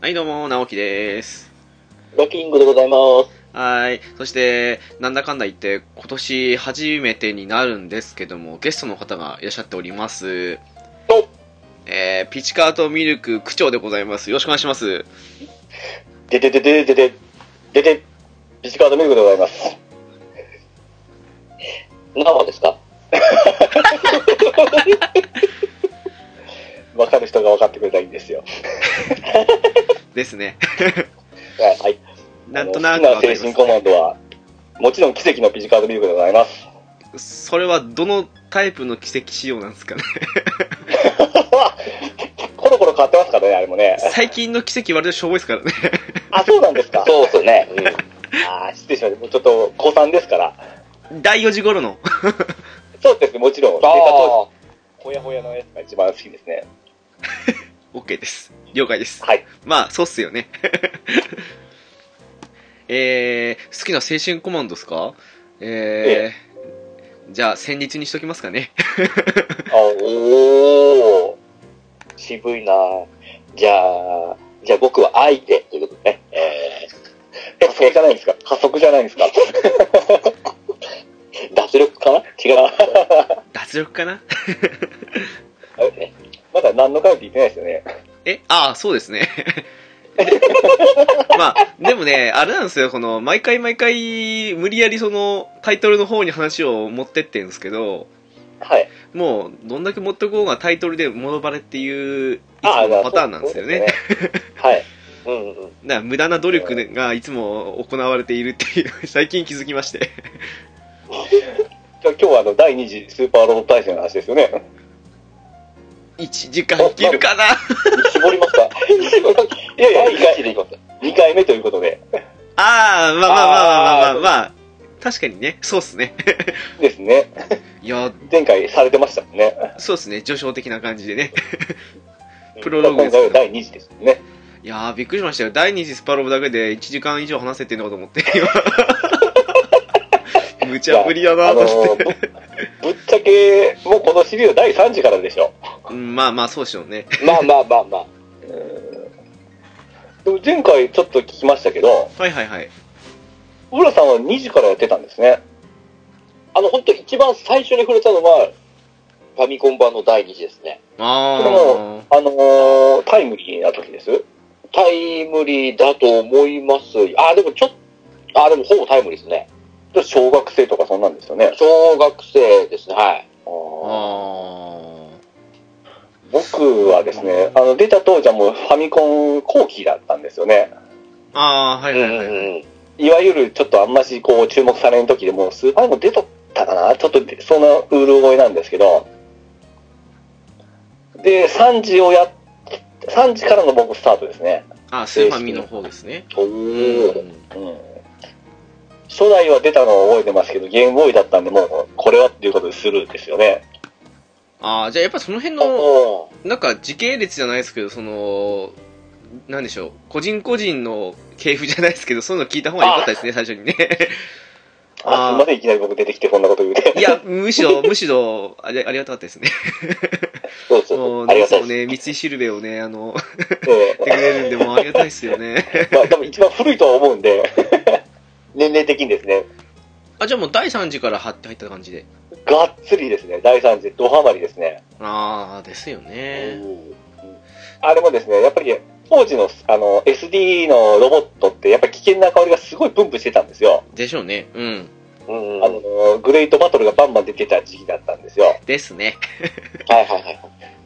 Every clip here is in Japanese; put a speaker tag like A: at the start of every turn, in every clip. A: はい、どうも、直樹です。
B: ラキングでございます。
A: はい。そして、なんだかんだ言って、今年初めてになるんですけども、ゲストの方がいらっしゃっております。
B: お
A: えー、ピチカートミルク区長でございます。よろしくお願いします。
B: でででででで、でで、ビジカードミルクでございます。生ですかわかる人が分かってくれたらいいんですよ。
A: です ね。
B: はい。
A: なんとなく
B: あの
A: わ
B: 好
A: か
B: きな精
A: り
B: 神コマンドは、もちろん奇跡のビジカードミルクでございます。
A: ます。それはどのタイプの奇跡仕様なんですかね。
B: コロコロ変わってますからね、あれもね。
A: 最近の奇跡割としょぼいですからね。
B: あ、そうなんですか
C: そうですね。うん。
B: あー失礼しました。もうちょっと、高3ですから。
A: 第4時頃の。
B: そうですね、もちろん。出た当
C: あ
B: 時ほやほやのやつが一番好きですね。
A: OK です。了解です。
B: はい。
A: まあ、そうっすよね。 えー、好きな青春コマンドですかえー、じゃあ、戦慄にしときますかね。
B: あ、おー。渋いなじゃあ、じゃあ僕は相手ということでね。えー、加速じゃないですか加速じゃないですか 脱力かな違う。
A: 脱力かな
B: まだ何の回も言ってないですよね。
A: え、ああ、そうですね。 まあ、でもね、あれなんですよ、この、毎回毎回、無理やりその、タイトルの方に話を持ってってんですけど、
B: はい。
A: もう、どんだけ持ってこうがタイトルで物バレっていう、いつものパターンなんですよね。
B: そうですねはい。うんうん。
A: だから無駄な努力がいつも行われているっていう、最近気づきまして。
B: じゃあ今日はあの、第2次スーパーロボット対戦の話ですよね。
A: 1時間いけるかな
B: 絞り ますかいやいや、第1次でいきます。2回目ということで。
A: ああ、まあまあまあまあまあまあ、まあ、確かにね、そうっすね。
B: ですね。
A: いや、
B: 前回されてましたもんね。
A: そうっすね、序章的な感じでね。プロローグで
B: 今
A: す
B: 回
A: け
B: は
A: ど。
B: 第2次ですね。
A: いやー、びっくりしましたよ。第2次スパロボだけで1時間以上話せってんのかと思 って、今。無茶ぶりだな
B: あ
A: と
B: の
A: 思って。
B: ーぶぶ っちゃけ、もうこのシリーズ第3次からでしょ。
A: うんまあまあ、そうでしょうね。
C: まあまあまあまあ。
B: でも前回ちょっと聞きましたけど、
A: はいはいはい。
B: 浦さんは2時からやってたんですね。
C: あの、本当一番最初に触れたのは、ファミコン版の第二次ですね。
B: で
A: あ
B: も、あのータイムリーな時です。
C: タイムリーだと思います。あ、でもちょっと、あ、でもほぼタイムリーですね。
B: 小学生とかそんなんですよね。
C: 小学生ですね、はい。
A: ー。
B: あ
A: あ
B: ー僕はですね、あの、出た当時はもうファミコン後期だったんですよね。
A: ー。あー、は
C: う
A: いはいはい。
C: ん
B: いわゆるちょっとあんましこう注目されん時でもうスーパーにも出とったかなちょっとそんなうる覚えなんですけど。で、3時をやっ、3時からの僕スタートですね。
A: あー、スーファミの方ですね。
C: うんうん。
A: うん
B: うん。初代は出たのを覚えてますけど、ゲームボーイだったんでもうこれはっていうことでスルーですよね。
A: ああ、じゃあやっぱその辺
C: お
A: の
C: お
A: なんか時系列じゃないですけど、その、なんでしょう、個人個人の系譜じゃないですけど、そういうの聞いた方が良かったですね、最初 にね。あー
B: あ、すいません、いきなり僕出てきてこんなこと言うて。
A: い や、むしろ、むしろ、ありありがたかったです ね。
C: そうです
A: もう、
C: あり
A: ね、い
C: が
A: つ
C: たい
A: もね、三井しるべをね、あの、
B: え
A: やってくれるんで、もうありがたいですよね。
B: えまあ、多分一番古いとは思うんで、 年齢的にですね、
A: あ、じゃあもう第3次から張って入った感じで。
B: がっつりですね、第3次でドハマりですね。
A: ああ、ですよね。
B: あれもですね、やっぱり当時のあの SD のロボットって、やっぱり危険な香りがすごいプンプンしてたんですよ。
A: でしょうね。うん。
C: うんうん。
B: あの、グレートバトルがバンバン出てた時期だったんですよ。
A: ですね。
C: はいはいはい。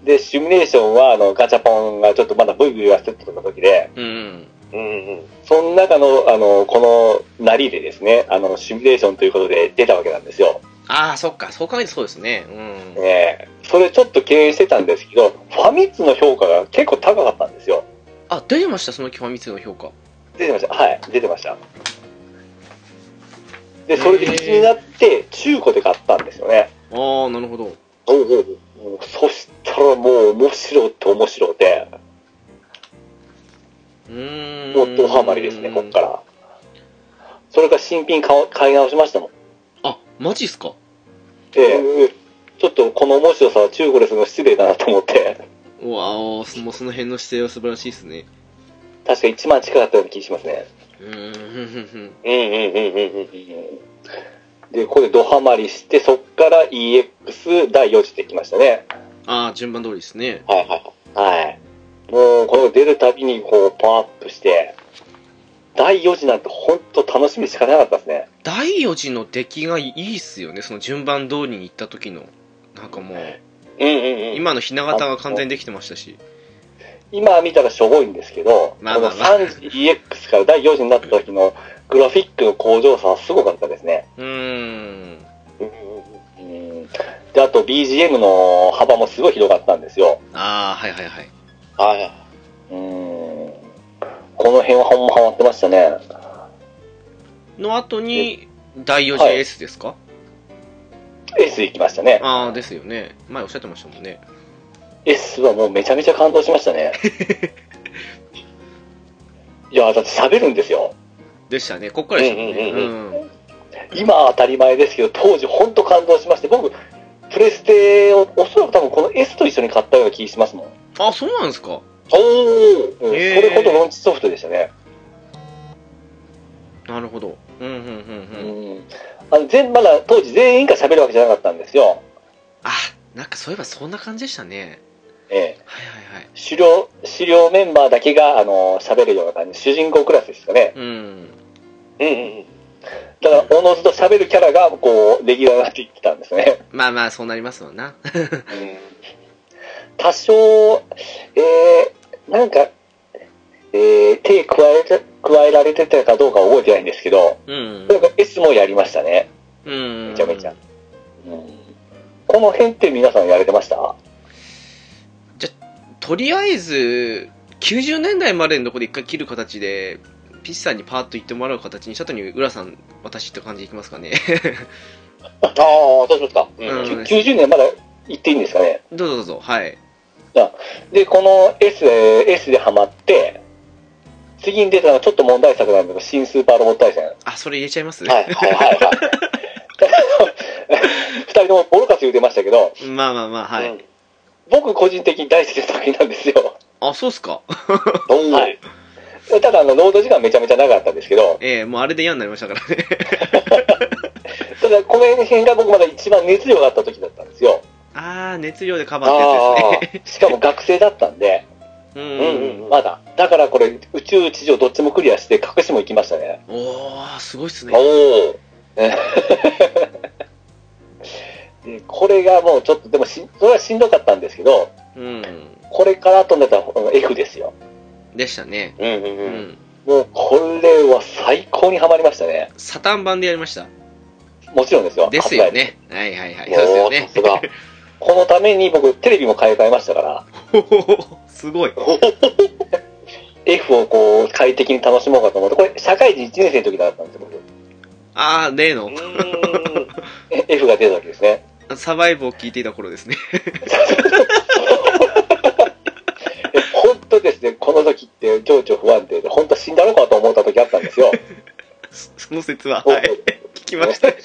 B: で、シミュレーションは、あの、ガチャポンがちょっとまだブイブイ言わせてた時で、
A: うん。
C: うんうん。
B: その中の、あの、このなりでですね、あの、シミュレーションということで出たわけなんですよ。
A: ああ、そっか、そう考えてそうですね。うん。
B: ええそれちょっと経営してたんですけど、ファミツの評価が結構高かったんですよ。
A: あ、出てました、その極みつの評価。
B: 出てました。はい、出てました。で、それで気になって、中古で買ったんですよね。
A: ああ、なるほど。
C: おうおうおう
B: うんそしたらもう面白って面白で、
A: うー
B: も
A: ん。
B: うドハマりですね、こっから。それから新品買お買い直しましたもん。
A: あ、マジっすか
B: で、ちょっとこの面白さは中古でするの失礼だなと思って、
A: うわおもうその辺の姿勢は素晴らしいですね。
B: 確か1万近かったような気がしますね。
A: うんうんうん
C: うんうんうんうんうん。
B: で、ここでドハマりして、そっから EX 第4次ってきましたね。
A: ああ、順番通りですね。
C: はいはいは
B: は
C: い。
B: い。もう、この出るたびにこう、パワーアップして、第4次なんて本当楽しみしかなかったですね。
A: 第4次の出来がいいっすよね、その順番通りに行った時の。なんかもう、
C: うんうんうん。
A: 今のひな形が完全にできてましたし。
B: 今見たらしょぼいんですけど、
A: まあまあまあ
B: この 3GX から第4次になった時のグラフィックの向上さはすごかったですね。
A: うーん。
B: うんで、あと BGM の幅もすごい広がったんですよ。
A: ああ、はいはいはい。
C: はいはい。
B: うんこの辺はほんまハマってましたね。
A: の後に、第4次
B: はい
A: S ですか、
B: S 行きましたね。
A: ああ、ですよね。前おっしゃってましたもんね。
B: S はもうめちゃめちゃ感動しまし たね。いや、だって喋るんですよ。
A: でしたね。こっからでしたもんね。
C: うんうん
A: うん。
B: 今は当たり前ですけど、当時ほんと感動しまして、僕、プレステをおそらく多分この S と一緒に買ったような気しますもん。
A: あ、そうなんですか。
C: おー
B: うん、
A: へー
B: それほどローンチソフトでしたね。
A: なるほど。うんうんうんうん。
B: うんあの全まだ当時全員が喋るわけじゃなかったんですよ。
A: あ、なんかそういえばそんな感じでしたね。
B: ええ、
A: はいはいはい。
B: 狩猟、狩猟メンバーだけが、あの、喋るような感じ、主人公クラスですかね。
A: うん。
C: うんうんうん。
B: だから、おのずと喋るキャラが、こう、レギュラーになっていってたんですね。
A: まあまあ、そうなりますわな。
B: 多少、えー、なんか、えー、手加えて、加えられてたかどうかは覚えてないんですけど、
A: うん
B: と。にかく S もやりましたね。
A: うん。
B: めちゃめちゃ。この辺って皆さんやれてました
A: とりあえず、90年代までのところで一回切る形で、ピッチさんにパーッと言ってもらう形にした後に、浦さん、私って感じでいきます かね。
C: ああ、どうしますか。
A: う
C: う
A: ん
C: ん。
B: ?90 年まだ行っていいんですかね
A: どうぞどうぞ、はい。
B: で、この S、S でハマって、次に出たのはちょっと問題作なんだけど、新スーパーロボット対戦。
A: あ、それ入れちゃいます
C: はいはいはいは。
B: 二人ともボロカス言うてましたけど、
A: まあまあまあ、はいい。
C: うん
B: 僕個人的に大好きな作品なんですよ。
A: あ、そうっすか。
C: おー
B: はいただ、あの、ロード時間めちゃめちゃ長かったんですけど、
A: ええもうあれで嫌になりましたからね。
B: ただ、この辺が僕まだ一番熱量があった時だったんですよ。
A: あー、熱量でカバーってや
C: あ
B: しかも学生だったんで、
A: つですね。
C: ーうん
A: うん。
C: うんうん。
B: まだ。だからこれ、宇宙、地上どっちもクリアして、隠しも行きましたね。
A: おー、すごいっすね。
C: おー
B: でこれがもうちょっと、でもし、それはしんどかったんですけど、
A: うん。
B: これからとんだったらこの F ですよ。
A: でしたね。
C: うんうん
A: う
C: うん。
A: ん。
B: もう、これは最高にハマりましたね。
A: サタン版でやりました。
B: もちろんですよ。
A: ですよね。はいはいはい。そう
C: お
A: で
C: ー、
A: すよ
C: さ
A: ね。
C: すが。
B: 発売。このために僕、テレビも買い替えましたから、
A: ほほほほ すごい。
B: F をこう、快適に楽しもうかと思って、これ、社会人1年生の時だったんですよ、僕。
A: あー、例
C: う
A: の、
C: ーん。
B: え F が出た時ですね。
A: サバイブを聞いていた頃ですね。
B: で本当ですね、この時って情緒不安定で、本当死んだろうかと思った時あったんで すよ。
A: そその説は、はい。聞きました。
B: で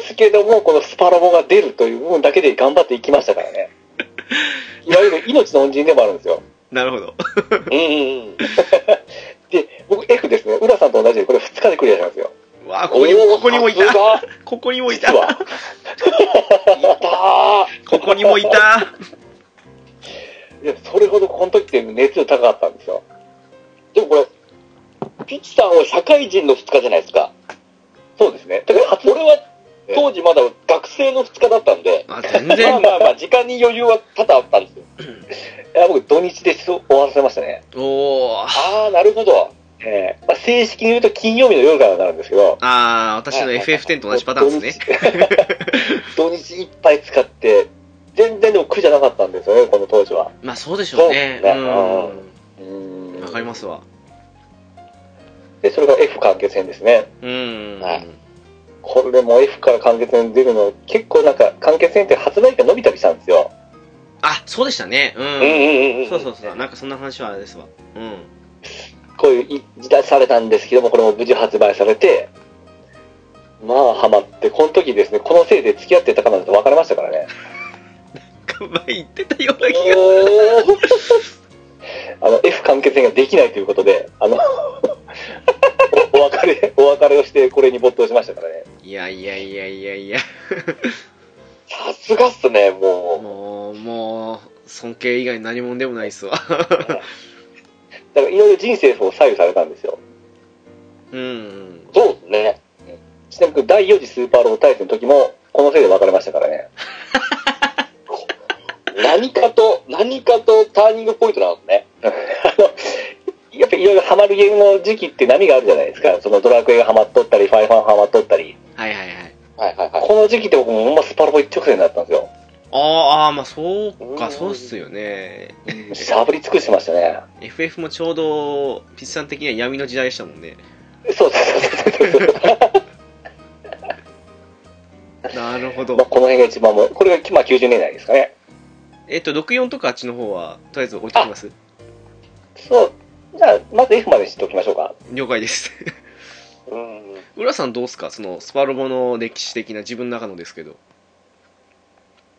B: すけども、このスパラボが出るという部分だけで頑張っていきましたから ね。いわゆる命の恩人でもあるんですよ。
A: なるほど。
C: うんうんうん。
B: で、僕 F ですね、浦さんと同じでこれ2日でクリアしたんですよ。
A: わあ、ここにも、ここにもい
C: おーさ
A: た。
C: す
A: ここにもいた
B: 実。は。
C: がいた
A: ここにもいた。
B: いや、それほどこの時って熱量高かったんですよ。
C: ー。でもこれ、ピッチさんは社会人の2日じゃないですか。
B: そうですね。だから初、
C: 俺は当時まだ学生の2日だったんで、
A: あ、全
C: ま あ
A: 然。
C: まあまあ、時間に余裕は多々あったんですよ。
B: いや僕土日で終わらせましたね。
A: おー。
C: ああ、なるほど。
B: えーまあ、正式に言うと金曜日の夜からなんですけど、
A: あー、私の FF10 と同じパターンですね。
B: 土日いっぱい使って、全然でも苦じゃなかったんですよね、この当時は。
A: まあそうでしょうね。
B: そう
A: う
B: ね。
A: ん。わかりますすわ。
B: で、それが F 完結編ですね。
A: うん。
C: はい
B: これも F から完結編出るの、結構なんか完結編って発売日が伸びたりしたんですよ。
A: あ、そうでしたね。
C: う
A: うん
C: うん
A: ん。そうそうそう。なんかそんな話はあれですわ。うん。
B: こういうい、時代されたんですけども、これも無事発売されて、まあ、ハマって、この時ですね、このせいで付き合ってた彼女と別れましたからね。
A: 前言ってたような気が。
C: おー
B: あの、F 完結編ができないということで、あの、お お別れ、お別れをして、これに没頭しましたからね。
A: いやいやいやいやいや、
C: さすがっすね、も
A: もう、もう、尊敬以外何もんでもないっすわ。
B: だから、いろいろ人生を左右されたんですよ。
A: うん。
C: う。そうですね。
B: ちなみに、第4次スーパーロー対戦の時も、このせいで別れましたからね。
C: 何かと、何かとターニングポイントなんですね。
B: やっぱいろいろハマるゲームの時期って波があるじゃないですか。そのドラクエがハマっとったり、ファイファンハマっとったり。
A: はいはいはい。
C: はいはいはい。
B: この時期って僕もほんまスパロボ一直線だったんですよ。
A: ああああ、まあそう
C: う
A: か、
C: ん
A: そうっすよね。
B: しゃぶり尽くしてましたね。
A: FF もちょうど、ピッツさん的には闇の時代でしたもんね。
B: そうそうそうそうそう。
A: なるほ
B: まあ
A: ど。
B: この辺が一番もう、これがまあ90年代ですかね。
A: えっと、64とかあっちの方は、とりあえず置いてきます。
B: そう。じゃあ、まず F まで知っておきましょうか。
A: 了解です。
C: うん。
A: 浦さんどうっすかその、スパロボの歴史的な自分の中のですけど。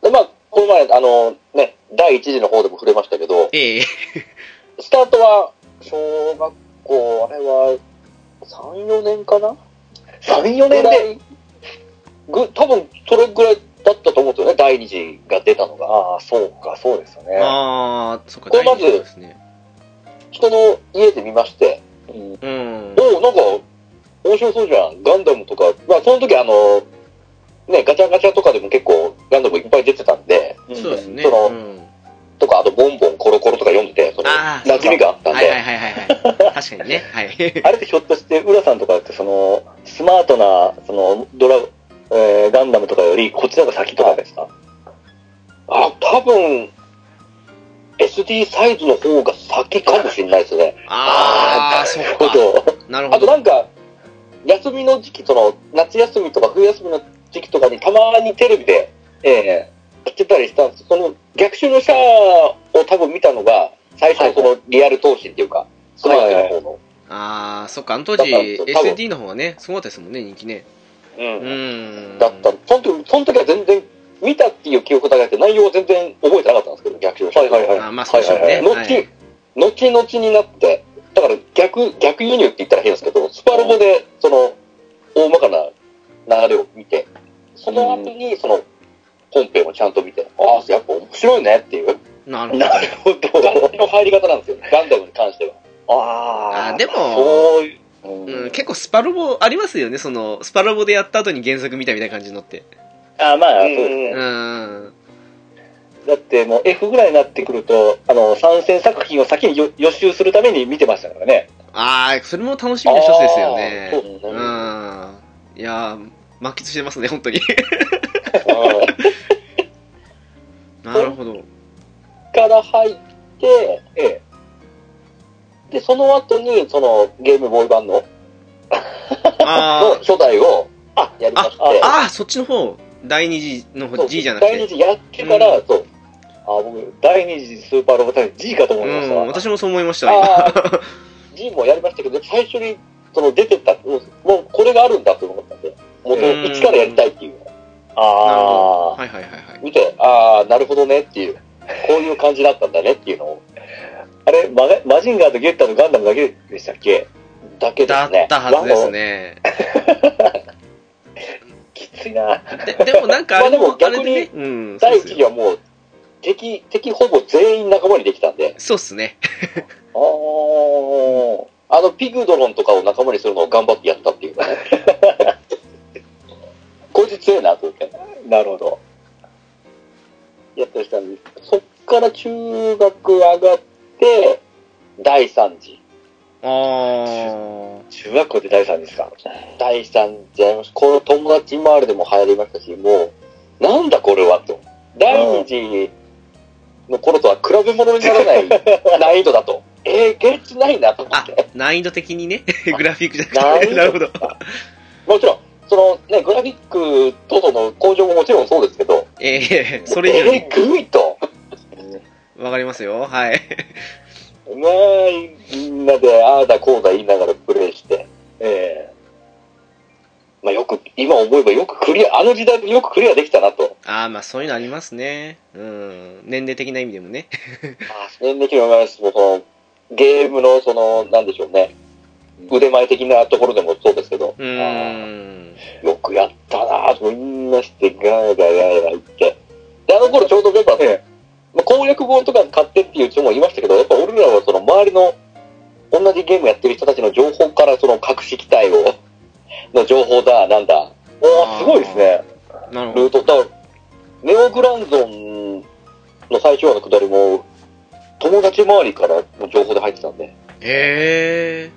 C: で、まあ、この前、あの、ね、第一次の方でも触れましたけど、
A: ええ
C: スタートは、小学校、あれは、3、4年かな
B: 3、4年で。
C: ぐ、多分、それぐらいだったと思うんですよね、第二次が出たのが。
B: ああ、そうか、そうですよね。
A: ああ、そっか、
C: これ
A: 大
C: まず
A: 事ですね。
C: 人の家で見まして、
B: うん
A: うん。
C: おお、なんか、面白そうじゃん。ガンダムとか、まあ、その時、あの、ね、ガチャガチャとかでも結構、ガンダムいっぱい出てたんで、
A: そうですね。
C: その
A: うん、
C: とか、あと、ボンボンコロコロとか読んでて、その、
A: あー
C: 馴染みがあったん
A: はいはい
C: で、
A: はいはいはい。確かにね。はい。
B: あれってひょっとして、浦さんとかって、その、スマートな、その、ドラ、えーガンダムとかより、こっちの方が先とかですか
C: あ、多分、SD サイズの方が先かもしれないですね。
A: ああ、そっ
B: ほ
A: か。
B: ど。
A: なるほ
C: あと
A: ど。
C: なんか、休みの時期、その、夏休みとか冬休みの時期とかにたまにテレビで
B: ええ
C: やってたりしたんですその、逆襲のシャアを多分見たのが、最初のそのリアル闘神っていうか、スマイルの方の。
A: ああ、そっか。あの当時、
C: だから多分
A: SD の方がね、すごかったですもんね、人気ね。う
C: うん
A: ーん。
C: だった。その時、その時は全然、見たっていう記憶だけあって、内容は全然覚えてなかったんですけど、逆襲のシャア。
B: はいはいはい
A: あーまあ、そうでしょうね。
C: 後、
A: はい、
C: 後々になって、だから逆、逆輸入って言ったら変ですけど、スパロボで、その、大まかな流れを見て、その後に、その、本編をちゃんと見て、ああ、やっぱ面白いねっていう、
A: なるほど。
B: なるほど。
C: ガンダムの入り方なんですよ、ガンダムに関しては。
B: あ
A: あ
B: あ
A: ー、でも、
C: そういう、
B: も
A: うん、結構スパロボありますよね。その、スパロボでやった後に原作見たみたいな感じのって。
B: あーまあ、そううんですね
A: う。ーん。
B: だってもう F ぐらいになってくると、あの、参戦作品を先によ予習するために見てましたからね。
A: ああ、それも楽しみの一つですよね。
C: あーそうですね
A: うーん。いやー、満喫してますね、本 当に。 なるほど。
C: から入って、
B: ええ。
C: で、その後に、その、ゲームボーイ版の、の
A: あ
C: 初代を、あ、やりま
A: あ
C: して、。
A: ああ、そっちの方。第二次の
C: そ
A: 方、
C: う
A: G じゃなく
C: 第二
A: て。
C: 次やってから、そう。
B: あ僕、第二次スーパーロボタイム G かと思
A: う
B: いました。
A: ん、私もそう思いました、
C: あ
A: 今。
C: ー G もやりましたけど、最初にその出てった、もうもうこれがあるんだと思ったんで、もうその一からやりたいっていう、
B: ああ、
A: はいはいはいはい。
C: 見て、ああ、なるほどねっていう、こういう感じだったんだねっていうのを
B: あれマガ、マジンガーとゲッターとガンダムだけでしたっけ
C: だけで
A: だ
C: す
A: っ
C: ね。
A: たはずですね。
B: きついな。
A: ででもなんかあれ
C: ま
A: も
C: あ、で
A: あ
C: も
A: れ
C: 逆
A: で
C: に
A: ね、うん、そうで
C: 第一
A: す
C: 次
A: よ。
C: はもう、敵、敵ほぼ全員仲間にできたんで、
A: そうっすね。
C: あーあの、ピグドロンとかを仲間にするのを頑張ってやっ たっていう。こいつ強いなと思って。
B: なるほど。
C: やったりしたんで、そっから中学上がって、第3次。
A: あー。
B: 中学校で第三ですか。
C: 第3次やりました。この友達周りでも流行りましたし、もう、なんだこれはと。第2次の頃とは比べ物にならない難易度 だと。えー、ゲッツないなと思っ
A: あ
C: て。、
A: 難易度的にね、グラフィックじゃな
C: 難
A: く
C: 易
A: て、
C: 度
A: なるほど。
C: もちろん、そのね、グラフィック等々の向上ももちろんそうですけど、
A: え えそれ以上
C: えー、グイと。
A: にわかりますよ。はい。
C: まあ、みんなで、ああだこうだ言いながらプレイして。
B: え
C: まあよく、今思えばよくクリア、あの時代でよくクリアできたなと。
A: あー、まあそういうのありますね。うん。年齢的な意味でもね。
C: ああ、年齢的に思います。もうその、ゲームの、その、なんでしょうね、腕前的なところでもそうですけど、
A: うーん。
C: よくやったなぁとみんなしてガーガーガーガー言って。で、あの頃ちょうどやっぱ、
B: え
C: まあ、攻略本とか買ってっていう人もいましたけど、やっぱ俺らはその周りの同じゲームやってる人たちの情報からその隠し機体を、の情報だ、なんだ。お
A: あー
C: ー、すごいですね。
A: なるほ
C: ルー
A: ど。
C: ト。だから、ネオグランゾンの最初話の下りも、友達周りからの情報で入ってたんで。
A: へ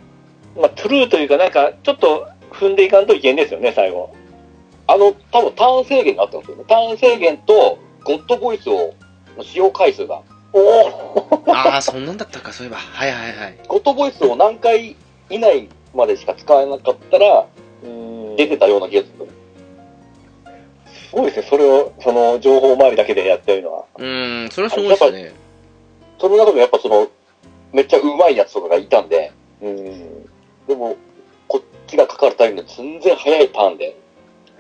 B: まあ、トゥルーというか、なんか、ちょっと踏んでいかんといけんですよね、最後。
C: あの、多分ターン制限があったんですよね。ターン制限と、ゴッドボイスを、の使用回数が。おー
A: ー。ああ、そんなんだったか、そういえば。はいはいはい。
C: ゴッドボイスを何回以内までしか使えなかったら、出
B: で
C: てたような気がする。
B: すごいですね、それを、その、情報周りだけでやってるのは。
A: うーん、それはすごいですね。
C: その中でもやっぱその、めっちゃ上手いやつとかがいたんで、
B: うん。
C: でも、こっちがかかるタイムで全然早いターンで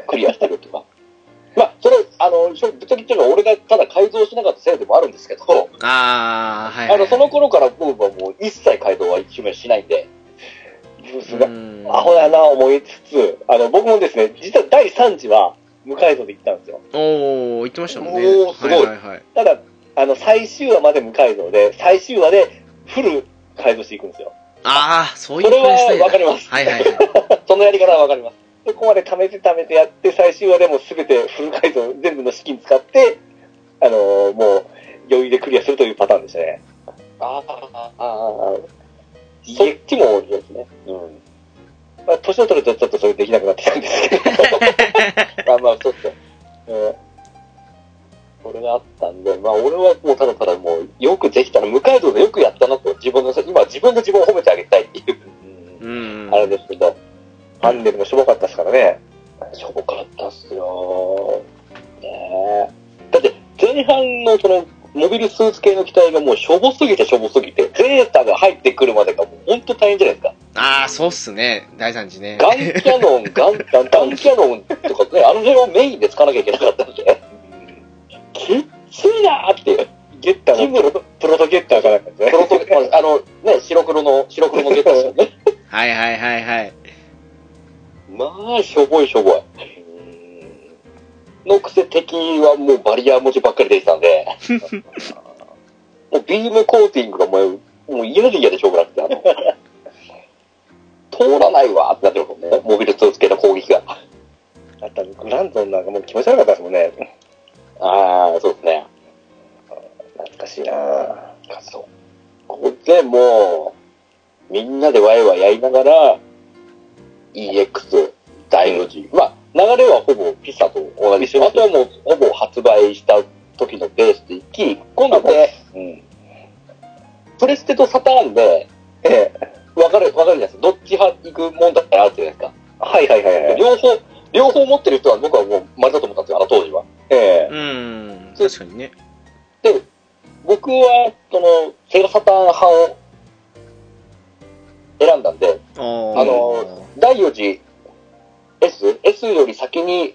C: クリアしてるとか。 まあ、それ、あの、正直ぶっちゃけ言っちゃえば俺がただ改造しなかったせいでもあるんですけど、
A: ああ、はい、はいはい。
C: あの、その頃から僕はもう一切改造は一目しないんで、
B: すが
A: う、ーん
B: アホだな思いつつ、あの、僕もですね、実は第3次は、無改造で行ったんですよ。
A: おお言ってましたもんね。
C: おーすごい
A: はいはいはい。
B: ただ、あの、最終話まで無改造で、最終話でフル改造していくんですよ。
A: ああ、そういう
C: それ
A: 感じ
C: はわかります。
A: はいはいはい。
C: そのやり方はわかります。
B: そこまで貯めて貯めてやって、最終話でも全てフル改造、全部の資金使って、あのーもう、余裕でクリアするというパターンでしたね。
C: ああ、
B: ああ、
C: そっちも面白いですね。
B: うん。まあ、年を取るとちょっとそれできなくなってきたんです けど、
C: まあまあ、ちょっ と。うんそれがあったんで、まあ俺はもうただただもう、よくできたら、無改造でよくやったなと、自分の、今自分で自分を褒めてあげたいっていう、
A: うーん。
C: あれですけど、
B: ハンデルもしょぼかったですからね。
C: しょぼかったっすよねえ。だって、前半のその、モビルスーツ系の機体がもうしょぼすぎてしょぼすぎて、ゼータが入ってくるまでがもうほんと大変じゃないですか。
A: ああ、そうっすね。第三次ね。
C: ガン キャノン、ガン、ガンガンキャノンとかね、あの辺をメインで使わなきゃいけなかったんで、きっついなーって いう。
B: ゲッター
C: ジ
B: の
C: ムのプ
B: プロトゲッターかなんかですね。
C: ロト、まあ、あの、ね、白黒の、白黒のゲッターですよね。
A: はいはいはいはい。
C: まあ、しょぼいしょぼい。のくせ敵はもうバリア文字ばっかり出てたんで、もうビームコーティングがもう、もう嫌で嫌でしょうがなくて、あの、通らないわってなってるもんね、モビルスーツ系の攻撃が。
B: あったグランゾンなんかもう気持ち悪かったですもんね。
C: ああ、そうですね。
B: 懐かしいなぁ。
C: そう。ここでもう、みんなでワイワイやりながら、EX、第5次。まあ、流れはほぼピッサと同じで
B: 一
C: す。
B: 緒です
C: あとはもう、ほぼ発売した時のベースでいき、今度で、
B: うん。
C: プレステとサターンで、
B: ええ。
C: 分かる、分かるじゃないですか。どっち派行く問題があるじゃないですか。
B: はいはいはいはい。
C: 両方、両方持ってる人は僕はもう、丸だと思ったんですよ、あの当時は。
B: ええ
A: う。ーん。確かにね。
C: 僕は、その、セガサターン派を選んだんで、
A: あ
C: あの第4次 S、S より先に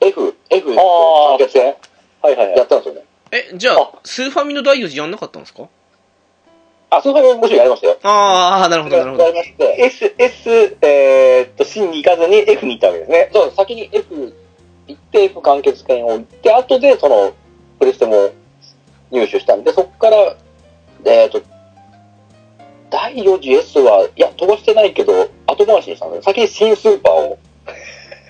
C: F、F 三
B: あー
C: 脚線
B: はいはいは
C: や
B: い。
C: ったんですよね。
A: え、じゃあ、スーファミの第4次やんなかったんですか
C: あ、そういうもちろんやりましたよ。
A: ああ、なるほどなるほ
C: や
A: ど。
C: りまして、
B: S、S、えー、っと、C に行かずに F に行ったわけですね。
C: そうです先に F 行って、F 完結編を行って、後でそのプレステも入手したんで、そこから、えっ、と、第4次 S は、いや、飛ばしてないけど、後回しにしたので、先に新スーパーを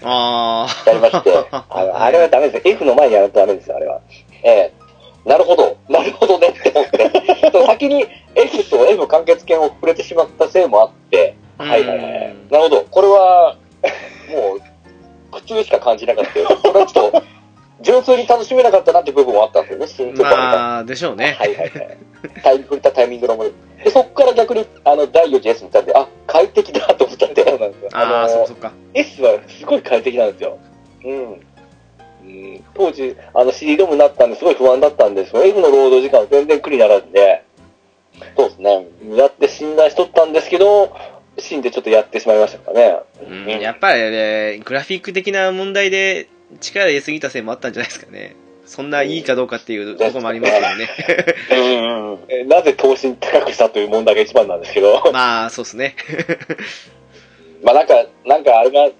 A: ああ。
C: やりまして、
B: あのあれはダメですね。F の前にやるとダメですよ、あれは。
C: ええ、なるほど、なるほどねって思っ て、そう先に F と F 完結権を触れてしまったせいもあって、
A: うん
C: はいはいはい、なるほど、これは、 もう、苦痛しか感じなかったよ。これはちょっと、純粋に楽しめなかったなって部分もあったんですよね、新曲は。
A: まあ、でしょうね。
C: はいはいはい。タイミング、振ったタイミングのもの。で、そこから逆に、あの、第4次 S に行ったんで、あ、快適だと思ったん
B: そう
C: で、
B: なんですよ。あ
A: ああ、そ
B: の
A: うそっか。
B: S はすごい快適なんですよ。
C: うん。
B: うん、当時、あの CD ドームになったんですごい不安だったんですけど、F の労働時間は全然苦にならずで、
C: そうですね。
B: やって信頼しとったんですけど、死んでちょっとやってしまいましたからね。
A: うん、やっぱりね、グラフィック的な問題で力入れすぎたせいもあったんじゃないですかね。そんないいかどうかっていうとこもありますよ ね。
B: うん。
C: えなぜ投資高くしたという問題が一番なんですけど、
A: まあ、そうですね。
C: まあなんか、なんかあれが、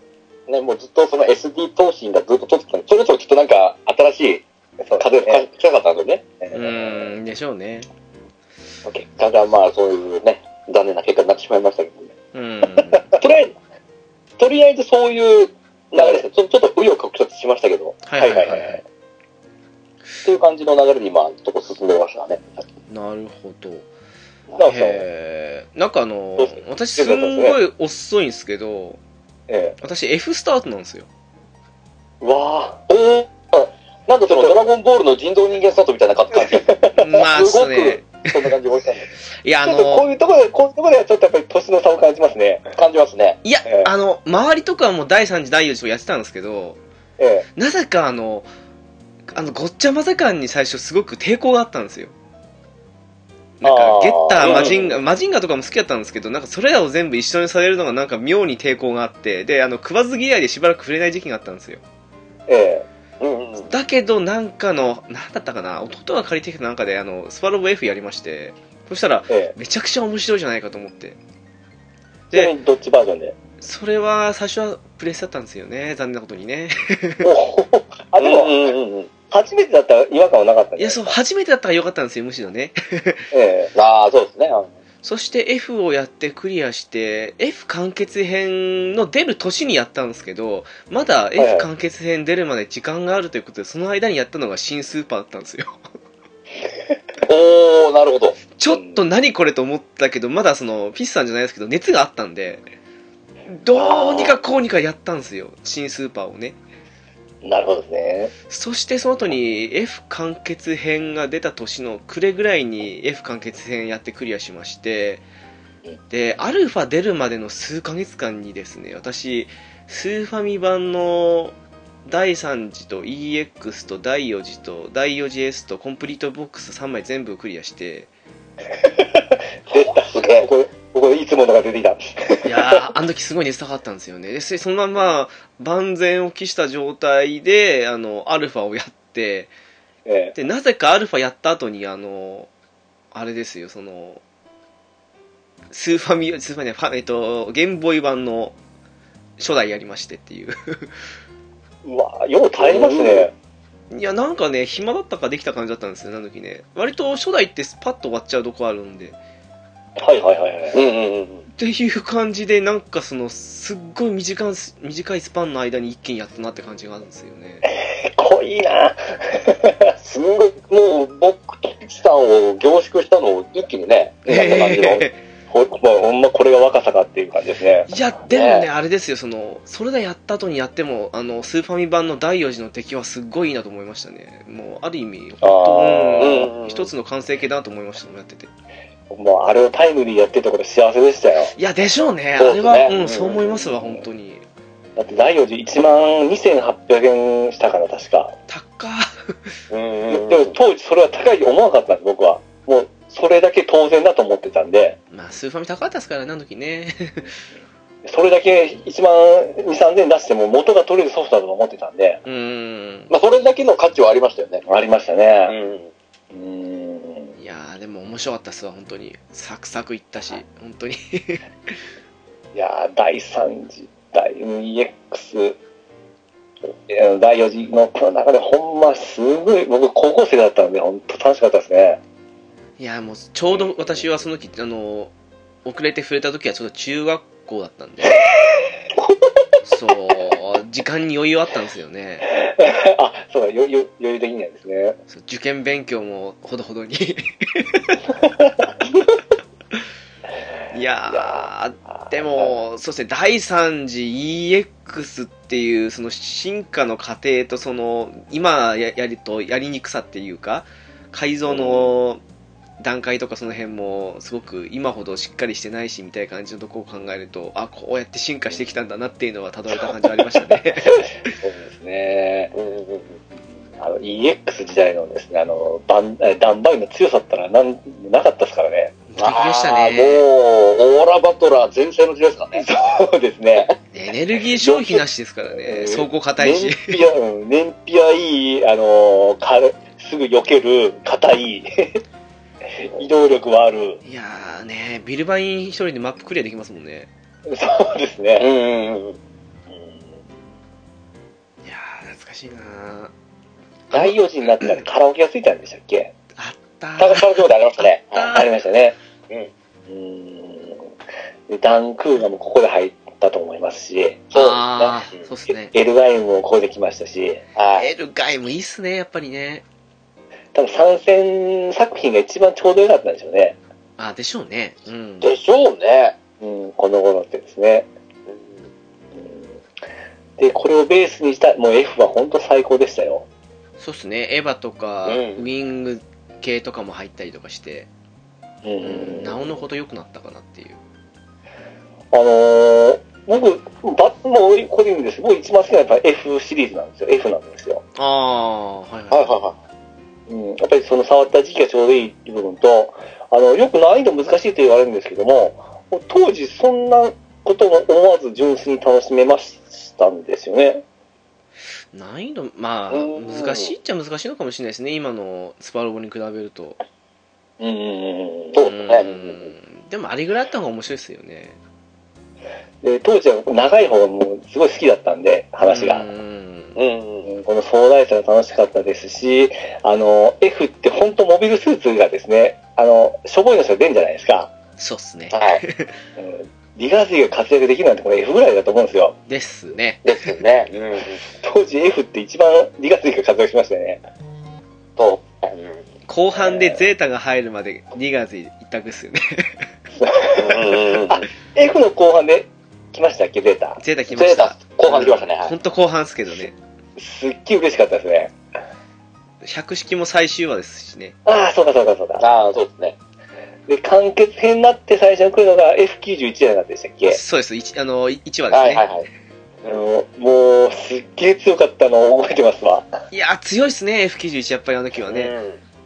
C: ね、もうずっとその SD 投資がずっと取ってきたのそれぞれきっとなんか新しい
B: そう
C: 風が吹かなかったんだよね。
A: うー ん、でしょうね。
C: 結果がまあそういうね、残念な結果になってしまいましたけどね。
A: うん。
C: とりあえず、とりあえずそういう流れですね。ちょちょっと紆余曲折しましたけど、
A: はいはいはいはい。
C: という感じの流れに今、とこ進んでましたね。
A: なるほど。
C: だからさ
A: へーなんかあの
C: どうぞ、
A: 私すんごい遅いんですけど、
C: え
A: 私 F スタートなんです よ。
C: え。わあ、ええなんかそのドラゴンボールの人造人間スタートみたいな 感じ。
A: まあ、
C: す
A: そ
C: ご
A: う
C: く
A: ね。
C: そんな感じでしたね。
A: いや、あ
B: ちょっとこ
A: の、
B: ういうところで、こういうところではちょっとやっぱり年の差を感じますね。
C: 感じますね。
A: いや
B: ええ、
A: あの、周りとかはもう第3次、第4次とかやってたんですけど、
B: ええ。
A: なぜかあの、あの、ごっちゃ混ぜ感に最初すごく抵抗があったんですよ。なん
C: あ
A: か、
C: ー
A: ゲッター、マジン
C: う
A: ガ、マジンガとかも好きだったんですけど、なんかそれらを全部一緒にされるのがなんか妙に抵抗があって、で、あの、食わず嫌いでしばらく触れない時期があったんですよ。
B: え
C: うんうん。
A: だけどなんかのなんだったかな弟が借りてきたなんかであのスパロボ F やりましてそしたら
C: ええ。
A: めちゃくちゃ面白いじゃないかと思って
C: ちなみ
A: で
C: にどっちバージョンで
A: それは最初はプレスだったんですよね残念なことにね
B: おー あ、で
C: う
B: も、
C: んうんうんうん。
B: 初めてだったら違和感はなかったね
A: いやそう初めてだったから良かったんですよむしろね
B: え
C: ああ、そうですね。うん
A: そして F をやってクリアして F 完結編の出る年にやったんですけどまだ
B: いはい
A: F 完結編出るまで時間があるということでその間にやったのが新スーパーだったんですよ
C: おー、なるほど。
A: ちょっと何これと思ったけど、まだその、ピッさんじゃないですけど、熱があったんで、どうにかこうにかやったんですよ。新スーパーをね。
C: なるほどですね。
A: そしてその後に F 完結編が出た年の暮れぐらいに F 完結編やってクリアしまして、で、アルファ出るまでの数ヶ月間にですね、私、スーファミ版の第3次と EX と第4次と第 4GS とコンプリートボックス3枚全部クリアして、
C: 出た、すげえ。
B: これ、ここでいつものが出てきた。
A: いやー、あの時すごい熱たかったんですよね。で、そそのまま万全を期した状態で、あの、アルファをやって、
B: ええ。
A: で、なぜかアルファやった後に、あの、あれですよ、その、スーファミ、スーファミね、ファえっと、ゲームボーイ版の初代やりましてっていう。
B: うわよう耐えますね。
A: いや、なんかね、暇だったかできた感じだったんですよね、あの時ね。割と初代ってパッと終わっちゃうとこあるんで。
B: はいはいはいは
C: う
B: い。
C: んうんうん。
A: っていう感じで、なんかその、すっごい短いス短いスパンの間に一気にやったなって感じがあるんですよね。
B: 濃い な
C: すんごい、もう、僕とピチさんを凝縮したのを一気にね、
B: ええ
C: なんか感じの
B: ほもうほんまこれが若さかっていう感じですね。
A: いや、でも
C: ね
A: ね、あれですよ、その、それでやった後にやっても、あの、スーファミ版の第4次の敵はすっごいいいなと思いましたね。もう、ある意味、
B: あ
C: ー
A: うん
C: うんうんうん
A: 一つの完成形だなと思いましたもん、やってて。
B: もうあれをタイムリーやってたこと幸せでしたよ。
A: いや、でしょうね。
B: そ
A: あ
B: う
A: れ
B: ですね
A: は、
B: うん
A: うん、そう思いますわ、本当に。
B: だって第4次1万2800円したから確か。
A: 高
C: う
B: で
C: んうんう
B: も
C: ん
B: 当時それは高いと思わなかったんです、僕は。もうそれだけ当然だと思ってたんで、
A: まあ、スーファミ高かったですからね、あの時ね。
B: それだけ1万2、3000円出しても元が取れるソフトだと思ってたんで、
A: うーん。
C: まあ、それだけの価値はありましたよね。
B: ありましたね。
C: う
B: うーん。
A: いやー、でも面白かったっすわ、本当に。サクサクいったし、本当に。
B: いやー第3次、第 EX、いや第4次のこの中でほんますごい、僕高校生だったんで、ほんと楽しかったですね。
A: いや、もう、ちょうど私はその時、あの、遅れて触れた時はちょうど中学校だったんで。そう、時間に余裕あったんですよね。
B: あ、そうだ、余裕、余裕的にはですね。
A: そう受験勉強もほどほどに。いやー、でも、そうですね、第3次 EX っていう、その進化の過程と、その、今ややりと、やりにくさっていうか、改造の段階とかその辺も、すごく今ほどしっかりしてないし、みたいな感じのとこを考えると、あ、こうやって進化してきたんだなっていうのは、たどれた感じはありましたね。
B: そうですね。
C: んうんうん。
B: あの、EX 時代のですね、あの、ダン、えダンバイの強さったらなん、なかったですからね。
A: 素敵でした
C: あー
A: ね。
C: もう、オーラバトラー全盛の時代ですから ね。
B: そうですね。
A: いエネルギー消費なしです からね。走行硬い
B: 燃
A: し。
B: 費は、うん燃費はいい、あのー軽すぐ避ける、硬い、 移動力はある。
A: いやーね、ビルバイン一人でマップクリアできますもんね。
B: そうですね。うんうんうん。
A: いやー、懐かしいなー
B: 第4時になったらカラオケがついたんでしたっけ
A: あった
B: カ
A: ー。
B: ラカラオケまでありましたね。
A: あった
B: ありましたね。うん。うん。で、ダンクーガもここで入ったと思いますし、
A: あー、そううっすね。
B: エルガインもここで来ましたし、はい。
A: エルガイもいいっすね、やっぱりね。
B: 多分参戦作品が一番ちょうどよかったんでしょうね。
A: あ、でしょうね。うん。
C: でしょうね。
B: うん、この頃ってですね。で、これをベースにした、もう F は本当最高でしたよ。
A: そうっすね。エヴァとか、
C: うん
A: ウィング系とかも入ったりとかして、
B: う
A: うん、
B: ん。
A: なおのこと良くなったかなっていう。
B: あのー、僕、バッもうこれで言うんですけど、僕一番好きなのはやっぱ F シリーズなんですよ。F なんですよ。
A: あー、はい
C: はい
A: は
C: はいは
B: うん。やっぱりその触った時期がちょうどいいっていう部分と、あの、よく難易度難しいと言われるんですけども、当時そんなことも思わず純粋に楽しめましたんですよね。
A: い。難易度、まあ、
B: うん
A: 難しいっちゃ難しいのかもしれないですね。今のスパロボに比べると。
B: うんうんうん
C: そうですね
A: うんでも、あれぐらいあった方が面白いですよね。
B: で当時は僕長い方がもうすごい好きだったんで、話が。
A: うん。
C: い。うん
B: うんこの壮大さが楽しかったですし、あの、F って本当モビルスーツがですね、あの、しょぼいの人が出るんじゃないですか。
A: そうっすね。
C: はい。
B: うんリガー勢が活躍できるなんてこれ F ぐらいだと思うんですよ。
A: ですね。
C: ですよね。うん。
B: 当時 F って一番リガー勢が活躍しましたよね。
C: そう。うん。うん
A: 後半でゼータが入るまで2月一択ですよね。
C: うんうん。
B: F の後半で来ましたっけ、ゼータ。
A: ゼータ来ま
C: ゼ
A: し
C: ータ
A: た。、
C: 後半来ましたね。はい
A: ほんと後半っすけどね。
B: すっげえ嬉しかったですね。
A: 百式も最終話ですしね。
B: ああ、そうかそうかそうか。
C: ああ、そうですね。
B: で、完結編になって最初に来るのが F91 じゃなかったでしたっけ。
A: そうです。一あの、1話ですね。
C: はい
A: い
C: はいはい。
B: あの、もう、すっげえ強かったのを覚えてますわ。
A: や、強いっすね、F91 やっぱりあの時はね。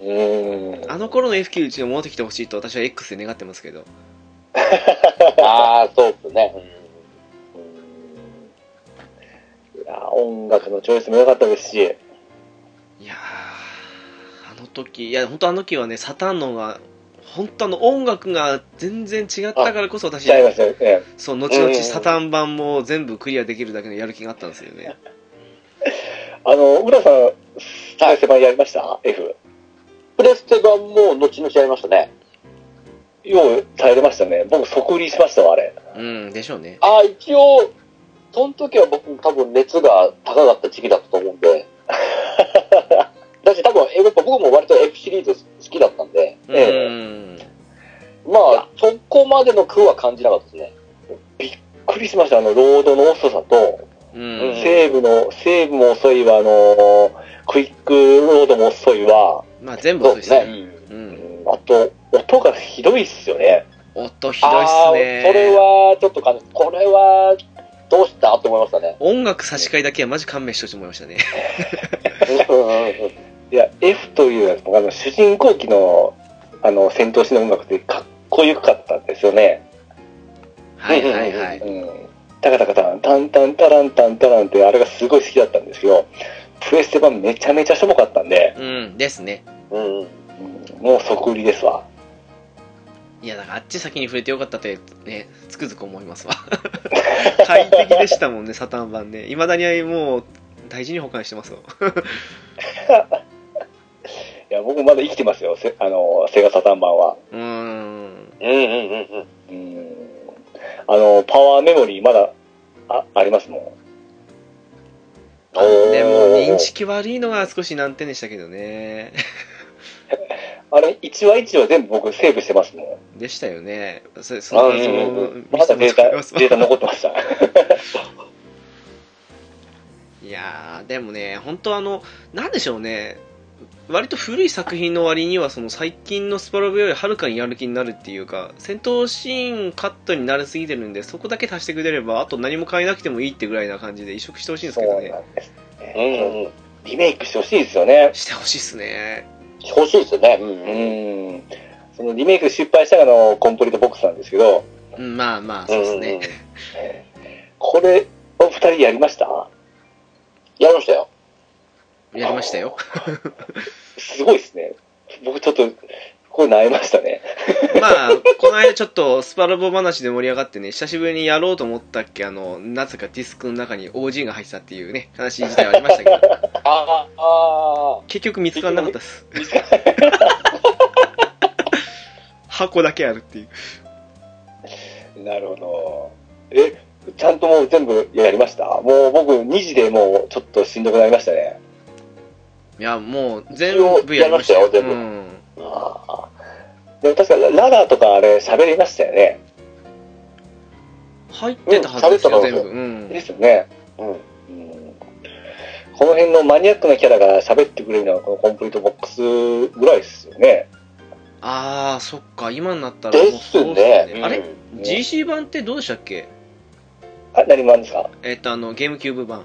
B: うーん。
A: あの頃の F91 が戻ってきてほしいと私は X で願ってますけど。
C: うん。ああ、そうですね。
B: いや音楽のチョイスも良かったですし、
A: いやー、あの時、いや、ほんとあの時はね、サタンのが、本当あの音楽が全然違ったからこそ私
B: ちゃいましたよね。
A: そう、後々
C: うん
A: サタン版も全部クリアできるだけのやる気があったんですよね。
B: あの、浦さん、再生版やりました ?F。
C: プレステ版も後々やりましたね。
B: よう耐えれましたね。僕、即売りしましたわ、あれ。
A: うん、でしょうね。
C: ああ、一応、その時は僕多分熱が高かった時期だったと思うんで。 だし多分、やっぱ僕も割と F シリーズ好きだったんで、
A: う
B: ええ
A: ん。
C: まあ、そこまでの苦は感じなかったですね。
B: びっくりしました、あの、ロードの遅さと、
A: うん
B: セーブの、セーブも遅いわ、あの、クイックロードも遅いわ、
A: まあ全部そうですね。う。
B: うんんあと、音がひどいっすよね。
A: 音ひどいっ
C: ああ
A: す
C: ー
A: ね。
C: それはちょっと感じ、これはどうしたと思いましたね。
A: 音楽差し替えだけはマジ勘弁しといてもらいましたね。
B: いや、F というやつも、あの、主人公機の、あの、戦闘シーンの音楽ってかっこよかったんですよね。
A: はいはいはい。
B: うんタカタカタン、タンタンタランタンタランってあれがすごい好きだったんですけど、プレステ版めちゃめちゃしょぼかったんで、
A: うん、ですね。
C: うんうん
B: もう即売りですわ。
A: いや、だからあっち先に触れてよかったって、ね、つくづく思い ますわ。快適でしたもんね、サタン版ね。いまだにもう、大事に保管してますよ。
B: いや、僕まだ生きてますよ、せあの、セガサタン版は。
A: うーん。
C: うんうんうんうん。
B: うん。あの、パワーメモリーまだ、あ、ありますもん。
C: おー
A: でも、認識悪いのが少し難点でしたけどね。
B: あれ、1話1話全部僕セーブしてますもん。
A: でしたよね。そそ
B: あ
A: の
B: うん
A: そ
B: うん
A: の
B: う、まだデータ、
A: 見せても
B: デー
A: ら
B: タ
A: ってます
B: 残ってました。
A: いやー、でもね、本当あの、なんでしょうね、割と古い作品の割には、その最近のスパロボよりはるかにやる気になるっていうか、戦闘シーンカットになりすぎてるんで、そこだけ足してくれれば、あと何も変えなくてもいいってぐらいな感じで移植してほしいんです
B: そ
A: けど
B: う
A: ね。
B: なんです
C: うん
B: ね。
C: うん。
B: リメイクしてほしいですよね。
A: してほしいっすね。
C: 欲しいですよね。うんうん。
B: うんそのリメイク失敗したのがあのコンプリートボックスなんですけど、
A: うん、まあまあ、そうですね。
B: これ、お二人やりました
D: やりましたよ。
A: やりましたよ。
B: すごいですね。僕ちょっと、これ悩みましたね。
A: まあ、この間ちょっとスパロボ話で盛り上がってね、久しぶりにやろうと思ったっけ、あの、なぜかディスクの中に OG が入ってたっていうね、話自体はありましたけど、
D: ああ、ああ、
A: 結局見つからなかったです。箱だけあるっていう。
B: なるほど。え、ちゃんともう全部やりましたもう僕2時でもうちょっとしんどくなりましたね。
A: いや、もう全部やりました
D: やりましたよ全部
A: うん。
B: ああ。でも確かラダーとかあれ喋りましたよね。
A: 入ってたはずです
D: う
A: よ、
D: ん
A: 全部。
D: 喋
A: う
B: で
A: ん。
B: すよね。うん。この辺のマニアックなキャラが喋ってくれるのはこのコンプリートボックスぐらいですよね。
A: あー、そっか、今になったらもう
D: です
A: そうっ
D: ね。うん
A: あれ ?GC 版ってどうでしたっけ
B: あ、何もあるんですか
A: えっと、あの、ゲームキューブ版。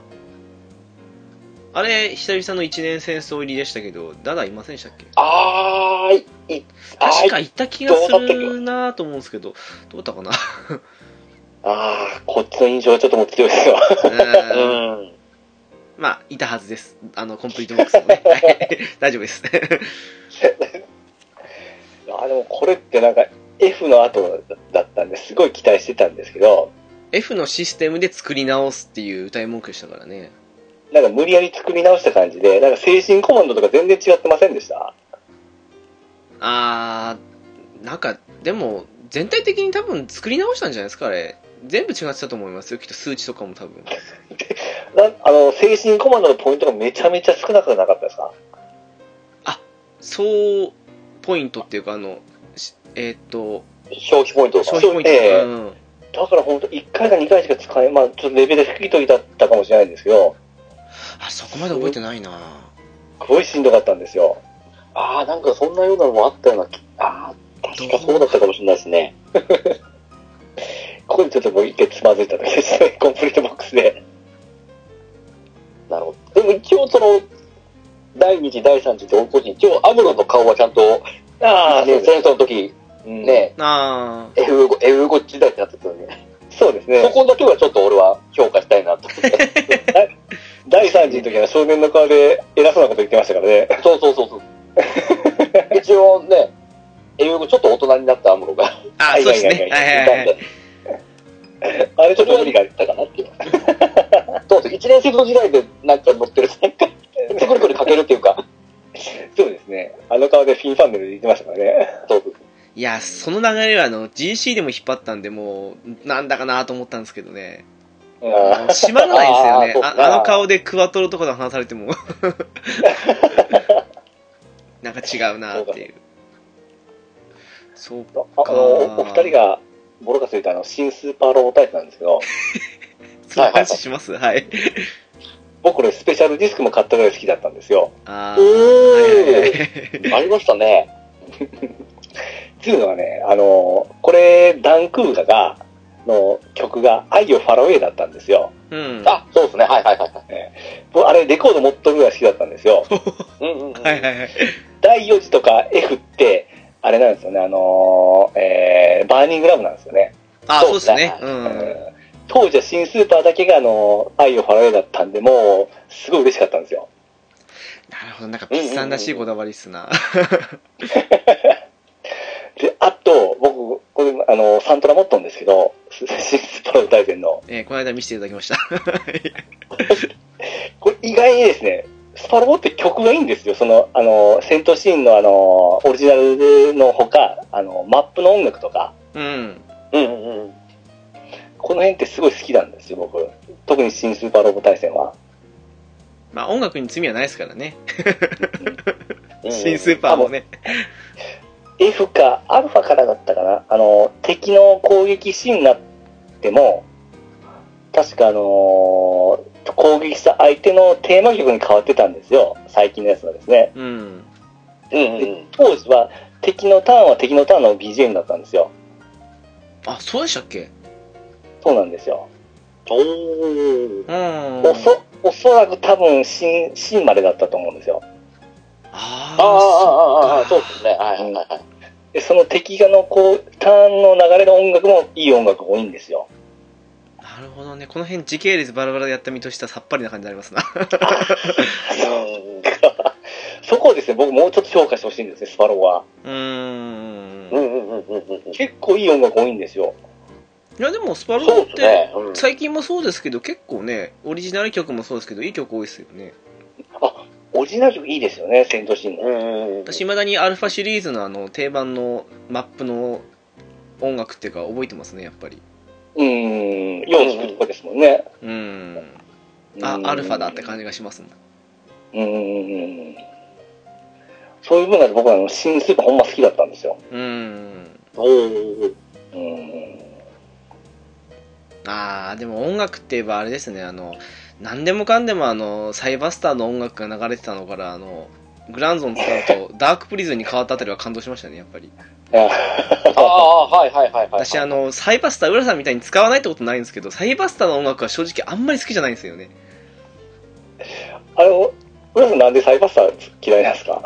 A: あれ、久々の一年戦争入りでしたけど、ダダいませんでしたっけ
D: ああ、い、いあ
A: 確
D: ー
A: か
D: い
A: いた気がするなぁと思うんですけど、どうだった かな
B: ああ、こっちの印象はちょっともう 強いですよ。
A: うーん
D: うん。
A: まあ、いたはずです。あの、コンプリートボックスも ね。はい大丈夫です。
B: あでもこれってなんか F の後だったんですごい期待してたんですけど、
A: F のシステムで作り直すっていう歌い文句でしたからね。
B: なんか無理やり作り直した感じで、なんか精神コマンドとか全然違ってませんでした
A: あー、なんか、でも、全体的に多分作り直したんじゃないですか、あれ。全部違ってたと思いますよ、きっと数値とかも多分。
B: なあの、精神コマンドのポイントがめちゃめちゃ少なくなかったですか
A: そう、ポイントっていうか、あの、しえーっと、
D: 消費ポイント
A: 消費ポイント。
B: ええ
A: うん
B: だから本当1回か2回しか使え、まあちょっとレベル低い時だったかもしれないんですけど、
A: あ、そこまで覚えてないなぁ。
B: すごいしんどかったんですよ。
D: ああ、なんかそんなようなのもあったような気、ああ、確かそうだったかもしれないですね。
B: ここでちょっともう一回つまずいた時ですね、 コンプリートボックスで。
D: なるほど。でも一応その、第2次、第3次って追い越し、一応アムロの顔はちゃんと、
B: あ
D: ね、戦争の時、
B: うん
D: ね、
A: あー。
D: F5、F5 時代ってなってたのに、
B: そうです
D: そ
B: ね。
D: こだけはちょっと俺は評価したいなと思って。
B: 第3次の時は少年の顔で偉そうなこと言ってましたからね。
D: そうそうそうそう。一応ね、英語ちょっと大人になったアムロがい
A: あ、そうですね。はい
D: たん
A: はいはい。
D: で、
B: あれちょっと無理があったかなっていう。
D: そうそう、一年生の時代でなんか乗ってる、なんか、くるくるかけるっていうか、
B: そうですね。あの顔でフィンファンネルで言ってましたからね。
D: そうそう
A: いや、その流れはあの GC でも引っ張ったんで、もう、なんだかなと思ったんですけどね。
B: あ
A: 閉まらない
D: あー
A: ですよね。
D: そう
A: あ
D: か
A: あの顔でクワトロとかで話されても。 なんか違うなっていう。そうか。
B: あの、お二人がボロカス言ったあの、新スーパーロボタイプなんですけど、
A: そういう話しますはい。
B: 僕これスペシャルディスクも買ったぐらい好きだったんですよ。
A: あ
D: お
A: ー。
D: ー ありましたね。
B: っていうのはね、あの、これ、ダンクーガが、の曲が、愛をファロウェイだったんですよ。
A: うん。は
D: あ、そうですね、はいはいはいはい。
B: 僕あれ、レコード持っとるぐらい好きだったんですよ。
D: うんうんうん。
A: いはいはい。
B: 第4次とか F って、あれなんですよね、あのえーバーニングラブなんですよね。
A: あ、そうですね
D: そ。う
A: う。
B: うんん当時は新スーパーだけがあの愛を払えだったんで、もうすごい嬉しかったんですよ。
A: なるほど。なんか、ピッツさんらしいこだわりっすな。
B: で、あと、僕、これ、あの、サントラ持ったんですけど、 新スーパーの大戦の。
A: えーこの間見せていただきました。
B: これ意外にですね、スパロボって曲がいいんですよ。その、あの、戦闘シーンのあの、オリジナルのほか、あの、マップの音楽とか、
A: うん。
D: うんうんうん。
B: この辺ってすごい好きなんですよ、僕。特に新スーパーロボ大戦は。
A: まあ、音楽に罪はないですからね。
D: うん
A: 新スーパーもね。
B: F かアルファからだったかなあの敵の攻撃シーンになっても確かあのー攻撃した相手のテーマ曲に変わってたんですよ最近のやつはですね
A: うん。
D: うんうんうん。
B: 当時は敵のターンは敵のターンの BGM だったんですよ
A: あ、そうでしたっけ
B: そうなんですよ
D: おー。
A: うん。
B: おそおそらく多分新新までだったと思うんですよ
A: あ
D: ああ、あ
A: あ、
D: あ、ああ、そうですね、はいはいはいはい。
B: でその敵がのこうターンの流れの音楽もいい音楽が多いんですよ
A: なるほどね。この辺時系列バラバラでやった身としてはさっぱりな感じになります な。
B: そこをですね、僕もうちょっと評価してほしいんですね、スパローは。
A: うーん。
C: う
A: い
C: んうんうんうんうん。
B: 結構いい音楽多いんですよ。
A: や、でもスパロ
C: そ
A: ボ
C: う
A: っ
C: です
A: て、
C: ね。うん
A: 最近もそうですけど、結構ね、オリジナル曲もそうですけど、いい曲多いですよね。
B: オリジナル曲いいですよね、セイントシーンの。
C: うんうんうん。
A: 私、未だにアルファシリーズのあの、定番のマップの音楽っていうか、覚えてますね、やっぱり。
B: うーん、よう聞くとこですもんね。
A: うーん。あ、アルファだって感じがしますね。
B: じ。うーん。そういう分で僕はあの新スーパーほんま好きだったんですよ。
A: うーん。
C: おー
B: うーん。
A: ああでも音楽って言えばあれですねあの何でもかんでもあのサイバスターの音楽が流れてたのからあのグランゾン使うとダークプリズンに変わったあたりは感動しましたねやっぱり
C: ああ、はいはいはいはい。
A: 私あのサイバスター浦さんみたいに使わないってことないんですけどサイバスターの音楽は正直あんまり好きじゃないんですよね
B: あれ、浦さんなんでサイバスター嫌いなんですか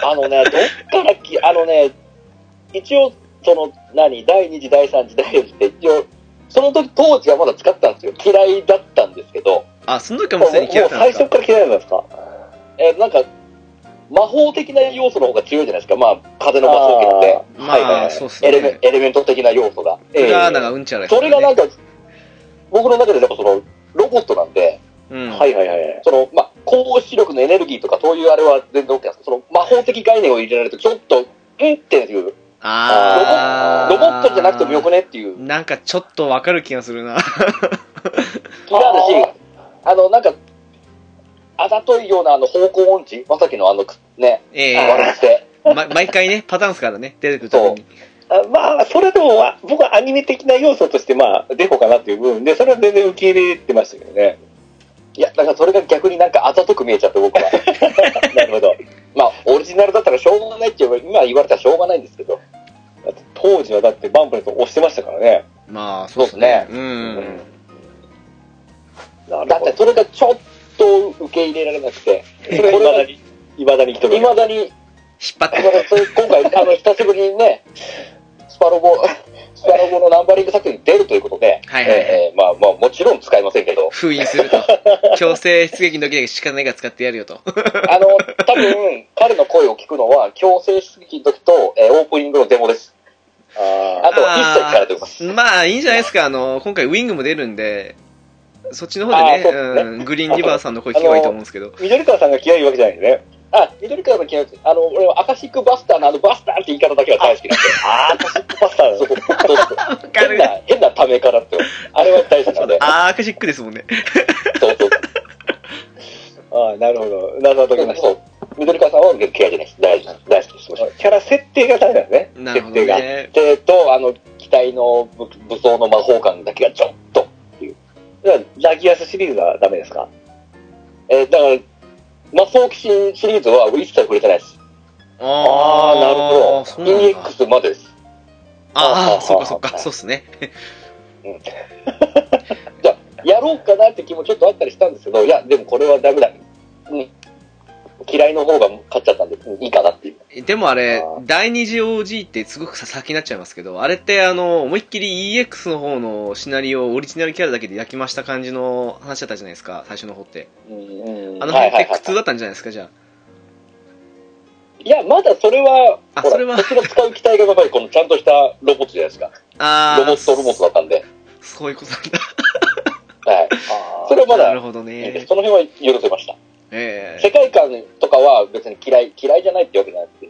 C: あの、あのね、どっからき、あのね、一応、その、何、第二次、第三次、第四次って、一応、その時、当時はまだ使ったんですよ。嫌いだったんですけど、
A: あその時はもうすでに嫌だったん
B: も
A: で
B: う
A: す
B: 最
A: か
B: 初から嫌いなんですか
C: えーなんか、魔法的な要素の方が強いじゃないですか。まあ、風の魔法圏って、
A: ま
C: はいはい
A: あ
C: はい
A: そうっす
C: エレメ
A: ね
C: ン、エレメント的な要素が。
A: クラーナがうんちゃらです
C: そ
A: から
C: れ
A: ね
C: がなんか、僕の中でやっぱその、ロボットなんで、
A: うん
B: はいはいはい。
C: その、まあ、高視力のエネルギーとか、そういうあれは全然 OK なんですけど、その、魔法的概念を入れられると、ちょっと、うんっていう、
A: あー
C: ロボットじゃなくてもよくねっていう。
A: なんかちょっとわかる気がするな
C: 気があるし、あの、なんか、あざといようなあの方向音痴、まさきのあの、ね、
A: ええ
C: 笑って。
A: ま毎回ねパターンですからね出てくるときに
B: あまあ、それでもわ僕はアニメ的な要素として、まあ、デフォかなっていう部分で、それは全然受け入れてましたけどね。
C: いや、だからそれが逆になんかあざとく見えちゃって、 僕は。
B: なるほど。
C: まあ、オリジナルだったらしょうがないっていう、今言われたらしょうがないんですけど。
B: だって当時はだってバンプレット押してましたからね。
A: まあそうっすねうん
B: な
C: だってそれがちょっと受け入れられなくて、
B: それは未だに、未だに人
C: いまだに、
A: 引っ張って
C: だからそれ今回、あの、久しぶりにね、スパロボ、スパロボのナンバリング作品に出るということで、
A: はいはいはい
C: えーまあまあ、もちろん使いません けど、
A: 封印すると強制出撃の時だけ仕方ないから使ってやるよと
C: あの、多分、彼の声を聞くのは、強制出撃の時と、えーオープニングのデモです。あ
B: あ
C: と、一切聞かれてます。
A: まあいいんじゃないですかあの今回ウィングも出るんでそっちの方でね
B: あーそうですね
A: うん、グリーンリバーさんの声聞けばいいと思うんですけど
B: ー緑川さんが嫌いわけじゃないんでね。
C: あ、緑川の嫌いです。あの、俺はアカシックバスターのあのバスターって言い方だけは大好きなんで。
B: あー、トシックバスターだ
C: そ
B: ね
C: こ、どうして
A: わか
C: 変
A: る
C: な、変なためからって。あれは大好きなんで。
A: あーアカシックですもんね
C: そうそう。
B: あーなるほど。謎は解けました。
C: そう。緑川さんは嫌いじゃないです。大好き大好きです。
B: キャラ設定が大事なんですね。
A: なるほどね
C: で、と、あの、機体の武武装の魔法感だけがちょっと。
B: だからラギアスシリーズはダメですか
C: えーだから、魔装騎士シリーズは一切触れてないです。
A: あー
C: あ
A: そ
C: ー、
A: う
C: なるほど。
A: なんだ
C: EX までです。
A: ああそうかそうかそうっすね
C: やろうかなって気もちょっとあったりしたんですけど、いや、でもこれはダメだ。うん嫌いの方が勝っちゃったんで、うんいいかなっていう。
A: でもあれ
B: あ
A: 第二次 OG ってすごくさ先になっちゃいますけどあれってあの思いっきり EX の方のシナリオをオリジナルキャラだけで焼きました感じの話だったじゃないですか最初の方って
C: うん
A: あの辺って
C: はいはいはい
A: 苦痛だったんじゃないですかじゃあ
C: いや、まだそれは、
A: あ
C: ほら
A: それは
C: こっちの使う機体がやっぱりこのちゃんとしたロボットじゃないですか。
A: あー
C: ロボットロボットだったんで。
A: そういうことなんだ。
C: は
B: あ
C: い。それはま
A: な
C: だ
A: るほど
C: いいです
A: ね。
C: その辺は許せました。
A: え
C: 世界観とかは別に嫌い、嫌いじゃないってわけじゃなくて。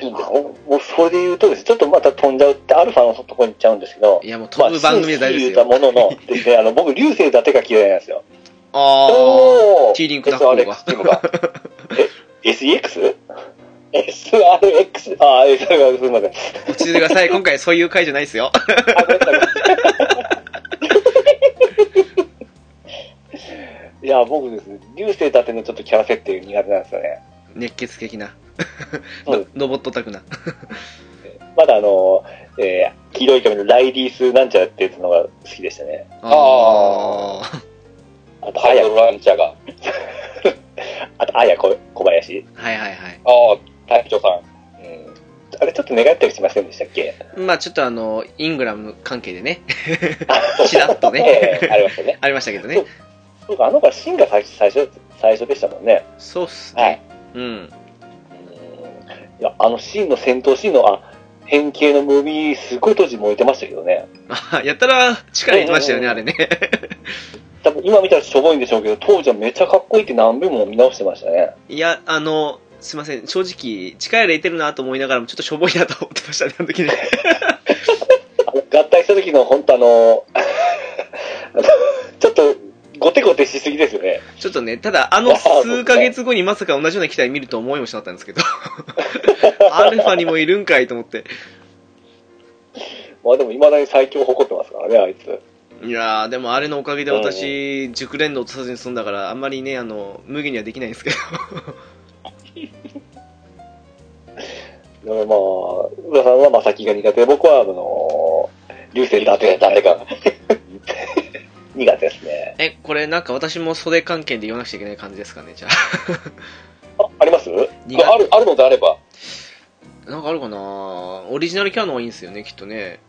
C: いいんです
B: あもうそれで言うとですねちょっとまた飛んじゃうって、アルファのとこに行っちゃうんですけど
A: え。い、や、もう飛ぶ番組で大事ですよ。
B: まあ真摯に言うたものの、 ですね、あの、僕、流星だけが嫌いなんですよ。
A: あー、
C: おー
A: キーリンクダッフォーが
C: SRX チームが。
B: SEX?
C: SRX。
B: ああ、えそれはすいません。
A: 落ち着いてください。今回そういう回じゃないですよ。
C: あ、ごめんなさい。
B: いや、僕ですね、流星だてのちょっとキャラ設定苦手なんですよね。
A: 熱血的な。
B: そう
A: のロボットタクな。
B: まだあの、えー、黄色い髪のライディースなんちゃらっていうのが好きでしたね。
A: あー。
B: あと、
C: ハ
B: あ
C: イ
B: や
C: ド、ロランチャーが。あ
B: あと、あやこ小林。
A: はいはいはい。
C: あ、隊長さん。
B: うん。あれちょっと願ったりしませんでしたっけ
A: まあちょっとあの、イングラムの関係で ね、ちらっとね
B: え、えありましたね。
A: ありましたけど
B: そ
A: ね
B: う。そうか、あの子はシンが最初、最初、最初でしたもんね。
A: そうっす
B: は
A: ね
B: い。。
A: うん。
B: いや、あのシーンの戦闘シーンの、あ、変形のムービー、すごい当時燃えてましたけどね。
A: あやたら力入れてましたよね、あれね。
B: 多分今見たらしょぼいんでしょうけど、当時はめっちゃかっこいいって何遍も見直してましたね。
A: いや、あの、すいません、正直、力入れてるなと思いながらも、ちょっとしょぼいなと思ってましたね、あの 時ね。
B: あの合体した時の本当あの、 ちょっと、ゴテゴテしすぎですよね。
A: ちょっとね、ただ、あの数ヶ月後にまさか同じような機体見ると思いもしなかったんですけど、 アルファにもいるんかいと思って。
B: まあでも未だに最強を誇ってますからね、あいつ。
A: いやー、でもあれのおかげで私、熟練度落とさずに済んだから、あんまりね、あの、無限にはできないんですけど。
B: でもまあ、浦さんはまあ先が苦手、僕はあの、流星伊達誰が。 苦手ですね。
A: え、これなんか私も袖関係で言わなくちゃいけない感じですかね、じゃあ。
B: あ、あります
A: 苦手
C: ある、あるのであれば。
A: なんかあるかなオリジナルキャラの方がいいんですよね、きっとね。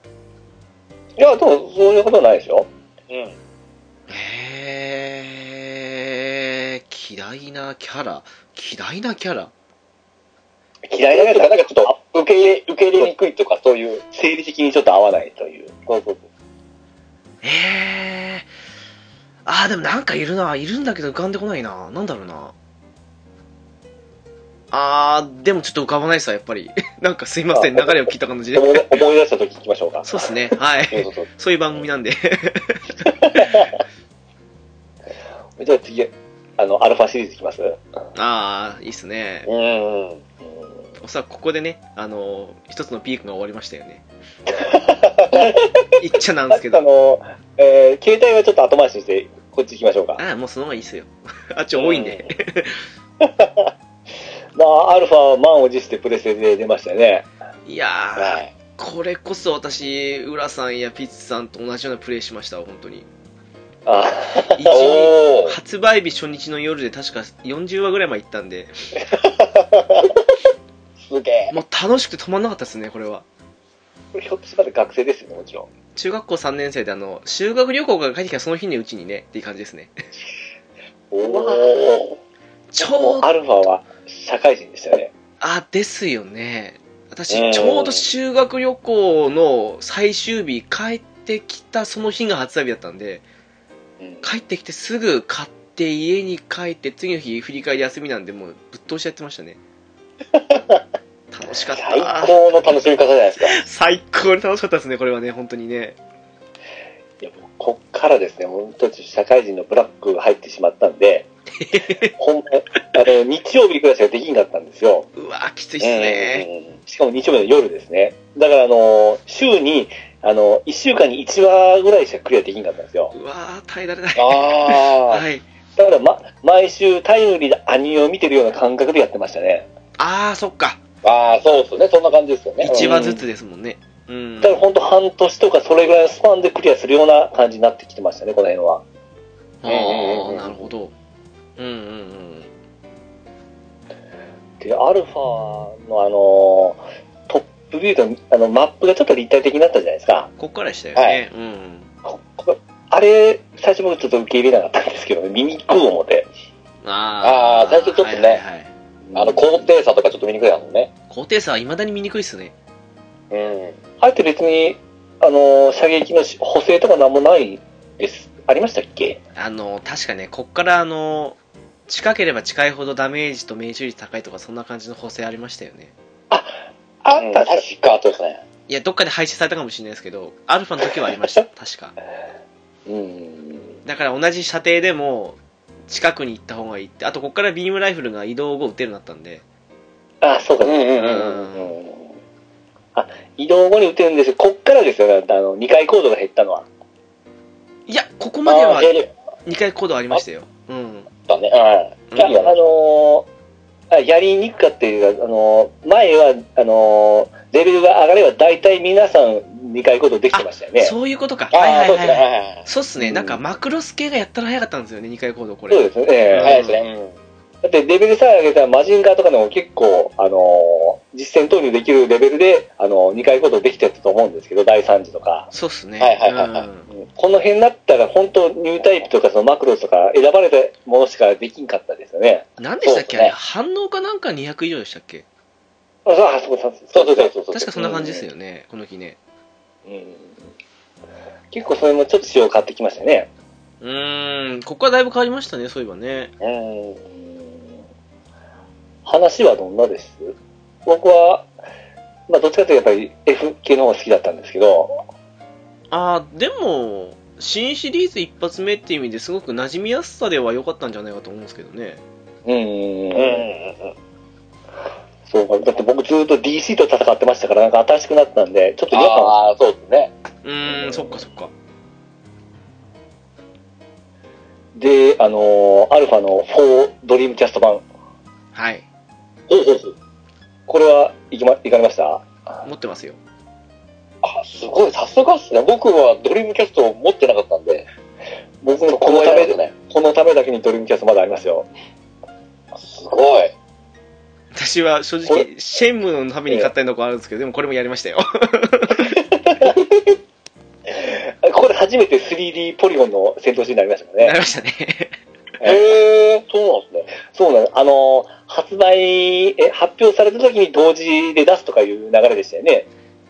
B: いや、でもそういうことはないでしょ。
C: うん。
A: えー、嫌いなキャラ。嫌いなキャラ。
B: 嫌いなやつ
C: な
B: が
C: んかちょっと、受け入れ、受け入れにくいとか、そういう。
B: 生理的にちょっと合わないという。
C: そうそうそう。
A: えー。あー、でもなんかいるな。いるんだけど浮かんでこないな。なんだろうな。あー、でもちょっと浮かばないさ、やっぱり。 なんかすいません、流れを聞いた感じで。
B: 思い出思い出した時聞きましょうか。
A: そうですね、はい。
B: そうそうそう。
A: そういう番組なんで。
B: じゃあ次、あの、アルファシリーズいきます
A: あー、いいっすね。
C: うんうん。
A: おそらくここでね、あのー一つのピークが終わりましたよね。言っちゃなんですけ
B: 確かあ
A: ど。
B: の、えー携帯はちょっと後回しにして、こっち行きましょうか
A: あ。ー、もうその方がいいっすよ。 あっち多いんで。
B: まあ、アルファは満を持してプレステで出ましたね。
A: いやー、
C: はい。
A: これこそ私、浦さんやピッツさんと同じようなプレイしましたわ、本当に。
B: あ
A: 一日
C: おー。
A: 発売日初日の夜で確か40話ぐらいまで行ったんで、
C: すげえ。
A: もう楽しくて止まんなかったですね、これは。
B: これひょっとしたら学生ですよね、もちろん。
A: 中学校3年生であの、修学旅行から帰ってきたその日のうちにね、っていう感じですね。
B: お
C: お
A: ち
B: も
A: ょう
B: うアルファは社会人でしたよね。
A: あ、ですよね。
C: う
A: 私、
C: ん
A: ちょうど修学旅行の最終日、帰ってきたその日が発売日だったんで、
C: ー。
A: 帰ってきてすぐ買って家に帰って、次の日振り返り休みなんで、もうぶっ通しやってました ね。楽しかっ
C: 最
A: た。
C: 高の楽しみ方じゃないですか。
A: 最高に楽しかったですね、これはね、本当にね。
B: いや、もうこっからですね、もう途中社会人のブラックが入ってしまったん で、ほんまあの、日曜日くらいしかできなかったんですよ。
A: うわきついっすね。
B: しかも日曜日の夜ですね。だから、あの、週に、あの、1週間に1話ぐらいしかクリアできなかったんですよ。
A: うわー、耐えられない。
C: ああ。
A: はい。
B: だから、ま、毎週タイムリーでアニメを見てるような感覚でやってましたね。
A: あー、そっか。
C: ああ、そうっすね。そんな感じですよね。
A: 1話ずつですもんね。うん
B: だか。ら本当半年とかそれぐらいのスパンでクリアするような感じになってきてましたね、この辺は。
A: あ
C: うんうんう
A: ー、
C: ん
A: なるほど。うんうんうん。
B: で、アルファのあのートップビューのあのマップがちょっと立体的になったじゃないですか。
A: こっからでしたよね。
C: はい
A: うん。
B: ここあれ、最初僕ちょっと受け入れなかったんですけどね、見に行く思って。
A: あ
C: あー最初ちょっ
A: は
C: とね
A: いはいはい
C: あの、高低差とかちょっと見にくいやもんね。
A: 高低差はいまだに見にくいっすね。
C: うん。
B: あれって別に、あのー射撃のし補正とかなんもないです。ありましたっけ
A: あの、確かね、こっからあの、近ければ近いほどダメージと命中率高いとか、そんな感じの補正ありましたよね。
B: あ
C: うん
B: っ
C: 確
B: た、
C: か、そうですね。
A: いや、どっかで廃止されたかもしれないですけど、アルファの時はありました、 確か。
B: うん。
A: だから同じ射程でも、近くに行った方がいいって、あとこっからビームライフルが移動後撃てるようになったんで、
B: あ、そうか、
C: うんうん
A: う
C: うんうん。
A: ん。
B: 移動後に打てるんですけど、こっからですよね、あの、2回コードが減ったのは。
A: いや、ここまでは
C: あー、減り
A: 2回行動ありましたよ。うん。
C: だね。
A: う
B: いや、あ
A: ん
B: のーあやりにくかったいうか、あのー前は、あのーレベルが上がれば大体皆さん2回行動できてましたよね。そう
A: そういうことか。
C: うん。
A: はい
C: ああ、
A: はい
C: そうです
A: は。
C: ね。はいいはいはい。
A: そうっすね、
B: うん
A: なんかマクロス系がやったら早かったんですよね、2回行動これ。
B: ですね。ええ
C: 早いですね。
B: だってレベルさえ上げたらマジンガーとかでも結構、あのー実践投入できるレベルで、あの、2回ごとできてたと思うんですけど、第3次とか。
A: そうっすね。
B: はいはいはいはい
A: うん
B: この辺になったら、本当ニュータイプとか、そのマクロスとか、選ばれたものしかできんかったですよね。
A: 何でしたっけ、
B: そう
A: あれ
B: っすね
A: 反応かなんか200以上でしたっけ
B: あ、そう、あそうそうそ
C: そううそうそうそう。
A: 確かそんな感じですよね、この日ね。
B: うん結構それもちょっと仕様変わってきましたね。
A: うーん、ここはだいぶ変わりましたね、そういえばね。
B: うん。話はどんなです僕は、まあ、どっちかというとやっぱり F 系の方が好きだったんですけど、
A: あーでも、新シリーズ一発目っていう意味ですごく馴染みやすさでは良かったんじゃないかと思うんですけどね。
B: うん。
C: うんうんうん。
B: そうか。だって僕ずっと DC と戦ってましたから、なんか新しくなったんで、ちょっと違和感は
C: ああ、そうですね。
A: うーん、そっかそっか。
B: で、あのーアルファの4ドリームキャスト版。
A: はい。
C: ほうほうほう。
B: これは、いきま、いかれました
A: 持ってますよ。
C: あ、すごい、さすがっすね。僕はドリームキャストを持ってなかったんで、
B: 僕もこ
C: こ
B: の
C: の
B: た
C: た
B: め
C: め、でね。
B: このためだけにドリームキャストまだありますよ。
C: すごい。
A: 私は正
B: こ
A: 直、シェンムーのために買ったのこあるんですけど、でもこれもやりましたよ。
B: ここで初めて 3D ポリゴンの戦闘シーンになりましたか らね
A: や。りましたね。
C: へえ、そうなんですね。
B: そうなの。あの、発売、え、発表された時に同時で出すとかいう流れでしたよね。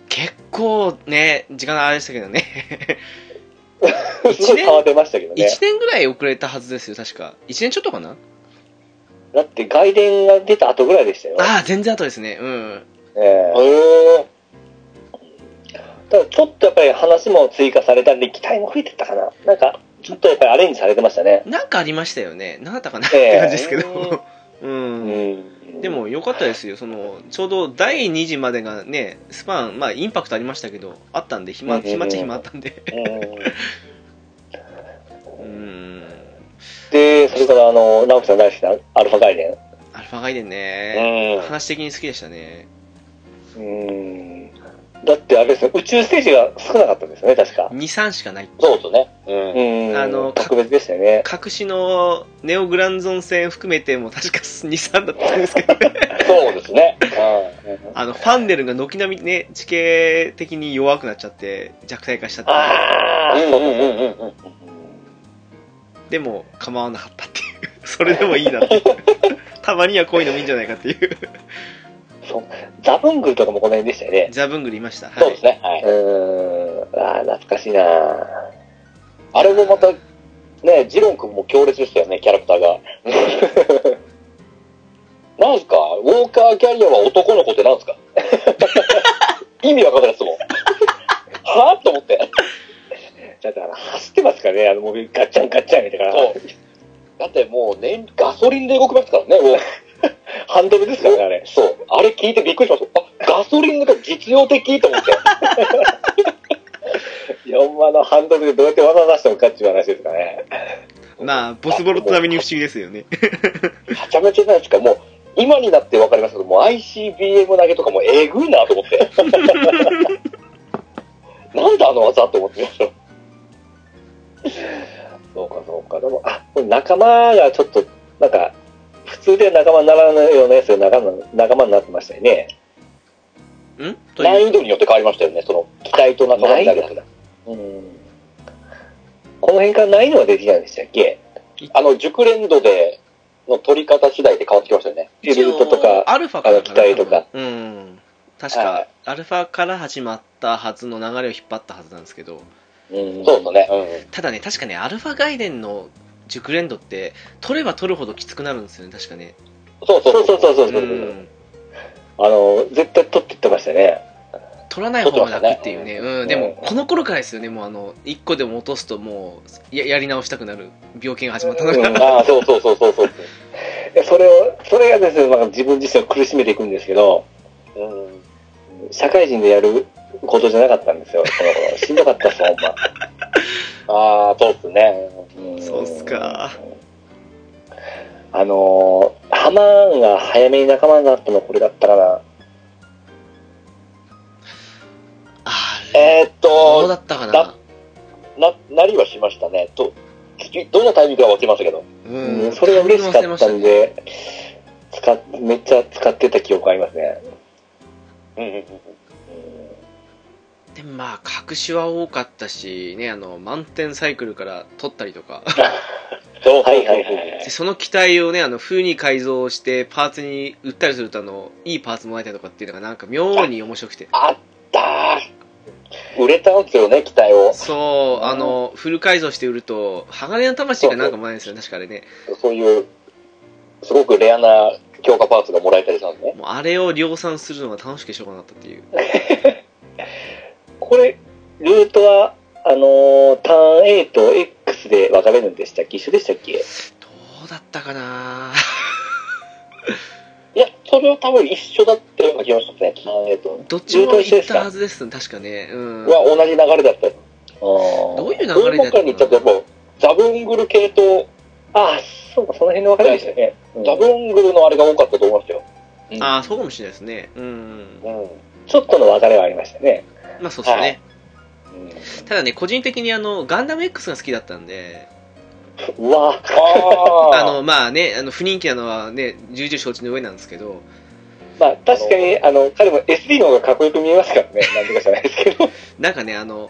A: 結構ね、時間あれでしたけど ね。
B: すごい変わってましたけどね。
A: 1年ぐらい遅れたはずですよ、確か。1年ちょっとかな
B: だって外伝が出た後ぐらいでしたよ。
A: ああ、全然後ですね。うん。
B: ええ
C: へえ。
B: ただちょっとやっぱり話も追加されたんで、期待も増えてったかな。なんか、ちょっとやっぱりアレンジされてましたね。
A: なんかありましたよね。何だったかなっ
B: ええ
A: て感じですけど。 う。
B: うんん
A: で、も良かったですよ。その、ちょうど第2次までがね、スパン、まあインパクトありましたけど、あったんで、暇、
B: うんうんうん
A: 暇っちゃ暇あったんで。
B: うん
A: うん。
B: で、それからあの、直樹さん大好きなアルファ外伝。
A: アルファガイデン
C: う
A: ね、
C: ん。
A: 話的に好きでしたね。
B: うん。だってあれですね、宇宙ステージが少なかったんですよね、確か
A: 2、。3しかない。
C: そうですね。うん。
B: うん。
A: あの
B: 特別でしたよね。
A: 隠しのネオグランゾン戦含めても確か2、3だったんですけど、
C: そうです ね。
A: あの、ファンデルが軒並みね、地形的に弱くなっちゃって、弱体化しちゃって、
C: ああ、うんうんうんうんうん。
A: でも構わなかったっていう。 それでもいいなっていう。たまにはこういうのもいいんじゃないかっていう。
B: ザブングルとかもこの辺でしたよね。。
A: ザブングルいました。は
C: そうで
A: い
C: す。ね。はいう
B: ーん。ああ、懐かしいな
C: あれもまた、ね、ジロン君も強烈でしたよね、キャラクターが。 なんすか、ウォーカーキャリアは男の子ってなんすか 意味わかんないですもん。はぁと思って。
B: だから走ってますからね、あの、もうガッチャンガッチャンみたいな。
C: そうだってもう、ね、ガソリンで動きますからね、ウォー
B: ハンドルですからね、あれ。
C: そう。あれ聞いてびっくりしました。あ、ガソリンが実用的と思って。
B: 4話のハンドルでどうやって技出したのかっていう話ですかね。
A: まあ、ボスボロット並みに不思議ですよね。
C: はちゃめちゃじゃないですか、もう、今になってわかりますけど、もう ICBM 投げとかもえぐいなと 思って。なんだあの技と思ってました。
B: そうか、そうか。でも、あ、これ仲間がちょっと、なんか、普通では仲間にならないようなやつで仲間仲間になってましたよね。
A: んと
C: 難
A: いう。
C: 易度によって変わりましたよね、その、
B: 期待と仲間になるとか。うん。この辺から難易度はできないんでしたっけ
C: あの、熟練度で、の取り方次第で変わってきましたよね。
B: エルートとか、
A: アルファから
B: あの機体とか。
A: うん。確
C: は
A: か
C: い、
A: アルファから始まったはずの流れを引っ張ったはずなんですけど、
B: うん
C: そうですね。うん
A: ただね、確かね、アルファガイデンの熟練度って、取れば取るほどきつくなるんですよね、確かね。
C: そうそ
B: そううそうそうそうそ
A: う
B: う、
A: ん
B: あの、絶対取っていってましたね。
A: 取らない方が楽っていうね。
B: ね
A: うん。でも、この頃からですよね、もうあの、一個でも落とすともう、ややり直したくなる病気が始まったのが。
C: ああ、そうそうそうそうそう。
B: でそれを、それがですね、まあ、自分自身を苦しめていくんですけど、
C: うん。
B: 社会人でやることじゃなかったんですよ、この頃。しんどかったっす、ほんま。
C: ああ、そうですね。
B: うん
A: そうっすか。
B: あのー、ハマーンが早めに仲間になったのこれだったかな。
A: あれ、
C: えーっ
A: どう
C: と、
A: だったか
C: だ
A: な。
C: な、なりはしましたね。と、きどのタイミングか忘れましたけど。
A: う。
B: うんんそれが嬉しか
A: 忘れま
B: っ
A: した
B: た
A: ね
B: んで、使っめっちゃ使ってた記憶ありますね。
C: うんうんうん。
A: でもまあ隠しは多かったしねあの満点サイクルから取ったりとか
C: そう、は
B: はいい
C: は
B: はいい
C: は
B: はいい。
A: でその機体をねあの風に改造してパーツに売ったりするとあのいいパーツもらえたりとかっていうのがなんか妙に面白くて
B: あったー売れたんですよね、機体を。
A: そうあのフル改造して売ると鋼の魂がなんかもらえるんですよね確かあれね
B: そういう、すごくレアな強化パーツがもらえたりしたんですね。
A: もうあれを量産するのが楽しくてしょうがなかったっていう
B: これ、ルートは、あのーターン A と X で分かれるんでしたっけ一緒でしたっけ
A: どうだったか ない
B: や、それは多分一緒だって書きましたね、ターン A と。
A: どっちも
B: 一
A: 行
B: 緒で
A: っ
B: す
A: た
B: か
A: はずです確かねうん
B: は同じ流れだった。
A: ど
B: ど
A: ういう流れだったの
B: に行っちゃうとやっぱ、
C: ザブングル系と、
B: ああ、そうか、その辺の分かれでしたね。
C: ザブングルのあれが多かったと思いますよ。
A: ああそうかもしれないですねうん
C: うん。
B: ちょっとの分かれはありましたね。
A: まあそうですね、
C: は
A: ただね個人的にあのガンダム X が好きだったんで
B: う わ
C: ああ。
A: あのまあねあの不人気なのはね重々承知の上なんですけど
B: まあ確かに、あの、彼も SD の方がかっこよく見えますからね。なんとかじゃないですけど。
A: なんかねあの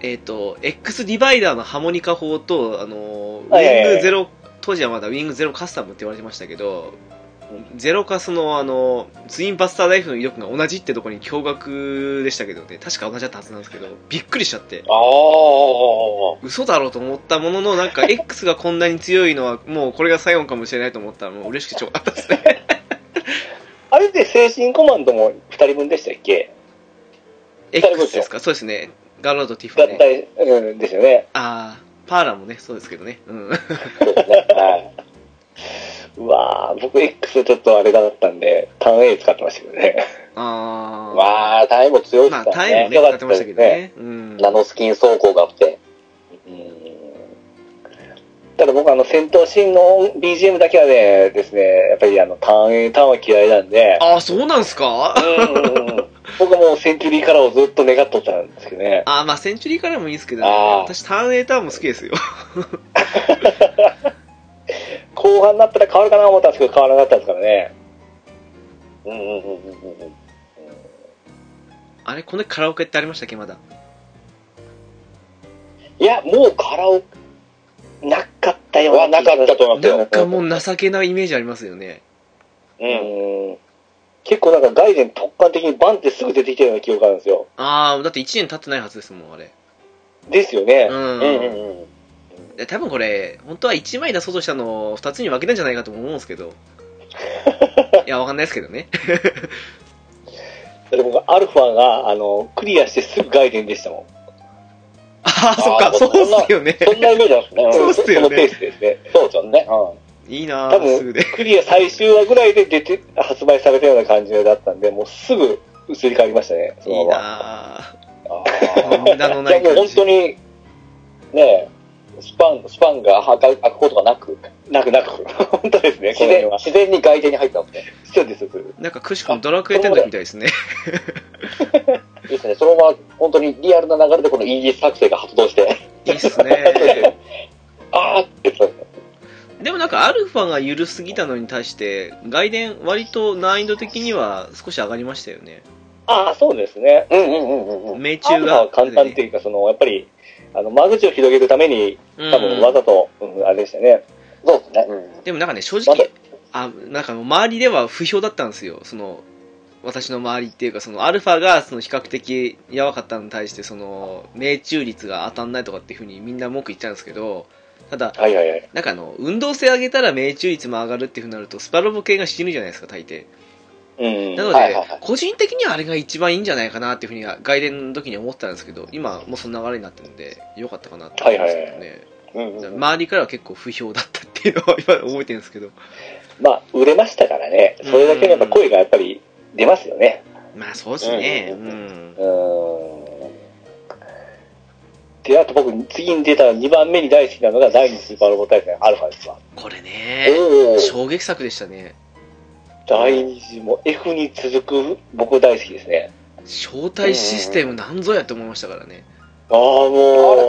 A: えっ、と X ディバイダーのハーモニカ法とあのウ
B: はいはいはい
A: ィングゼロ当時はまだウィングゼロカスタムって言われてましたけどゼロカスのあのツインバスターライフの威力が同じってとこに驚愕でしたけどね確か同じだったはずなんですけどびっくりしちゃって
C: ああ。
A: 嘘だろうと思ったものの なんか X がこんなに強いのはもうこれが最後かもしれないと思ったらもう嬉しくてしょうがなかったです ね
B: あれで精神コマンドも2人分でしたっけ
A: X ですかそうですね。ガロードとティフ
B: 合
A: ァね。
B: 体、うん、ですよね。
A: あー、パーラもね、そうですけどね。うん。
B: はいうわぁ、僕 X ちょっとあれだったんで、ターン A 使ってましたけどね。
A: あー。
B: わぁ、タイム強いっす
A: まあ、
B: から
A: タイムね、
B: よ
A: 使
B: か
A: ってましたけど
B: です
A: ね。うん。
B: ナノスキン走行があって。ただ僕あの戦闘シーンの BGM だけはね、ですね、やっぱりあのターン A ターンは嫌いなんで、
A: あー、そうなんすか
B: 僕はもうセンチュリーカラーをずっと願っとったんですけどね。
A: あー、まあ、センチュリーからもいいですけどね。
B: あー
A: 私、ターンエーターンも好きですよ。
B: 後半になったら変わるかな思ったんですけど、変わらなかったですからね。
C: うんうんうんうんうん。
A: あれ、この時カラオケってありましたっけ、まだ。
B: いや、もうカラオケ、なかったよ
C: はなかったと思いますよ。
A: なんかもう情けないイメージありますよね。
C: う。
B: うんん。結構なんか外伝突貫的にバンってすぐ出てきたような記憶があるんですよ。
A: あー、だって1年経ってないはずですもん、あれ。
B: ですよね
A: う。。
C: うんうんんうん。
A: で多分これ、本当は1枚出そうとしたのを2つに分けたんじゃないかとも思うんですけ ど。いや、わかんないですけどね。
B: で僕、アルファが、あの、クリアしてすぐ外伝でしたもん。
A: あー、そっか、そうっすよね。
B: そんなイメージなんです ね。
A: そうっすよね
B: んそのペースですね。そうですよね。う
A: いいな
B: 多
A: ぁ、
B: 分
A: すぐで。
B: ん。クリア最終話ぐらいで出て、発売されたような感じだったんで、もうすぐ移り変わりましたね、そ
A: い
B: の
A: い
B: まま。
A: なぁ。
C: あ
A: 無駄の
B: い
A: な
B: や、
A: い
B: も
A: 感
B: う本
A: じ
B: 当。に、ねスパン、スパンが開く開くことがなく、なくなく、 本当ですね、
C: 自然自然に外伝に入ったんですね。
B: そうです、そうで
A: なんかくしくもドラクエ10代みたいですね。
C: いいですね。そのまま、本当にリアルな流れでこのイージス作成が発 動して。
A: いいっすね。
C: ああって言って
A: でもなんかアルファが緩すぎたのに対して、外伝割と難易度的には少し上がりましたよね。
B: ああ、そうですね。
C: た。うんうんうんうんうん。
A: 命
B: ア
A: 中
B: ルファ
A: が
B: は。簡単っていうか、その、やっぱり、あの、間口を広げるために、
A: うん
B: 多分わざと、うんあれでしたね。
C: そうですね。うん
A: でもなんかね、正
C: ま
A: 直、あ、なんかもう周りでは不評だったんですよ。その、私の周りっていうか、そのアルファがその比較的やばかったのに対して、その、命中率が当たんないとかっていうふうにみんな文句言っちゃうんですけど、ただ、
C: はいはいはい。
A: なんかあの、運動性上げたら命中率も上がるっていうふうになると、スパロボ系が死ぬじゃないですか、大抵。
B: うん
A: なので、
C: はいはいはい
A: 個人的にはあれが一番いいんじゃないかなっていうふうに、外伝の時に思ったんですけど、今、もうその流れになってるんで、良かったかなって思いますけどね。
C: うんうんうん。
A: 周りからは結構不評だったっていうのは今覚えてるんですけど。
B: まあ、売れましたからね。それだけのやっぱ声がやっぱり出ますよね。
A: まあそうですね。
C: う
A: うん。
C: うん
B: うん。で、あと僕、次に出た2番目に大好きなのが第二次スーパーロボ大戦アルファですわ。
A: これね、
C: おお。
A: 衝撃作でしたね。
B: 第二次も F に続く僕大好きですね。
A: 招待システムなんぞやって思いましたからね。
B: ああ、もう、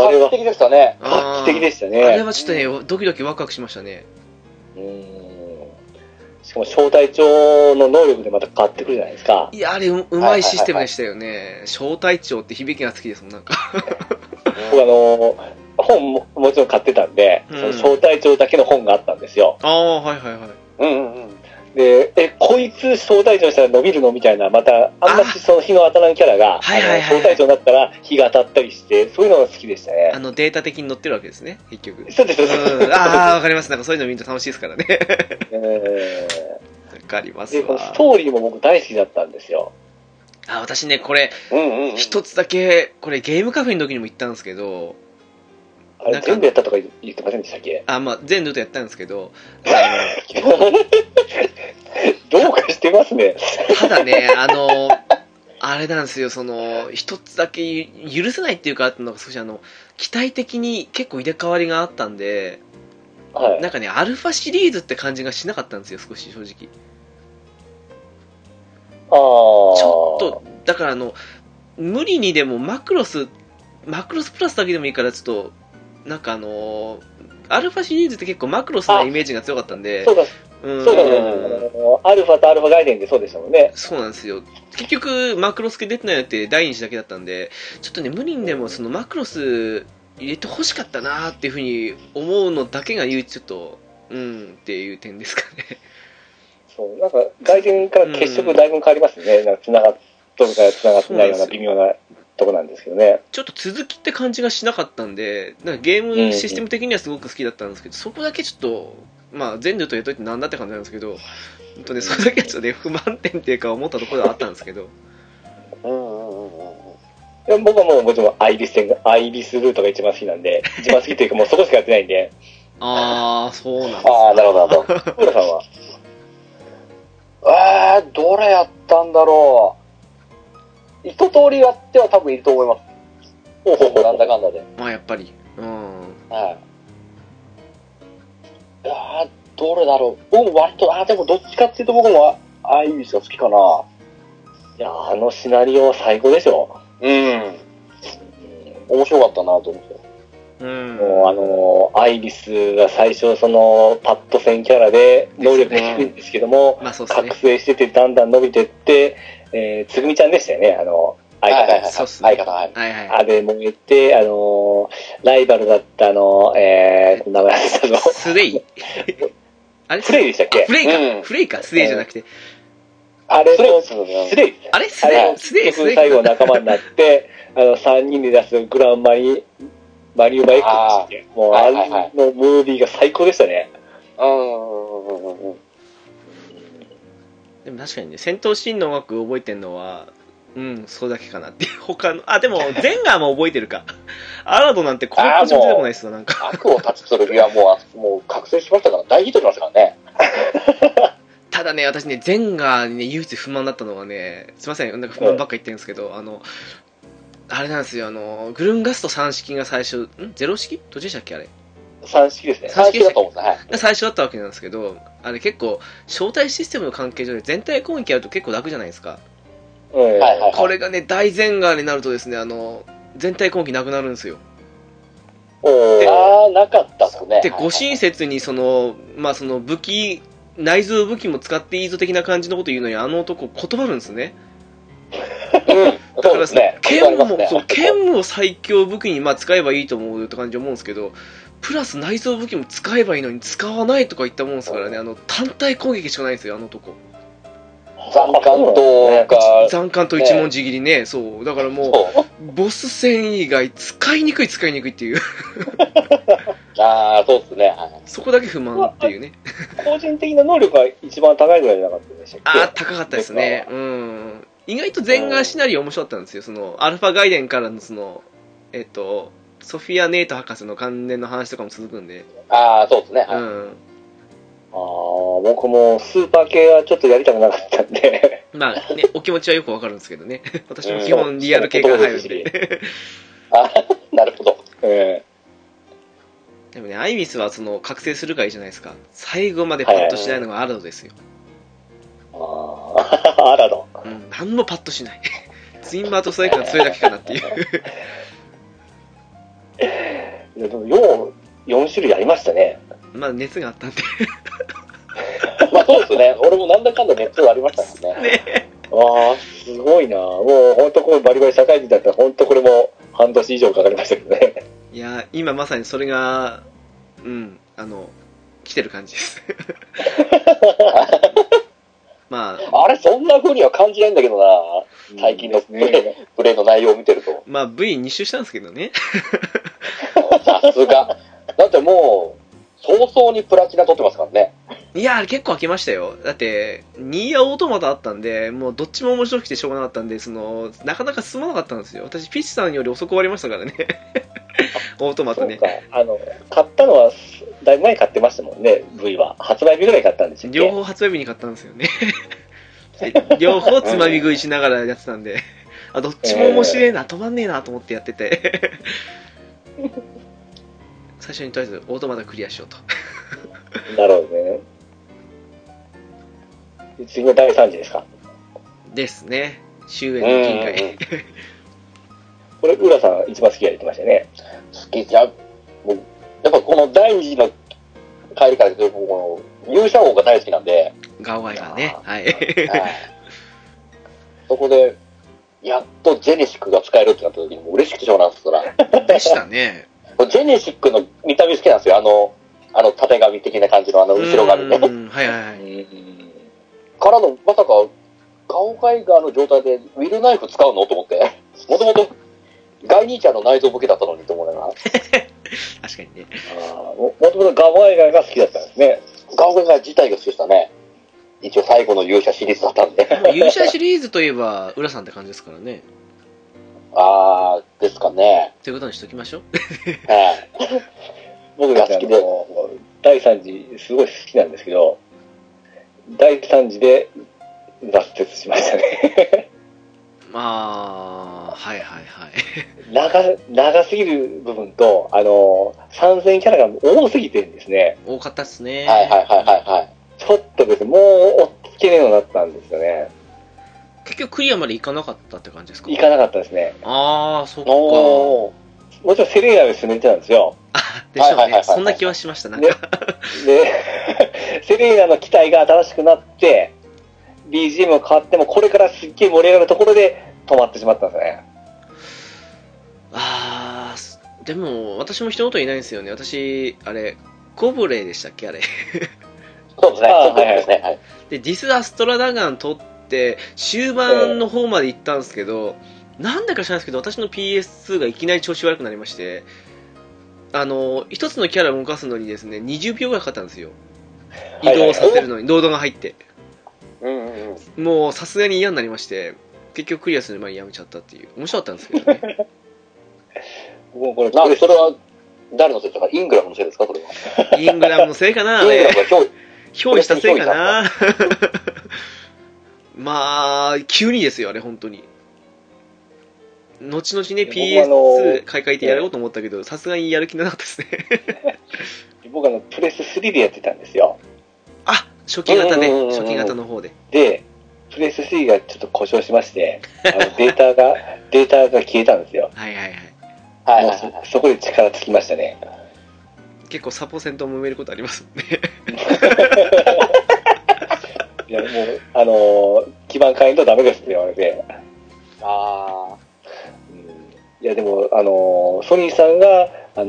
B: あ
C: あ
B: れ
C: れ画
B: は
C: 期的でしたね。
A: あ
B: 画
A: ー
B: 期的でした
A: あれ
B: ね。
A: はちょっとね、ドキドキワクワクしましたね。
B: うん。しかも招待帳の能力でまた変わってくるじゃないですか。
A: いや、あれう、うまいシステムでしたよね。招待帳って響きが好きですもん、なんか。
B: 僕あの、本ももちろん買ってたんで、
A: うん
B: その招待帳だけの本があったんですよ。
A: ああ、はいはいはい。
C: うんうんうん。
B: で、え、こいつ招待帳したら伸びるのみたいな、また、あんましその日の当たらんキャラが、
A: はいはいはい
B: あの招待帳になったら日が当たったりして、そういうのが好きでした
A: あ
B: ね。
A: の、データ的に載ってるわけですね、結局。
B: そうです、そうです。
A: うん、ああ、わかります。なんかそういうの見ると楽しいですからね。
B: えー
A: わかります
B: で、この
A: わ。
B: ストーリーも僕大好きだったんですよ。
A: あ、私ね、これ、
C: うんうんうん。
A: 一つだけ、これゲームカフェの時にも言ったんですけど、
B: あ
A: な
B: れ
A: んか
B: 全部やったとか言ってませんでしたっけ
A: あ、まあ、全ルートやったんですけど、あ
B: どうかしてますね。
A: のただね、あの、あれなんですよ、その、一つだけゆ許せないっていうか、なんか少しあの、期待的に結構入れ替わりがあったんで、
B: はい。
A: なんかね、アルファシリーズって感じがしなかったんですよ、少し正直。
B: ああ。
A: ちょっと、だからあの、無理にでもマクロス、マクロスプラスだけでもいいから、ちょっと、なんかあのーアルファシリーズって結構マクロスなイメージが強かったんで
B: そ、うだ、
A: うん
B: そうだね。あのアルファとアルファ概念でそうでしたもんね。
A: そうなんですよ。結局、マクロス系出てないのって第2子だけだったんで、ちょっとね、無理にでもそのマクロス入れてほしかったなーっていうふうに思うのだけが唯一ちょっと、うんっていう点ですかね。
B: そう。なんか、外伝から結色だいぶ変わりますね。なんか、繋がっとるから繋がってないような微妙なとこなんですけどね。
A: ちょっと続きって感じがしなかったんで、なんかゲームシステム的にはすごく好きだったんですけど、そこだけちょっと、まあ、全部とやっといてなんだって感じなんですけど、本当ね、それだけはちょっとね、不満点っていうか思ったところはあったんですけど、
C: うんうんうんうん。
B: でも僕はもう、もちろんアイリス戦が、アイリスルートが一番好きなんで、一番好きというかもうそこしかやってないんで。
A: あー、そうなんだ。
C: ああ、なるほどなるほど。
B: 浦さんは
C: えー、どれやったんだろう。一通りやっては多分いると思います。ほうほうほう、なんだかんだで。
A: まあ、やっぱり。うん。
C: はい。あー、どれだろう。僕も割と、あー、でもどっちかっていうと僕もアイビスが好きかな。
B: いや、あのシナリオは最高でしょ。
C: うん。面白かったなと思って。
A: うん。
B: もうあのーアイリスが最初そのパッと戦キャラで能力が低いんですけども、
A: まあ、そうっすね
B: 覚。醒しててだんだん伸びてって、えーつぐみちゃんでしたよね、あの、相方。
C: はいはいはい
A: そうっすね。
C: 相方、はい。
A: はいはい。
B: あれ燃えて、あのーライバルだったあの、えー、名前忘れたの、
A: スレイあれ
B: フレイでしたっけ
A: フレイか、
C: うん
A: フレイか、スレイじゃなくて。
B: あれ
C: スレ
B: の
C: ッチの
B: スレイですね
A: あれス
B: あれ
A: レ
B: を
A: イスレイ
B: 結
A: ス
B: 局
A: レイ
B: 最後
A: か。
B: 仲間になって、あの、3人で出すグランマリ、マリウマ X っていう、もうあ
C: は
B: れ
C: いはいはい
B: のムービーが最高でしたね。
C: うんうんうんうんうん。
A: でも確かにね、戦闘シーンの音楽覚えてんのは、うん、そうだけかなっていう。他の、あ、でも、ゼンガーも覚えてるか。 アラドなんてこれ以上出てこないっすよ、なんか。
C: 悪を断ち取る日はもう、もう覚醒しましたから、大ヒットしましたからね。
A: ただね、私ね、ゼンガーにね、唯一不満だったのはね、すいません、なんか不満ばっか言ってるんですけど、あの、あれなんですよ、あの、グルンガスト3式が最初、んゼロ式どっちでしたっけ、あれ。
B: 3式ですね。
A: 三
C: 最
A: 式
C: 近
A: だ
C: だ
A: と
C: と
A: 思う
C: 思うんですはい。
A: が最初だったわけなんですけど、あれ結構、招待システムの関係上で全体攻撃やると結構楽じゃないですか。
B: うん
C: はいはい
A: これがね、大前ガーになるとですね、あの、全体攻撃なくなるんですよ。
B: おー
C: ああ、なかったっすね。
A: で、ご親切にその、まあその武器、内蔵武器も使っていいぞ的な感じのこと言うのに、あの男断るんですね。
C: うん、
A: だ
C: そ
A: か
C: う
A: ら
C: ですね。
A: 剣
C: わかります
A: も、
C: ね
A: そう、剣も最強武器に、まあ使えばいいと思うって感じ思うんですけど、プラス内蔵武器も使えばいいのに使わないとか言ったもんですからね、あの、単体攻撃しかないんですよ、あの男。
C: 残感とか、
A: 残感と一文字切りね、そう。だからもう、
C: そ
A: ボス戦以外使いにくい使いにくいっていう、
C: う。ああ、そうですね。はい
A: そこだけ不満っていうね。
B: 個人的な能力が一番高いぐらいじゃなかったでしたっけ
A: あー、高かったですね。うん。意外と全画シナリオ面白かったんですよ。その、アルファガイデンからのその、えっと、ソフィア・ネイト博士の関連の話とかも続くんで。
C: ああ、そうですね。
A: う
C: はい
A: ん。
B: あー僕もスーパー系はちょっとやりたくなかったんで、
A: まあね、お気持ちはよくわかるんですけどね。 私も基本リアル系から入るんで。
C: あー なるほど。
B: え
A: でもね、アイビスはその、覚醒するがいいじゃないですか。最後までパッとしないのがアラドですよ。
B: ー、あー あらの。
A: うん。何もパッとしない。 ツインバーとストライクがそれだけかなっていう。
B: いやでもよう4種類ありましたね。
A: まあ熱があったんで。
C: まあ、そうですね。俺もなんだかんだネットありましたか らね。
B: ああ、すごいな。もう本当これバリバリ社会人だったら本当これも半年以上かかりましたけどね。
A: いやー今まさにそれがうんあの来てる感じですまあ
C: あれ、そんな風には感じないんだけどな。最近のプレープレーの内容を見てると。
A: まあ V2 周したんですけどね
C: さ すが。だってもう、早々にプラチナ取ってますからね。
A: いやー結構開けましたよだってニーヤオートマトあったんでもうどっちも面白くてしょうがなかったんでそのなかなか進まなかったんですよ私ピッチさんより遅く終わりましたからね オートマト
B: そう
A: ね
B: か。あの、買ったのは、だいぶ前に買ってましたもんね、V は。発売日ぐらい買ったんですよ、ね。
A: 両方発売日に買ったんですよね で両方つまみ食いしながらやってたんであどっちも面白いな止まんねえなと思ってやってて 最初にとりあえずオートマトクリアしようと
B: なるほどね。で次の第3次ですか。
A: ですね終焉の金
C: うんうんうん
A: 塊
B: これ、浦さん一番好きや言ってましたよね。
C: 好きじゃん。もうやっぱこの第二次の帰りからすると、この勇者王が大好きなんで、
A: ガオガイがね
B: あ
A: はい
C: はいそこで、やっとジェネシックが使えるってなった時にもう嬉しくてしょうがないですから。
A: でしたね
C: ジェネシックの見た目好きなんですよ。あの、あの、縦紙的な感じのあの、後ろ髪ね。
A: うんはいはいは
B: う
A: い。
B: ん。
C: からの、まさか、ガオガイガーの状態でウィルナイフ使うのと思って。もともと、ガイ兄ちゃんの内臓ボケだったのにと思いながら。
A: 確かにね。
B: ももともとガモアイガーが好きだったんですね。
C: ガオガイガー自体が好きでしたね。一応最後の勇者シリーズだったんで。
A: もう勇者シリーズといえば、浦さんって感じですからね。
C: あー、ですかね。
A: ということにしときましょう。
C: はい。
B: 僕が好きで、あの第3次、すごい好きなんですけど、第3次で脱節しましたね。
A: まあ、はいはいはい。
B: 長、長すぎる部分と、あの、参戦キャラが多すぎてるんですね。
A: 多かったっすね。
C: はいはいはいはいはい。
B: ちょっとですね、もう追っつけねえようになったんですよね。
A: 結局クリアまでいかなかったって感じですか
B: いかなかったですね。
A: ああ、そっか。
C: おー。
B: もちろんセレイヤーを進めてたんですよ。
A: でしょ
C: は
A: う
C: いはいはいは
A: ね。
C: い
A: そんな気はしました。なん
B: ね
A: か。
B: で、 セレーナの機体が新しくなって、BGM が変わっても、これからすっげえ盛り上がるところで止まってしまったんですね。
A: ああ、でも、私も一言言いないんですよね。私、あれ、コブレイでしたっけあれ。
C: そうですね。
B: あー
C: そうですね。はい。
A: で、ディス・アストラダガン取って、終盤の方まで行ったんですけど、なんだか知らないですけど、私の PS2 がいきなり調子悪くなりまして、あの、一つのキャラを動かすのにですね、20秒ぐらいかかったんですよ。移動させるのに、ロードが入って。
C: うんうんうん。
A: もうさすがに嫌になりまして、結局クリアする前にやめちゃったっていう。面白かったんですけどね。
B: もうこれ、
C: なんで、それは、誰のせいですかイングラムのせいですかそれは。
A: イングラムのせいかな、あ
C: イングラ
A: れ
C: ム。が憑依
A: 憑依したせいかな。 まあ、急にですよ、あれ、本当に。後々ね、
B: いや僕はあ
A: PS2
B: の
A: 買い替えてやろうと思ったけど、さすがにやる気なかったですね。
B: 僕あの、プレス3でやってたんですよ。
A: あ初期型ね
C: うんうんうんうん、
A: 初期型の方で。
B: で、プレス3がちょっと故障しまして、あのデータが、データが消えたんですよ。
A: はいはいはい。
C: はい
B: もう
C: はいはい。
B: そそこで力尽きましたね。
A: 結構サポセントも埋めることありますね。
B: いや、もう、あのー基盤変えんとダメですって言われて。
C: あ
B: いや、でも、あのーソニーさんが、あの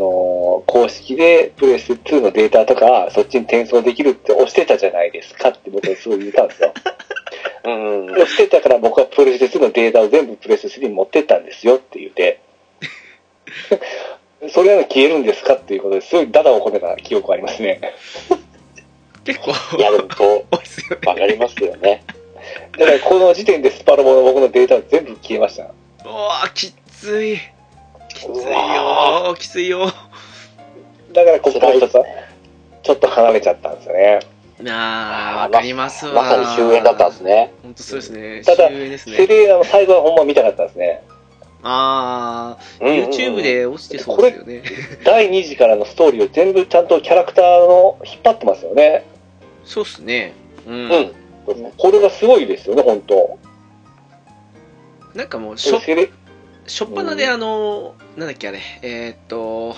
B: ー公式でプレス2のデータとか、そっちに転送できるって押してたじゃないですかって僕はすごい言ったんですよ。
C: あ。うんうんうん。
B: 押してたから僕はプレス2のデータを全部プレス3に持ってったんですよって言っ て、それなの消えるんですかっていうことですごいダダをこねた記憶がありますね。
A: 結構、
C: いや、でも、そ
A: 多いですよ
C: う、わ
A: ね。
C: かりますよね。
B: だからこの時点でスパロボの僕のデータは全部消えました。
A: うわーきっつい。きついよ
C: うわ
A: ー、きついよー。
B: だからここからちょっと、ちょっと離れちゃったんですよね。
A: なあ
C: あー
A: わかりますわ。
C: まさに終焉だったんですね。
A: 本当そうですね。
B: ただ
A: 終焉です
B: セ
A: ね。
B: レーナの最後はほんま見たかったですね。
A: ああ、
C: うんうんうん
A: YouTube。で落ちてそうですよね。
B: 第2次からのストーリーを全部ちゃんとキャラクターの引っ張ってますよね。
A: そうっすね。うん。
C: うん。
B: これがすごいですよね、本当。
A: なんかもう、しょ、
B: セレ
A: しょっぱなであの、なんだっけあれ、えーっと、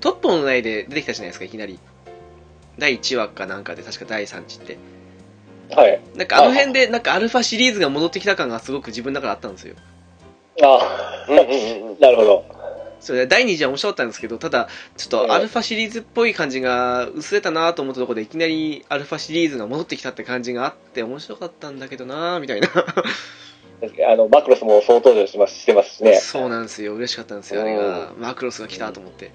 A: トップのないで出てきたじゃないですか、いきなり。第1話かなんかで、確か第3次って。
B: はい。
A: なんかあの辺で、なんかアルファシリーズが戻ってきた感がすごく自分の中であったんですよ。
B: あ
C: うんうんうん
B: あ、なるほど。
A: それで第2次は面白かったんですけど、ただ、ちょっ
B: うん
A: とアルファシリーズっぽい感じが薄れたなと思ったところで、いきなりアルファシリーズが戻ってきたって感じがあって、面白かったんだけどなみたいな。
B: 確かにあの、マクロスも総登場しますしてますしね。
A: そうなんですよ。嬉しかったんですよ、あれが。マクロスが来たと思って。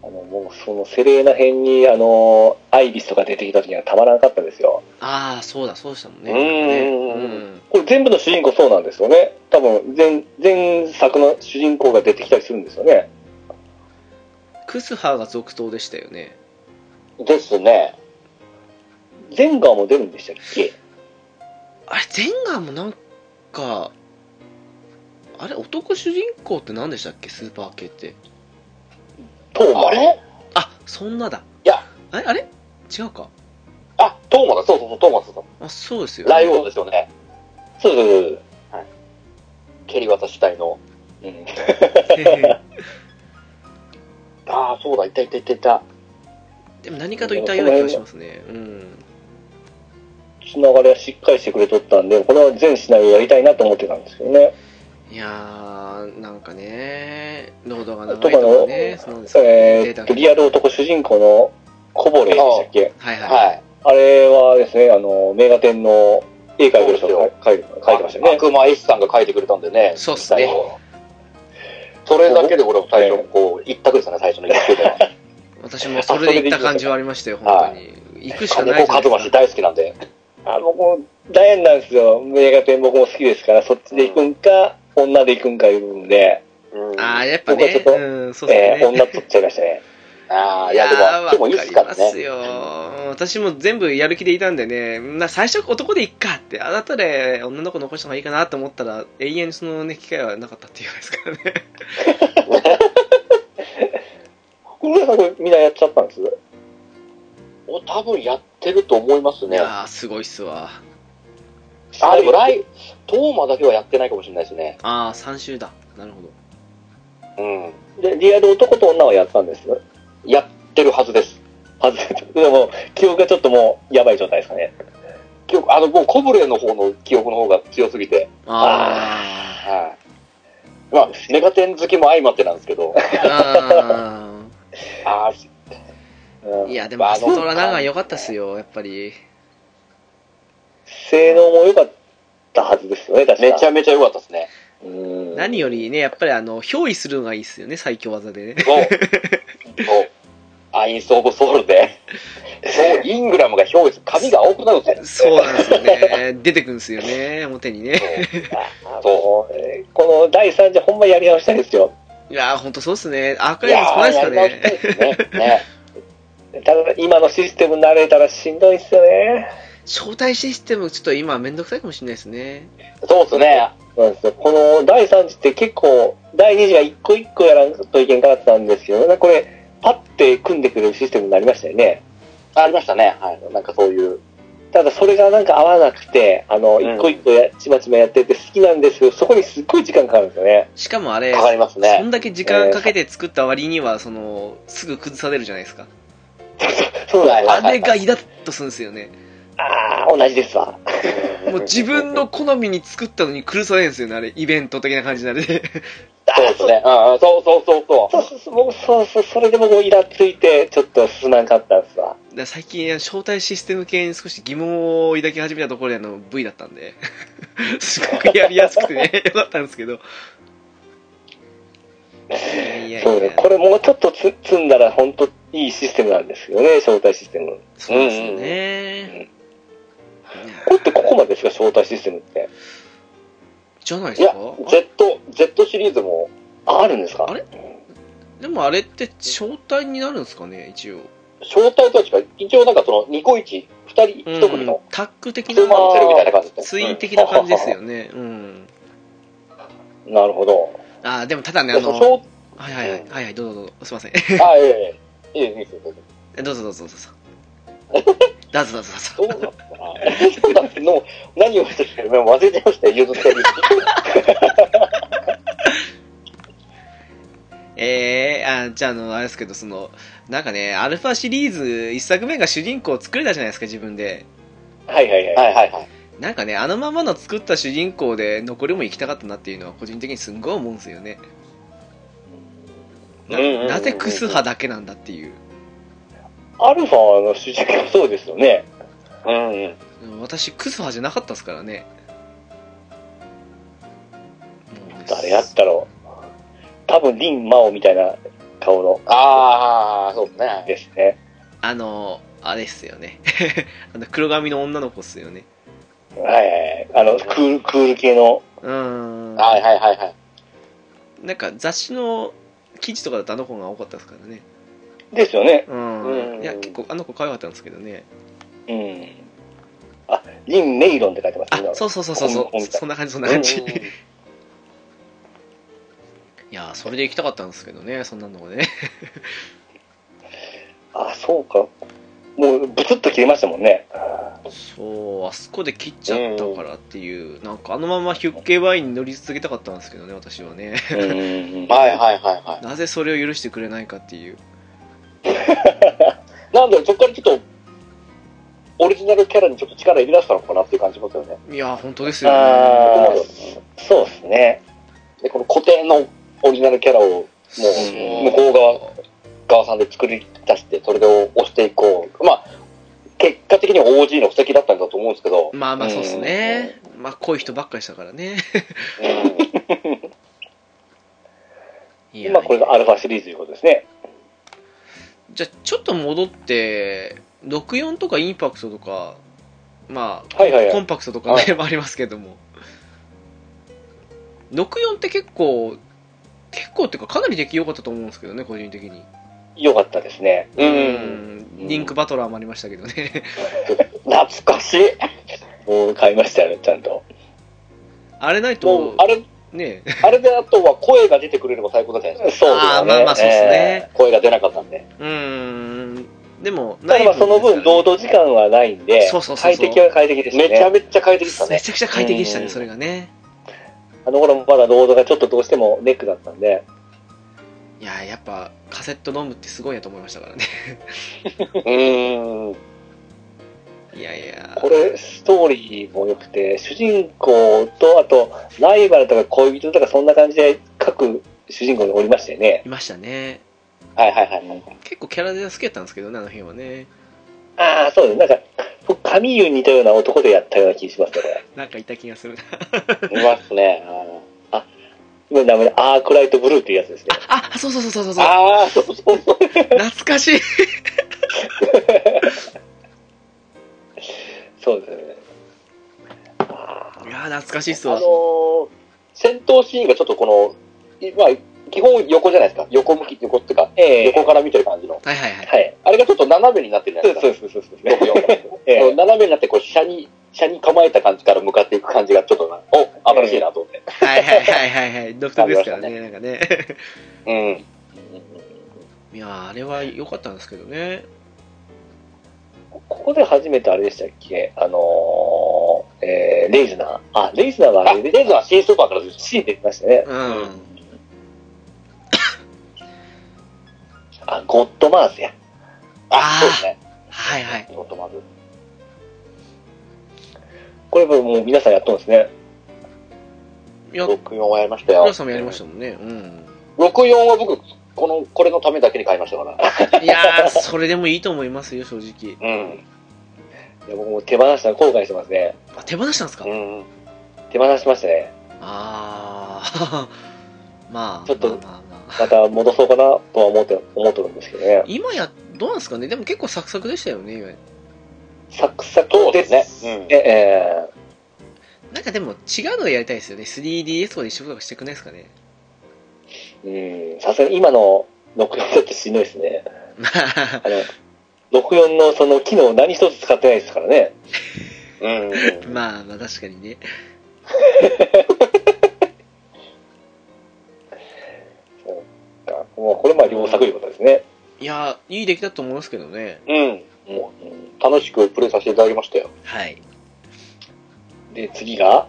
B: あの、もうそのセレーナ編に、あの、アイビスとか出てきた時にはたまらなかったですよ。
A: ああ、そうだ、そうでしたもんね。
C: う
A: な
C: ん
A: んかねうん
B: これ全部の主人公そうなんですよね。多分、前、前作の主人公が出てきたりするんですよね。
A: クスハーが続投でしたよね。
C: ですね。
B: ゼンガーも出るんでしたっけ
A: あれ、ゼンガーもなんか、あれ、男主人公って何でしたっけ、スーパー系って。
B: トーマ
C: あれ
A: あ、そんなだ。
C: いや。
A: あれあれ違うか。
C: あ、トーマだ、そうそうそう、トーマだ、トー
A: あ、そうですよ、
C: マ。ライオンですよね。
B: そうそうそうそう。
C: 蹴り渡主体の。
B: うん。
C: ああ、そうだ、いたいたいたいた。
A: でも何かといたような気がしますね。うん。
B: つながりはしっかりしてくれとったんで、これは全シナリオやりたいなと思ってたんですけどね。
A: いやー、なんかね、濃度が長いとかね、そうなんですよね。
B: え
A: デー
B: ー
A: タ
B: っ
A: が
B: と、リアル男主人公のこぼれでしたっけ
A: はいはい。
C: はい。
B: あれはですね、あの、メガテンの絵描いてる人が書い書いてましたよね。
C: 悪魔 S さんが書いてくれたんでね。
A: そうっすね。
C: それだけで俺も最初、こう、一択ですね、最初の一 択では。
A: 私もそれで行った感じはありましたよ、本当に。行くしか
C: 金
A: ない
C: 子
A: じゃないです
C: 和馬
A: か
C: 氏。大好きなんで。
B: あ、僕も大変なんですよ。メガテン僕も好きですから、そっちで行くんか、女で行くんかいうので、
C: うん
A: ああ、やっぱ
B: 僕はちょ
A: ね
B: っ、と
A: うん、そうです
B: えー
A: ね。
B: 女取っちゃいましたね。
C: ああ、い
A: い
C: や、
A: や
C: でも、で
A: ー、
C: もい
A: わか
C: いっす
A: り
C: から
A: ます
C: ね。
A: よ。私も全部やる気でいたんでね、な最初男でいっかって、あなたで女の子残した方がいいかなと思ったら、永遠にそのね、機会はなかったっていうですからね。
B: これさんこれみんなやっちゃったんです
C: お多分やってると思います
A: い
C: ね。
A: やー、すごいっすわ。
C: あ、でも来、トーマだけはやってないかもしれないですね。
A: ああ、3週だ。なるほど。
C: うん。
B: で、リアル男と女はやったんです
C: やってるはずです。
B: 外れた。でも、記憶がちょっともう、やばい状態ですかね。
C: 記憶、あの、もうコブレの方の記憶の方が強すぎて。
A: あ
C: はい。まあ、メガテン好きも相まってなんですけ ど。
A: ーあ
C: ああ、
B: う
A: ー。
B: ん
A: いや、でも、ストラナが良かったっすよ、やっぱり。
B: 性能も良かったはずですよね、確か
C: めちゃめちゃ良かったですね。
B: うん
A: 何よりね、やっぱりあの、憑依するのがいいっすよね、最強技でね。
C: そう。そう。アインス・オブ・ソウルで。そう、イングラムが表示、髪が青くなるんですよ。
A: そうなんですよね。 出てくんですよね、表にね。
B: あのえーこの第3次、ほんまやり直したいですよ。
A: いやー、ほんとそうっすね。アーカ
C: い
A: イブ
C: や
A: 少
C: ー
A: ないっす
C: や
A: か
C: り直し
A: ね
C: た。いですね。ね。
B: ただ、今のシステム慣れたらしんどいっすよね。
A: 招待システム、ちょっと今、めんどくさいかもしれないですね。
C: そうですね。
B: そうなんですよ。この第3次って結構、第2次が一個一個やらんといけんかったんですけど、なんかこれ、パッて組んでくれるシステムになりましたよね。
C: ありましたね。はい。なんかそういう。
B: ただそれがなんか合わなくて、あの、
C: ん
B: 一個一個や、ちまちまやってて好きなんですけど、そこにすっごい時間かかるんですよね。
A: しかもあれ、
C: かかります
A: そ
C: ね。
A: んだけ時間かけて作った割には、その、すぐ崩されるじゃないですか。
B: そうなんです
C: はい
A: あ
C: はいはい
A: れがイラッとするんですよね。
B: ああ、同じですわ。
A: もう自分の好みに作ったのに崩されるんですよね、あれ。イベント的な感じになれて。
C: そうですね。うんうん、そうそうそうそう。
B: そうそうそう、僕、そうそう、それで僕もイラついて、ちょっと進まんかったんですわ。
A: だから最近、招待システム系に少し疑問を抱き始めたところで、あの、V だったんで。 すごくやりやすくてね、よかったんですけど。いやいやい
B: そうね
A: や。
B: これもうちょっとつ積んだら、本当いいシステムなんですよね、招待システム。
A: そうですよね。いや
B: これってここまでですか、招待システムって。
A: じゃないで
C: い
A: す
C: や
A: か、
C: Z、Z シリーズもあるんですか
A: あれでもあれって招待になるんですかね、一応。
C: 招待とは違う。一応なんかその、ニコイチ、二人
A: うん
C: 一組の、
A: タッグ的
C: 普通
A: な、
C: のセルみたいな感じで。
A: ツイー的な感じですよね。うん。
B: なるほど。
A: あー、でもただね、
C: う
A: あ
C: ん。そ
A: の、
C: う
A: はい
C: そう
A: はいはい、はいはい、どうぞどうぞ、すいません。
C: 招あ、いやいやいや。いいですいいです
A: どうぞどうぞどうぞ。どうぞどうぞど
C: どうだったかなそうだったの何をしてたか忘れちゃいましたよ、ゆずってる。
A: うぞ。えー、あじゃあ、あの、あれですけど、その、なんかね、アルファシリーズ一作目が主人公を作れたじゃないですか、自分で。
B: はいはいはい。
C: はいはいはい。
A: なんかね、あのままの作った主人公で残りも行きたかったなっていうのは個人的にすんごい思うんですよね。な
B: うんうんうんうん
A: なぜクス派だけなんだっていう。
B: アルファの主人公そうですよね。
C: うんうん。
A: 私、クス派じゃなかったですからね。もう
B: 誰やったろう。多分、リン・マオみたいな顔の
C: ああ、そうですね。
B: ですね。
A: あの、あれっすよね。 あの黒髪の女の子っすよね。
B: はいはいはい。あの、クール、クール系の。
A: うーん。
C: はいはいはいはい。
A: なんか雑誌の記事とかだとあの子が多かったですからね。
B: ですよね。
A: うん。
C: うん
A: いや、結構あの子可愛かったんですけどね。
B: うん。あ、リン・メイロンって書いてます
A: あ
B: ね、。
A: そうそうそうそうそ
B: こん
A: う。
B: こんみたい
A: そんな感じ、そんな感 じ。
C: うんうんうん
A: いやー、それで行きたかったんですけどね、そんなのがね。
B: あ、そうか。もう、ブツッと切れましたもんね。
A: そう、あそこで切っちゃったからっていう、なんかあのままヒュッケワインに乗り続けたかったんですけどね、私はね。
B: うん
C: はいはいはいは
A: なぜそれを許してくれないかっていう。
C: い。なんで、そこからちょっと、オリジナルキャラにちょっと力入れ出したのかなっていう感じしますよね。
A: いやー、本当ですよね。
B: あーそうですね。
C: で、この固定のオリジナルキャラをもう
A: そう
C: 向こう側側さんで作り出して、それを押していこう。まあ、結果的には OG の布石だったんだと思うんですけど、
A: まあまあそうですね。まあ濃い人ばっかりしたからね。いや
B: 今これがアルファシリーズということですね。
A: じゃあちょっと戻って、64とかインパクトとか、まあ、
B: はいはいはい
A: コンパクトとかね、ありますけども。64って結構、結構っていうかかなり出来良かったと思うんですけどね、個人的に。
B: 良かったですね。
C: う
A: うんリンクバトラーもありましたけどね。
C: 懐かしい。
B: もう買いましたよ、ちゃんと。
A: あれない
C: もう
A: と、、
C: あれ、
A: ね、
C: あれであとは声が出てくれれば最高だったじゃない
B: そう
C: で
B: ですすよね。
A: あーまあまあそうですね
C: か。声が出なかったんで。
A: うーん、でも、
B: ただまあその
A: です
B: 分、
A: からね
B: 労働時間はないんで
A: そうそう、そう
B: 快
A: そう
B: 適は快適ですね。
C: めちゃめちゃ変えてきた
A: め
C: ね。
A: ちゃくちゃ快適でしたね、
B: うん
A: それがね。
B: あの頃もまだ労働がちょっとどうしてもネックだったんで。
A: いや、やっぱカセット飲むってすごいなと思いましたからね。
C: うーん。
A: いやいや。
B: これ、ストーリーも良くて、主人公と、あと、ライバルとか恋人とか、そんな感じで、各主人公におりましたよね。
A: いましたね。
C: はいはいはい。
A: 結構キャラで好きやったんですけどね、あの辺はね。
B: ああ、そうです。なんか、僕神優に似たような男でやったような気しますね、これ。
A: なんかいた気がするな。
C: いますね。
B: 今の名前で、アークライトブルーっていうやつですね。
A: あ、そうそうそうそうそうそう。
C: ああ、そうそうそう。
A: 懐かしい。
B: そうですね。
A: いやー、懐かしいっす
C: あ
A: わ
C: の。ー戦闘シーンがちょっとこの、いまあ、基本横じゃないですか。横向き、横っていうか、
B: ええ
C: 横から見てる感じの。
A: はいはいはい。
B: はい。
C: あれがちょっと斜めになってるじゃな
B: そ
C: いうで
B: です
C: か。
B: す、そうです、そうです。
C: 横から
B: え
C: こう
B: え
C: 斜めになって、こう、車に、車に構えた感じから向かっていく感じがちょっとな、お、新しいなと思って。
A: はいはいはいはいはい。独特ですからね、なんかね。
C: うん。
A: いやー、あれは良かったんですけどね。
B: ここで初めてあれでしたっけあのー、えー、レイズナー。あ、レイズナーは
C: あ、
B: あれ
C: レ
B: で、
C: ーズは新スーパーからです。
B: シーンで出ましたね。
A: うん。
B: あ、ゴッドマーズや。
C: あ、そうですね。
A: はいはい。
C: ちょっとまず。
B: これももう皆さんやったんですね。
A: いや、
C: 64はやりましたよ。
A: 倉さんもやりましたもんね。うん。
C: 64は僕、この、これのためだけに買いましたから。
A: いやー、それでもいいと思いますよ、正直。
C: うん。
B: いや僕もう手放したの後悔してますね。
A: あ、手放したんですか
C: うん。
B: 手放しましたね。
A: あー。 まあ、
B: ちょっと
A: まあまあまあ
B: また戻そうかなとは思って、思っとるんですけどね。
A: 今や、どうなんですかねでも結構サクサクでしたよね、
B: サクサク
C: そう
B: で
C: ですすね。うん
B: ええ
A: なんかでも違うのやりたいですよね。3DS とかで一緒とかしてくないですかね。
B: うん、さすがに今の64だってしんどいですね。
A: まあ、
B: あの、64のその機能何一つ使ってないですからね。
C: うん。
A: まあ、まあ確かにね。
B: もうこれまあ両作いうことですね。
A: いや、いい出来だと思いますけどね。
C: うん。
B: も
C: 楽しくプレイさせていただきましたよ。
A: はい。
B: うで、次が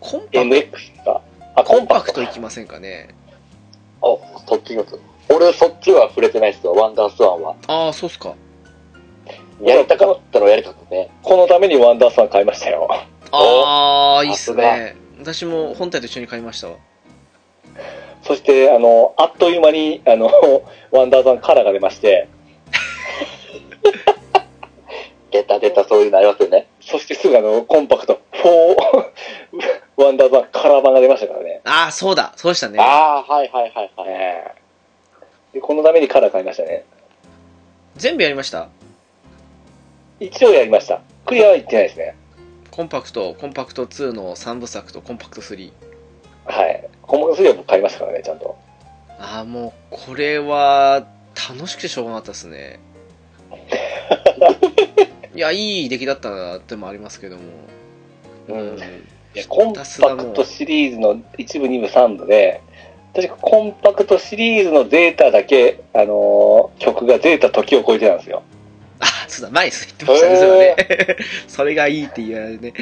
A: コンパ
B: MX か。あ、コンパ
A: パ
B: ク
A: クト
B: ト
A: い。きませんかね。
C: あ、そっち行きます。俺、そっちは触れてないっすよ。ワンダースワンは。
A: ああ、そうっすか。
C: やりたかったのやりたくてね。
B: このためにワンダーさん買いましたよ。
A: ああ、いいっす
C: さ
A: ね。私も本体と一緒に買いましたわ。
B: そして、あの、あっという間に、あの、 ワンダーさんカラーが出まして、
C: 出た出た、そういうのありますよね。
B: そしてすぐあの、コンパクト4ワンダーさん カラー版が出ましたからね。
A: ああ、そうだ、そうでしたね。
C: ああ、はいはいはいはい。
B: でこのためにカラー買いましたね。
A: 全部やりました。
B: 一応やりました。クリアは行ってないですね。
A: コンパクト、コンパクト2の3部作とコンパクト3。
B: はい。本物すぎも買いましたからね、ちゃんと。
A: ああ、もう、これは、楽しくてしょうがなかったです ね。いや、いい出来だったな、でもありますけども。
B: うんコンパクトシリーズの1部、2部、3部で、確かコンパクトシリーズのゼータだけ、あのー曲がゼータ時を超えてたんですよ。
A: あ、そうだ、前にそう言ってましたね、それはね。 それがいいって言われるね。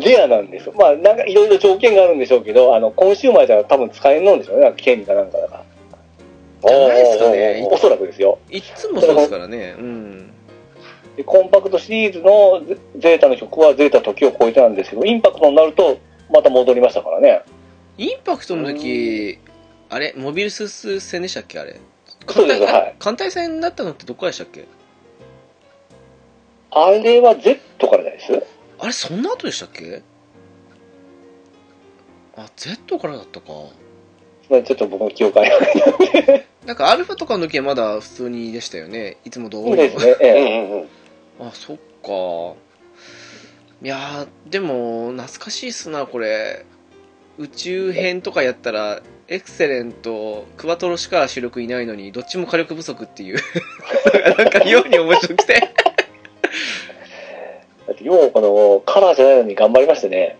B: レアなんですよ。まあ、なんかいろいろ条件があるんでしょうけど、あの、コンシューマーじゃ多分使えんのんでしょうね。なんか権利かなんかだから。
A: じゃないですかね
B: おそらくですよ。
A: いっつもそうですからね。うん。
B: でコンパクトシリーズのゼゼータの曲はゼータ時を超えてなんですけど、インパクトになると、また戻りましたからね。
A: インパクトの時、あれモビルスーツ戦でしたっけあれ。
B: そうです
A: 艦隊
B: はい
A: 艦隊戦だったのってどこからでしたっけ
B: あれは Z からじゃないです
A: あれ、そんな後でしたっけあ、Z からだったか。
B: まあちょっと僕の記憶ありま
A: なんか、アルファとかの時はまだ普通にでしたよね。いつも通り
B: せん
A: の。
B: ですね。え
C: うん
B: え
C: うんうん。
A: あ、そっか。いやー、でも、懐かしいっすな、これ。宇宙編とかやったら、エクセレント、クワトロしか主力いないのに、どっちも火力不足っていう。 なんか、妙に面白くて。
B: だってようこのカラーじゃないのに頑張りましてね。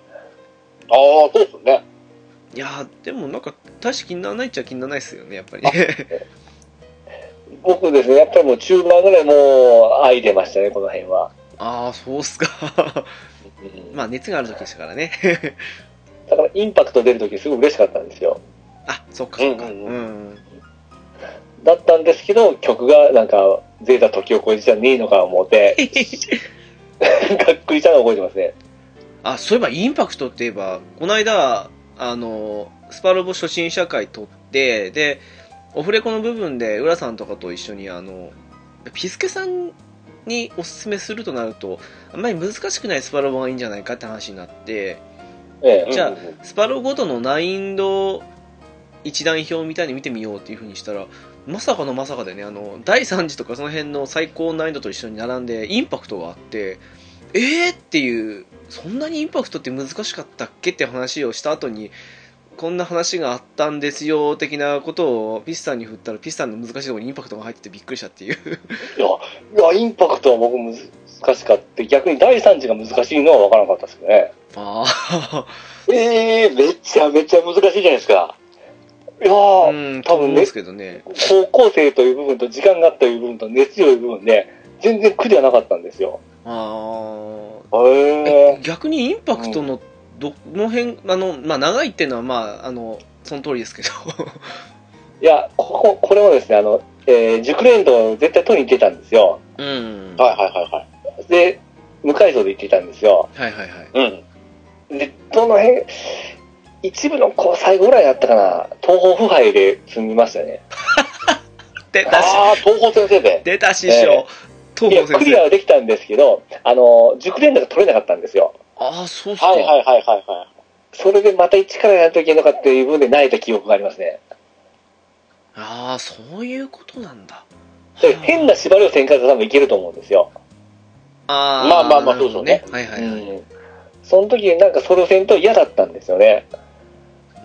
C: ああ、そうっすね。
A: いやー、でもなんか、大して気にならないっちゃ気にならないっすよね、やっぱり。
B: 僕ですね、やっぱりもう中盤ぐらいもう、愛出ましたね、この辺は。
A: あー、そうっすか。
B: うん
A: まあ、熱がある時でしたからね。
B: だからインパクト出るときすごい嬉しかったんですよ。
A: あ、そっかそっか。う
C: うんん
A: う、
C: うん
B: だったんですけど、曲がなんか、ゼータ時を超えてじゃねえのか思って、 がっくりしたのを覚えてますね。
A: あ、そういえば、インパクトって言えば、この間、あの、スパロボ初心者会撮って、で、オフレコの部分で、浦さんとかと一緒に、あの、ピスケさんにおすすめするとなると、あんまり難しくないスパロボがいいんじゃないかって話になって、
B: ええ
A: じゃあ
C: うんうんうん
A: スパロごとの難易度一覧表みたいに見てみようっていうふうにしたら、まさかのまさかでね、あの、第3次とかその辺の最高難易度と一緒に並んで、インパクトがあって、えーっていう、そんなにインパクトって難しかったっけって話をした後に、こんな話があったんですよ、的なことをピスさんに振ったら、ピスさんの難しいところにインパクトが入っててびっくりしたっていう。
B: いや、インパクトは僕難しかった。逆に第3次が難しいのは分からなかったですけどね。
A: ああ、
C: ええめちゃめちゃ難しいじゃないですか。
B: い や
A: う
B: ー、
A: ん、
B: 多
A: と思う
B: 分
A: ん
B: ね
A: ですけどね。
B: 高校生という部分と時間があったという部分と熱量という部分で、全然苦ではなかったんですよ。
A: ああ、
B: へえ。
A: 逆にインパクトのどの辺あの、まあ、長いっていうのは、まあ、あのその通りですけど
B: いや、ここ、これもですね、あの、えー熟練度を絶対取りに行ってたんですよ。
A: うん
C: は
A: はい
C: はいはいはい。
B: で、無改造で行ってたんですよ。
A: いはいはい
C: うん。
B: で、どの辺、一部のこう最後ぐらいだったかな、東方腐敗で済みましたね。
A: 出たし
C: ああ、東方先生で。
A: 出た師匠、
B: えい
A: 東
B: や、
A: 郷先
B: クリア
A: 生
B: はできたんですけど、あの、熟練度が取れなかったんですよ。
A: ああそうっすか、
C: はいはいはいはいはい。
B: それでまた一からやらなきゃいけなかったという部分で泣いた記憶がありますね。
A: ああそういうことなんだ
B: で変な縛りを展開したら多分いけると思うんですよ。
A: あ
C: まあまあまあ
A: なるほど
C: そうで
A: はいはい、はい
B: うんその時なんかそれをせんと嫌だったんですよね。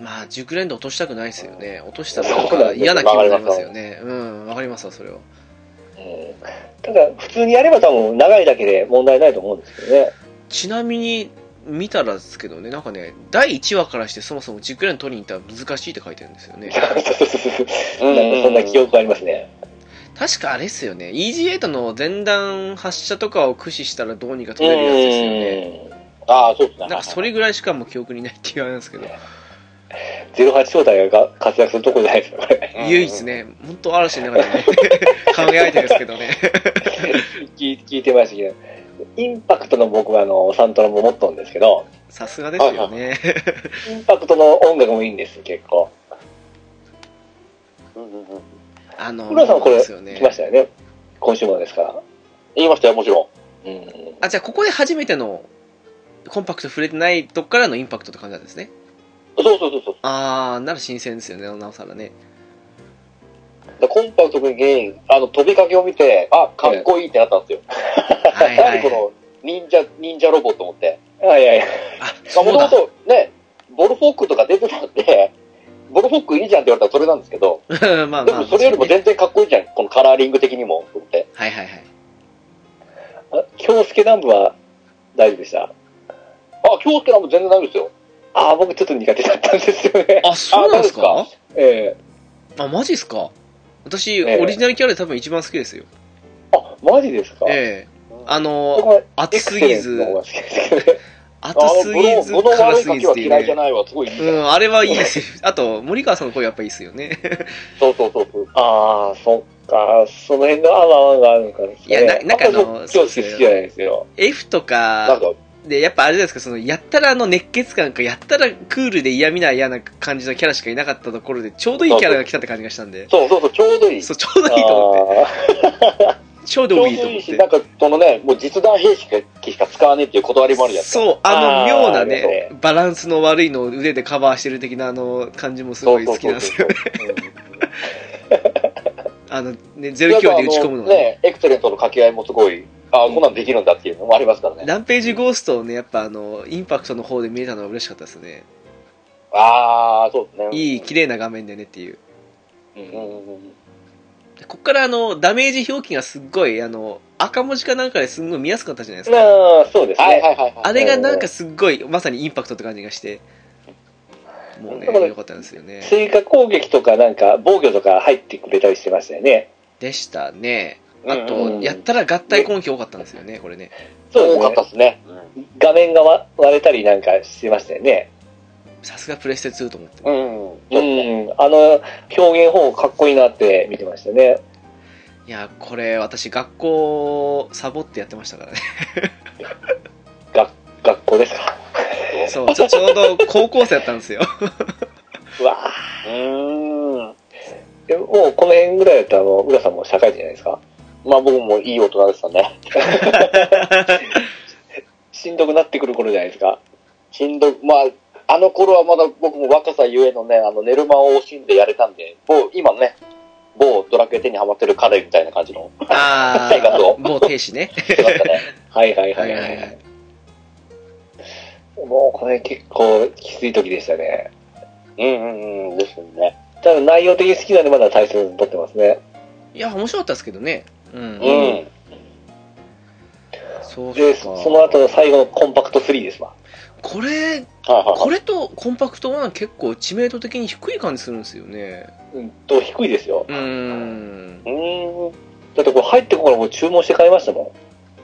A: まあ熟練度落としたくないですよね落としたら
B: そう
A: な
B: なんんです
A: か嫌な気分になりますよねうんわかりますわそれは
B: うんただ、普通にやれば多分長いだけで問題ないと思うんですけどね。
A: ちなみに見たらですけどねなんかね第1話からしてそもそも熟練度取りに行ったら難しいって書いてるんですよね
B: そうそうそうそう
C: う
B: なんかそんな記憶がありますね。
A: 確かあれっすよね EG8 の前段発射とかを駆使したらどうにか取れるやつですよね
B: うん
C: ああ、そうですね。
A: なんかそれぐらいしかもう記憶にないって言われるんですけど
B: 08招待が活躍するとこじゃないですか、これ。
A: 唯一ね、本当嵐の中でね、 輝いてるんですけどね。
B: 聞い聞いてましたけど、インパクトの僕はあのサントラも持っとんですけど、
A: さすがですよね。
B: インパクトの音楽もいいんです、結構。
C: うんうんうん。
A: あの、
B: 浦さんこれ
A: ですよね
B: 来ましたよね。今週もですから。
C: 言いましたよ、もちろ
B: うん。
A: あ、じゃあここで初めてのコンパクト触れてないとこからのインパクトって感じなんですね。
C: ん。そうそうそうそう。
A: あー、なら新鮮ですよね、なおさらね。
C: だからコンパクトに、あの、飛びかけを見て、あ、かっこいいってなったんですよ。
A: はいは
C: 何こ
A: い。
C: の、忍者、忍者ロボと思って。
B: あいやいや、
A: あ、
C: まあ、
A: そ
C: も
A: う
C: とも
A: だ。
C: とね、ボルフォークとか出てたんで、 ボルフォークいいじゃんって言われたらそれなんですけど、
A: まあ
C: で
A: まあ。
C: もそれよりも全然かっこいいじゃん、このカラーリング的にも、と思って。
A: はいはいはい。
B: あ京介南部は大丈夫でした。
C: あ、京介なんも全然ダメですよ。
B: ああ、僕ちょっと苦手だったんですよね。
A: あ、そうなんです
C: あ
A: か
B: ええ
A: あ、マジですか私、
B: ええ
A: オリジナルキャラで多分一番好きですよ。
B: あ、マジですか、
A: ええあ
B: 僕
A: の、
B: は
A: 熱すぎず
B: エ、クセレンスの方が好きで
A: 熱すぎず、辛
B: すけどね
C: あの物悪い
A: すぎ
C: 書き
A: ずっ
C: は
A: ていう
C: 嫌いじゃ
A: ね。
C: ないわ、すごいいいじゃん。
A: うん、あれはいいですよ。 あと、森川さんの声やっぱいいですよね。
C: そうそうそうそう。
B: ああ、そっか。その辺のあわあわがあるのかですね。
A: いやななんかあの
B: あんまり京介好きじゃないですよ。
A: F と
C: なん
A: か、
C: か、
A: で、やっぱあれじゃないですか、その、やったらあの熱血感か、やったらクールで嫌味な嫌な感じのキャラしかいなかったところで、ちょうどいいキャラが来たって感じがしたんで、
C: そうそうそう、ちょうどいい。ち
A: そう、ちょうどいいと思って、
B: あー
A: ちょう
C: ょう
A: ど
C: ど
A: いいと
C: い
A: 思
C: い
A: っ
C: し、なんか、そのね、もう実弾兵器しか使わねえっていう断りもあるじ
A: て。
C: ゃん。
A: そう、あの
B: あー
A: 妙な
B: なる
A: ね
B: ほ、
A: バランスの悪いのを腕でカバーしてる的なあの感じもす
C: そ
A: ご
C: う
A: い
C: そう
A: 好き
C: そ
A: なん
C: う
A: です
C: そ
A: よ
C: う。。
A: あの、ね、09で打ち込むの
C: あ
A: はね。
C: ね。エクセレントの掛け合いもすごい、あこんなんできるんだっていうのもありますからね。
A: ランページゴーストをね、やっぱあの、インパクトの方で見れたのは嬉しかったですね。
C: ああ、そうですね。
A: いい、綺麗な画面でねっていう。
C: うんうんうん
A: でこっからあの、ダメージ表記がすっごい、あの、赤文字かなんかですんごい見やすかったじゃないですか。
B: まあ、そうですね。
C: はいはいはいはい。
A: あれがなんかすっごい、まさにインパクトって感じがして、もうね、
B: だから
A: 良かったんですよね。
B: 追加攻撃とかなんか防御とか入ってくれたりしてましたよね。
A: でしたね。あ
C: うんうん
A: と
C: う、ん
A: やったら合体攻撃多かったんですよね、これね。
B: そう
C: 多かったですね。
B: 画面がわ割れたりなんかしてましたよね。
A: さすがプレステ2と思って。
C: うん。うん。
B: う
C: うん
B: ん。あの、表現方法かっこいいなって見てましたね。
A: いや、これ私学校サボってやってましたからね。
B: 学校ですか。
A: そう、ちょちょうど高校生だったんですよ。
B: うわ
C: うん。
B: ぁでももうこの辺ぐらいだったらもう、浦さんも社会人じゃないですか。
C: まあ僕もいい大人でしたね。
B: しんどくなってくる頃じゃないですか。
C: しんどいまあ、あの頃はまだ僕も若さゆえのね、あの、寝る間を惜しんでやれたんで、某、今ね、某ドラクエ手にはまってる彼みたいな感じ の
A: あ
C: 大学を
A: ー、もう停止ね。
C: 人だったね。
B: はいはいはい
A: は
B: はいい。
A: はいは
B: もうこれ結構きつい時でしたね。
C: うんうんうん。ですよね。
B: ただ内容的に好きなんでまだ対戦取ってますね。
A: いや、面白かったですけどね。うん。
C: うん。
A: そうっ
B: で、
A: すか
B: その後の最後のコンパクト3ですわ。
A: これ、
C: はいはい。
A: これとコンパクト1結構知名度的に低い感じするんですよね。
B: うんと、低いですよ
A: う。ーん。
C: うーん。
B: だってこれ入ってこからもう注文して買いましたも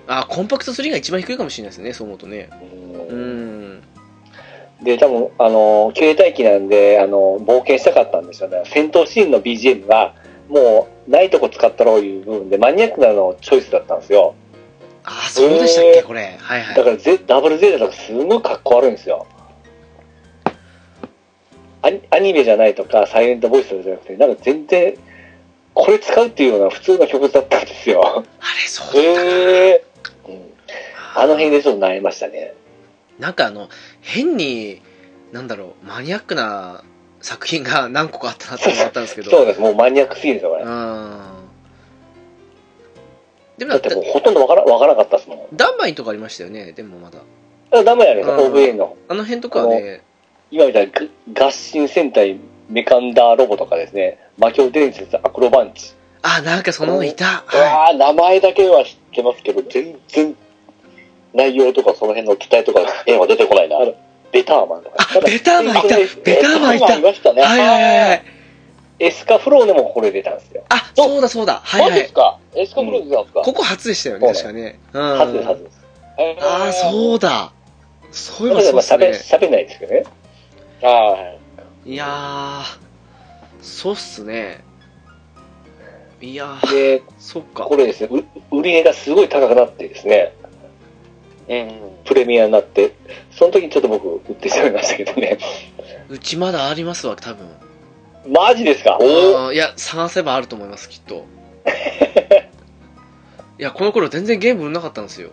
A: あ、コンパクト3が一番低いかもしれないですね、そう思うとね。
B: ん。
A: うーん。
B: で、多分、あの、携帯機なんで、あの、冒険したかったんですよね。戦闘シーンの BGM が、もう、ないとこ使ったろういう部分で、マニアックなのをチョイスだったんですよ。
A: あ、そうでしたっ
B: え
A: け、
B: ー
A: これ。はいは
B: だ
A: い。
B: からゼ、ダブルゼータとかすごい格好悪いんですよ。アニアニメじゃないとか、サイレントボイスとかじゃなくて、なんか全然、これ使うっていうような普通の曲だったんですよ。
A: あれ、そうだった
C: へえ。
B: うんあの辺でちょっと悩みましたね。
A: なんかあの、変に、なんだろう、マニアックな作品が何個かあったなって思ったんですけど。
B: そうです。もうマニアックすぎるんですよ、これ
A: う。ーん。でも
B: だ
A: だっ
B: っ
A: て
B: もう
A: て、
B: ほとんどわからわからなかったですもん。
A: ダンマインとかありましたよね、でもまだ。
B: だダメやね、
A: うん
B: OVA の。
A: あの辺とかはね、
B: 今みたいにが合心戦隊メカンダーロボとかですね、魔境伝説アクロバンチ。
A: あ、なんかそののいた。
C: う
A: は
C: わあ、名前だけは知ってますけど、全然、内容とかその辺の期待とか縁は出てこないな。
B: あベターマンとか。
A: い。あ、ベターマンいた。ベターマンいた。
C: ベタいましたね。
A: はいはいはいはい。
B: エスカフローネもこれ出たんですよ。
A: あ、そうだそうだ。はい
C: マ
A: は
C: ジで
A: い
C: す。かエスカブルーズなんですか
A: ここ初でしたよね、確かね。うん。
B: はずです、はずです。
C: えー
A: ああ、そうだ。そういえ
B: だ
A: ば
B: から
A: そう
B: まあ
A: です
B: 喋
A: ね。
B: 喋んないですけどね。
C: はい。
A: いやー、そうっすね。いやー、
B: で、
A: そっか。
B: これですね、う売り値がすごい高くなってですね、
C: うん。
B: プレミアになって、その時にちょっと僕、売ってしまいましたけどね。
A: うちまだありますわ、多分。
C: マジですか
A: あーいや、探せばあると思います、きっと。いや、この頃全然ゲーム売んなかったんですよ。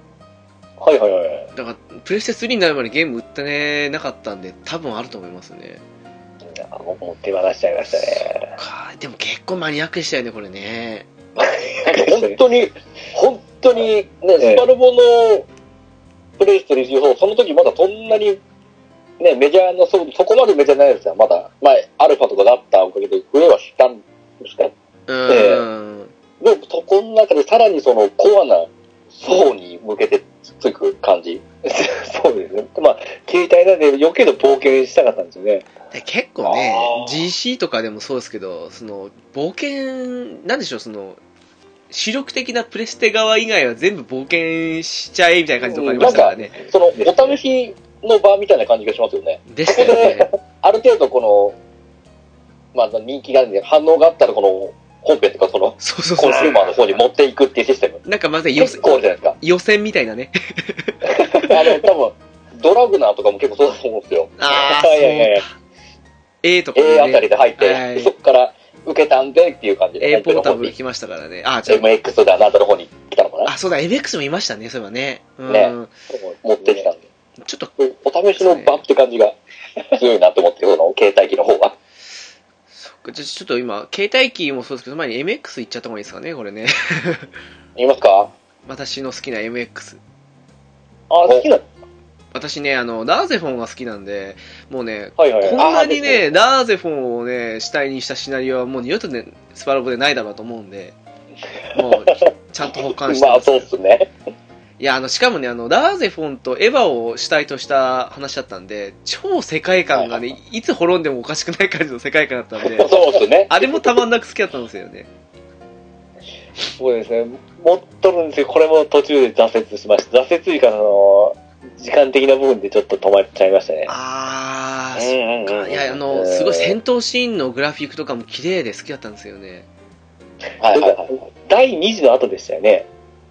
B: はいはいはい。
A: だから、プレステ3になるまでゲーム売ってね、なかったんで、多分あると思いますね。
B: あ僕も手放しちゃいましたね。
A: かでも結構マニアックでしたよね、これね。
C: 本当に、本当に、ね、
B: ええ
C: スパルボのプレイステージを、その時まだそんなに、ね、メジャーな、そ、そこまでメジャーじゃないですよ、まだ。前、アルファとかがあったおかげで増えはしたんですか。で
A: うーん。
C: も、そこの中でさらにそのコアな層に向けてつく感じ。
B: そうですね。まあ、携帯なんで余計な冒険したかったんですよね。
A: で結構ね
C: あ、ー
A: GC とかでもそうですけど、その、冒険、なんでしょう、その、主力的なプレステ側以外は全部冒険しちゃえみたいな感じとかありましたからね。
C: その、お試しの場みたいな感じがしますよね。
A: でしたよね。
C: ある程度この、まあ、人気があるんで、反応があったらこの、本編とかその、
A: そうそう
C: コ
A: そ
C: ンシューマーの方に持っていくっていうシステム。
A: う。なんかまず予
C: 結
A: 選、
C: 構じゃないですか。
A: 予選みたいなね。
C: あの、多分、ドラグナーとかも結構そうだと思うんですよ。
A: ああ、
B: いやいやい
A: そう
B: や
A: か。A とか
C: A あたり
A: ね、
C: で入って、
A: はい
C: そこから受けたんでっていう感じで、
A: A ポータ
C: 本
A: ブル
C: 編
A: 来ましたからね。あーじゃ
C: の方に、MX であなたの方に来たのか
A: あ、
C: な
A: あ、そうだ、MX もいましたね、そういえばね。うん。
C: ね持ってきたんで。
A: ちょっと、
C: お試しの場って感じが強いなと思って、その携帯機の方が。
A: そっかじゃあちょっと今、携帯機もそうですけど、前に MX 行っちゃった方がいいですかね、これね。
C: 言いますか
A: 私の好きな MX。
C: あ、好きな。
A: 私ね、あの、ラーゼフォンが好きなんで、もうね、
B: はいはい
A: こん
B: はい。
A: なにね、ラーゼフォンをね、主体にしたシナリオはもう二度とね、スパロボでないだろうと思うんで、もう、ちゃんと保管して
C: ま
A: ま
C: あ、
A: す。
C: そうっすね。
A: いや、あの、しかもね、あの、ラーゼフォンとエヴァを主体とした話だったんで、超世界観がね、いつ滅んでもおかしくない感じの世界観だったんで、
C: そうっすね。
A: あれもたまんなく好きだったんですよね。
B: そうですね。持っとるんですけど、これも途中で挫折しました。挫折というか、あの、時間的な部分でちょっと止まっちゃいましたね。
A: あー、
C: うんうん
A: そっ
C: う
A: か。
C: ん。
A: いや、あの、すごい戦闘シーンのグラフィックとかも綺麗で好きだったんですよね。
C: はいはいはい。
B: 第2次の後でしたよね。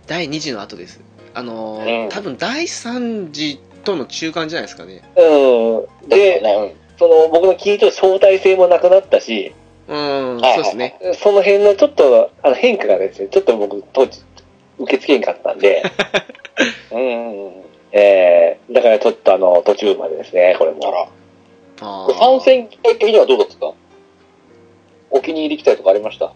A: 第2次の後です。あのー
C: うん
A: 多分第3次との中間じゃないですかね。
B: うん。
C: で、
B: で、その、僕の聞いた相対性もなくなったし、
A: うん、
C: はいはいはい
A: そうですね。
B: その辺のちょっと、あの変化がですね、ちょっと僕、当時、受け付けんかったん で、
C: うんうんうん。
B: えー、だからちょっとあの、途中までですね、これ
C: あ
B: も。
C: ら。
A: あー
C: 参戦的にはどうだったんですかお気に入り期待とかありました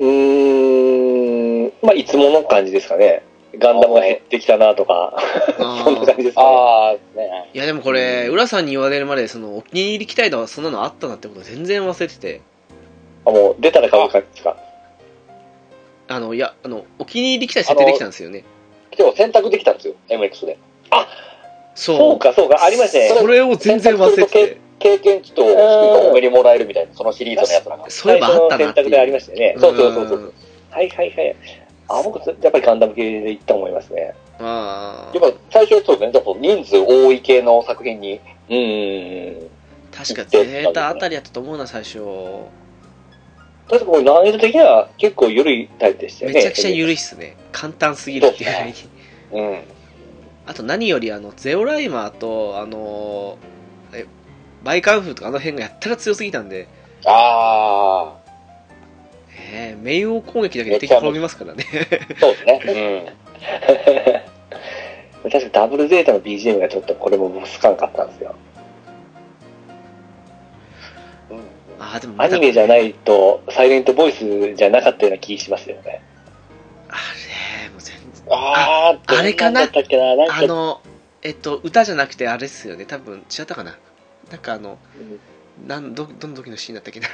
B: うーん、まあ、いつもの感じですかね。ガンダムが減ってきたなとか、
A: あー
B: そんな感じですかね。
C: ああ、ね。
A: いや、でもこれ、浦さんに言われるまで、その、お気に入り期待度はそんなのあったなってこと全然忘れてて。
B: あもう、出たら買う感じですか。
A: あの、いや、あの、お気に入り期待設定できたんですよね。
C: 今日選択できたんですよ、MX で。
A: そう。
B: そうか、そうか、ありましたね。
A: それを全然忘れてて。
C: 経験値とスキルが多めにもらえるみたいな、そのシリーズのやつなんか。
A: そういえばあったなって
B: 最初の選択であり
A: いう。。
B: ましたよね。
C: そうそうそうそうん
B: はいはいはい。あ、僕、やっぱりガンダム系でいったと思いますね。
A: ああ
C: や、っぱ最初はそうですね、ちょっと人数多い系の作品に。
B: うーん。
A: 確かゼータあたりやったと思うな、最初。
B: 確かこれ難易度的には結構緩いタイプでしたよ
A: め
B: ね。
A: ちゃくちゃ緩いっすね。簡単すぎるっていうぐらいに。
C: うん。
A: あと何よりあのゼオライマーとあのーえバイカンフーとかあの辺がやったら強すぎたんで、
C: あ
A: えー、冥王攻撃だけで敵滅びますからね。
C: あ、そうですね。
B: うん。 確かダブルゼータの BGM がちょっとこれも僕好かんかったんですよ。
A: あーでも
B: ア
A: まだ
B: ニメじゃないと、サイレントボイスじゃなかったような気しますよね。
A: あれもう全然
C: ああ、
A: あれかな
B: どんんだったっけななんか
A: あのえっと歌じゃなくてあれっすよね多分違ったかななんかあの、なんどどの時のシーンだったっけな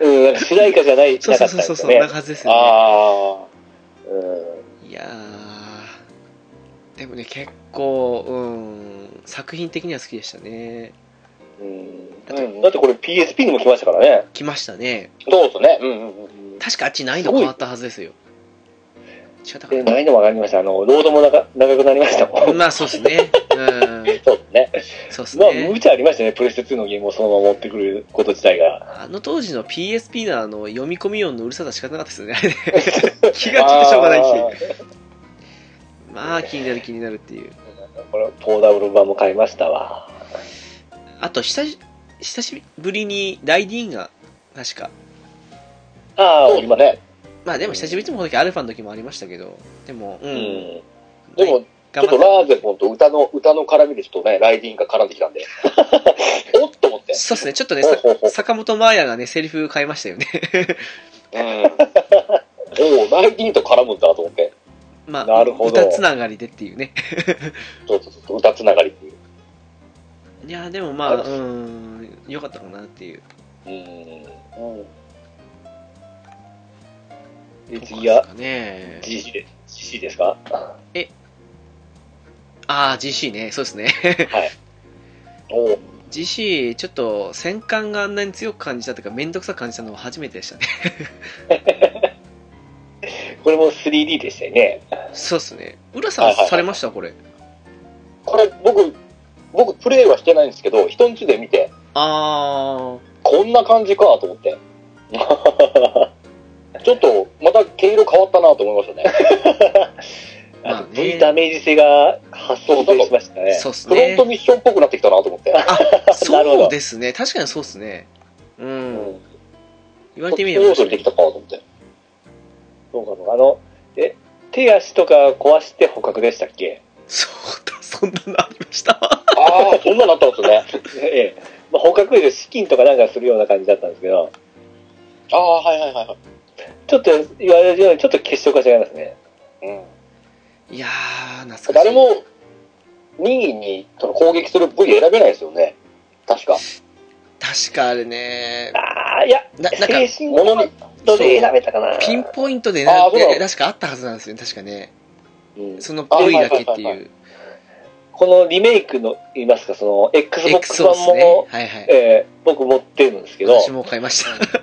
B: うん、なんか主題歌じゃない、
A: そう
B: な
A: そ
B: か
A: う
B: ったん
A: そう
B: です
A: そうそう、な。
B: よね
A: はずですよ
C: あ
B: う
A: ねいやーでもね結構うん作品的には好きでしたね
B: ん
C: あ。
A: う
B: うん。だってこれ PSP にも来ましたからね。
A: 来ましたね
C: そうですね。うんうんうん。
A: 確かあっち難易度変わったはずですよ。違ったか
B: で難易度も上がりました。あの、ロードもなか長くなりましたもん。
A: な。まあそうですね。うん。ん。
B: そうですね。
A: そうっす
B: まあ、無
A: ね。
B: 茶ありましたね、プレステ2のゲームをそのまま持ってくること自体が。
A: あの当時の PSP のあの読み込み音のうるささ仕方なかったですよね。あれね気が気でしょうがないし。まあ気になる気になるっていう。
B: あーこれ、ポーダブル版も買いましたわ。
A: あと久し、久しぶりにライディーンが、確か。
B: ああ、今ね。
A: まあでも久しぶりってもこの時アルファの時もありましたけど、でも、うん。
B: うん。
C: でも、ちょ
A: 頑
C: っと
A: 張っ
C: ラーゼフォンと歌の、歌の絡みでちょっとね、ライディンが絡んできたんで。おっと思って
A: て。。そうですね、ちょっとね、
C: ほう
A: さ
C: ほうほう。
A: 坂本真綾がね、セリフ変えましたよね。
C: うん。おお、ライディンと絡むんだと思って。
A: まあ、
B: なるほど
A: 歌つながりでっていうね。
C: そうそうそう、歌つながりっていう。
A: いや、でもまあ、うん、よかったかなっていう。
C: うん。
A: とこです
B: で次は、
A: かね。
B: GC で、GC ですか
A: ああ、GC ね、そうですね。
C: おお。
A: GC、ちょっと戦艦があんなに強く感じたというか、めんどくさく感じたのは初めてでしたね。
B: これも 3D でしたよね。
A: そうですね。浦さん、されましたこれ。
C: これ、僕、僕、プレイはしてないんですけど、人ん家で見て、
A: あ
C: こんな感じかと思って。 ちょっと、また毛色変わったなと思いましたね。
A: ー、まあ
B: あと、い
A: ね
B: い。ダメージ性が発想としましたね。
A: そうです
C: フロン
A: ね
C: ト。ミッションっぽくなってきたなと思って。
A: あ、
B: なるほ
A: そう
B: ど
A: ですね。確かにそうですね。う。
C: うんん。
A: 言われ
C: そっち
A: てみ
C: に
A: れば
C: 要
A: 確
C: 素
A: か
C: にでき
A: に。
C: たかと思って。
B: そうかそうか。あの、え、手足とか壊して捕獲でしたっけ
A: そうだ、そんなのありました。
C: ああ、そんなになったんです ね。
B: ええ。まあ、捕獲で資金とかなんかするような感じだったんですけど、
C: ああ、はいはいはいはい。
B: ちょっと言われるようにちょっと結晶が違いますね。
C: うん
A: いやー、懐かしい。
C: 誰も任意にその攻撃する部位選べないですよね。確か。
A: 確かあれね、
B: ああ、いや、
A: ななんか、
B: 精神
C: ものに。
B: どれ選べたかな。
A: ピンポイントで
C: あ
A: な、
C: ーそう
A: で確かあったはずなんですよね、確かね。
C: うん
A: その部位だけって
C: あはいはいはい
A: いう。
B: このリメイクの、言いますか、その、Xbox
A: XO で
B: 版
A: す
B: も、
A: ね。はいはい。
B: えー僕持ってるんですけど、
A: 私も買いました。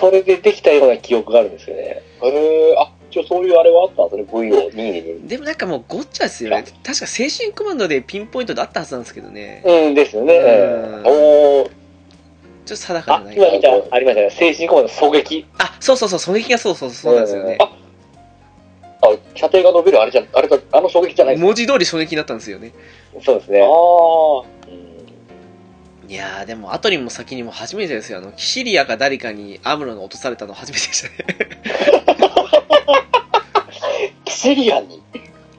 B: それでできたような記憶があるんですよね。
C: へえ、あ、一応そういうあれはあったんですね。部位を任意に。
A: でもなんかもうごっちゃですよね。確か精神コマンドでピンポイントであったはずなんですけどね。
B: うんですよね。
A: うん
B: えー
C: おー、
A: ちょっと定か
B: あ
A: じゃ、ない
B: 今見た、ありましたね。精神コマンド狙撃。
A: あ、そうそうそう、狙撃がそうそうそうなんですよね。
C: ああ、射程が伸びるあれじゃ、あれだ、あの衝撃じゃないです
A: 文字通り狙撃だったんですよね。
B: そうですね
C: あ。あ、
A: いやー、でも後にも先にも初めてですよ。あの、キシリアか誰かにアムロの落とされたの初めてでしたね。
C: キセリアンに。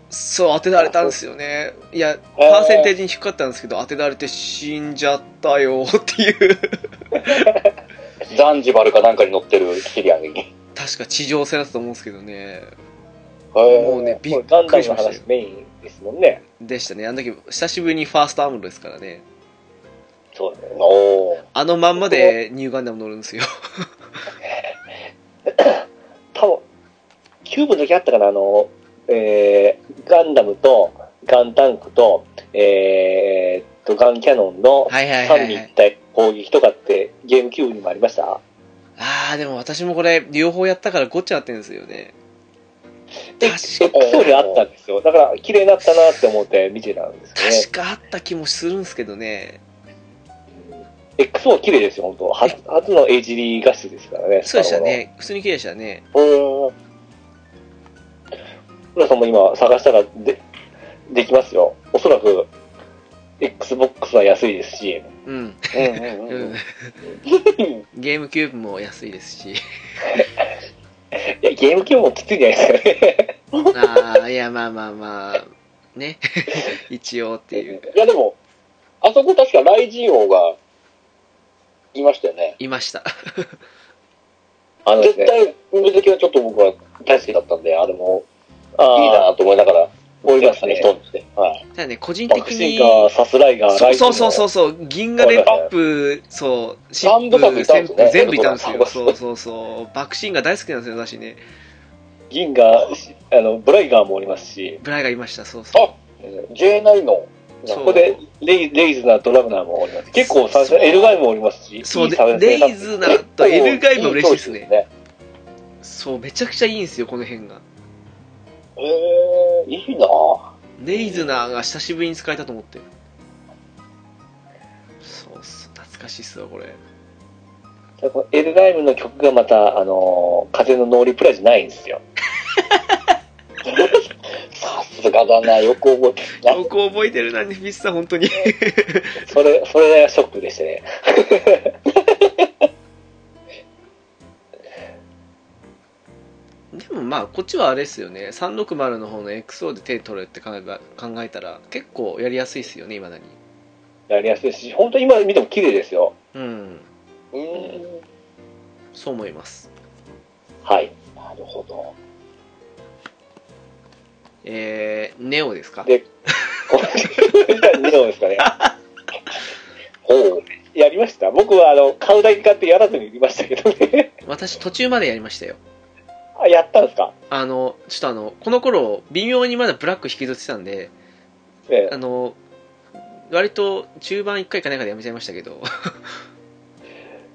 A: そう、当てられたんですよね。いや、パーセンテージに低かったんですけど、当てられて死んじゃったよっていう。
C: ザンジバルかなんかに乗ってるキセリアンに。へ
A: 確か地上戦だったと思うんですけどね。
C: え
A: もうね、びっ
B: これガン
A: くり
B: ダム
A: し
B: の
A: ました
B: 話
A: よ。
B: メインですもんね。
A: でしたね。あの時、久しぶりにファーストアムロですからね。
B: そうだね。
C: おー。
A: あのまんまでニューガンダム乗るんですよ。
B: 多分、キューブの時あったかな、あの、えー、ガンダムと、ガンタンクと、えー、っと、ガンキャノンの
A: はいはいは
B: 三
A: い、
B: 位
A: は
B: 一
A: い。
B: 体攻撃とかって、ゲームキューブにもありました
A: あー、でも私もこれ、両方やったからごっちゃなってるんですよね。確か
B: X よりあったんですよ。だから、綺麗になったなって思って見てたんですよね
A: 確。かあった気もするんですけどね。
B: X も綺麗ですよ、本当初初の AGD 画質ですからね。
A: そうでしたね。普通に綺麗でしたね。
B: スタロボの。うん。浦さんも今探したらで、できますよ。おそらく、Xbox は安いですし。
A: うん。
C: うんう
A: う
C: んうんん。
A: ゲームキューブも安いですし。
B: いや、ゲーム機もきついんじゃないですかね。
A: ああ、いや、まあまあまあ。 ね。一応っていう。
C: いやでも、あそこ確かライジン王がいましたよね。
A: いました。
B: あのです
C: 絶
B: ね、
C: 対、水木はちょっと僕は大好きだったんで、あれもいい
B: ああ、
C: なと思いながら、
B: 思いましたね。
C: 人にして。はい。
A: ただね、個人
B: 爆
A: 的
B: 心
A: に。
B: か、サスライガー、。
A: そうそうそうそううそう、銀河レップ、そう、シッ
C: 三部作
A: プ、
C: いたん
A: 旋
C: ですね
A: 風、全部いたんです
C: そう
A: よ。
C: だ
A: そうそうそう。爆心が大好きなんですよ、私ね。
B: 銀河、あの、ブライガーもおりますし、
A: ブライがいました、そうそう。
C: J9 の、
A: そう
B: ここでレイレイズナーとラムナーもおります。結構三
A: そう
B: 者、エルガイもおりますし、
A: そう
B: いい
A: で
B: 差別性
A: レ
B: が
A: イズナーとエルガイも嬉しいですね。
C: ね。
A: そう、めちゃくちゃいいんですよ、この辺が。
C: えー、いいなぁ。
A: レイズナーが久しぶりに使えたと思ってそうっす懐かしいっすわこれ
B: でこのエルガイムの曲がまた、あのー風のノーリプライじゃないんですよ。
C: さすがだな、よく覚えてる
A: よく覚えてるなねミスさん本当に
B: それ、それがショックでしたね。
A: でもまあこっちはあれですよね360の方の XO で手取るって考えば考えたら結構やりやすいっすよねいまだに
B: やりやすいし、本当今見ても綺麗ですよ。
A: うん
C: な。うん。
A: そう思います
B: はい。
C: なる ほど。
A: えー、ネオですか
B: でどうですかね。
C: おう。
B: やりました僕は、あの、買うだけ買ってやらずに売りましたけどね。
A: 私途中までやりましたよ
B: あ、やったんですか
A: あのちょっとあのこの頃微妙にまだブラック引きずってたんで
B: え
A: あの割と中盤1回かないかでやめちゃいましたけど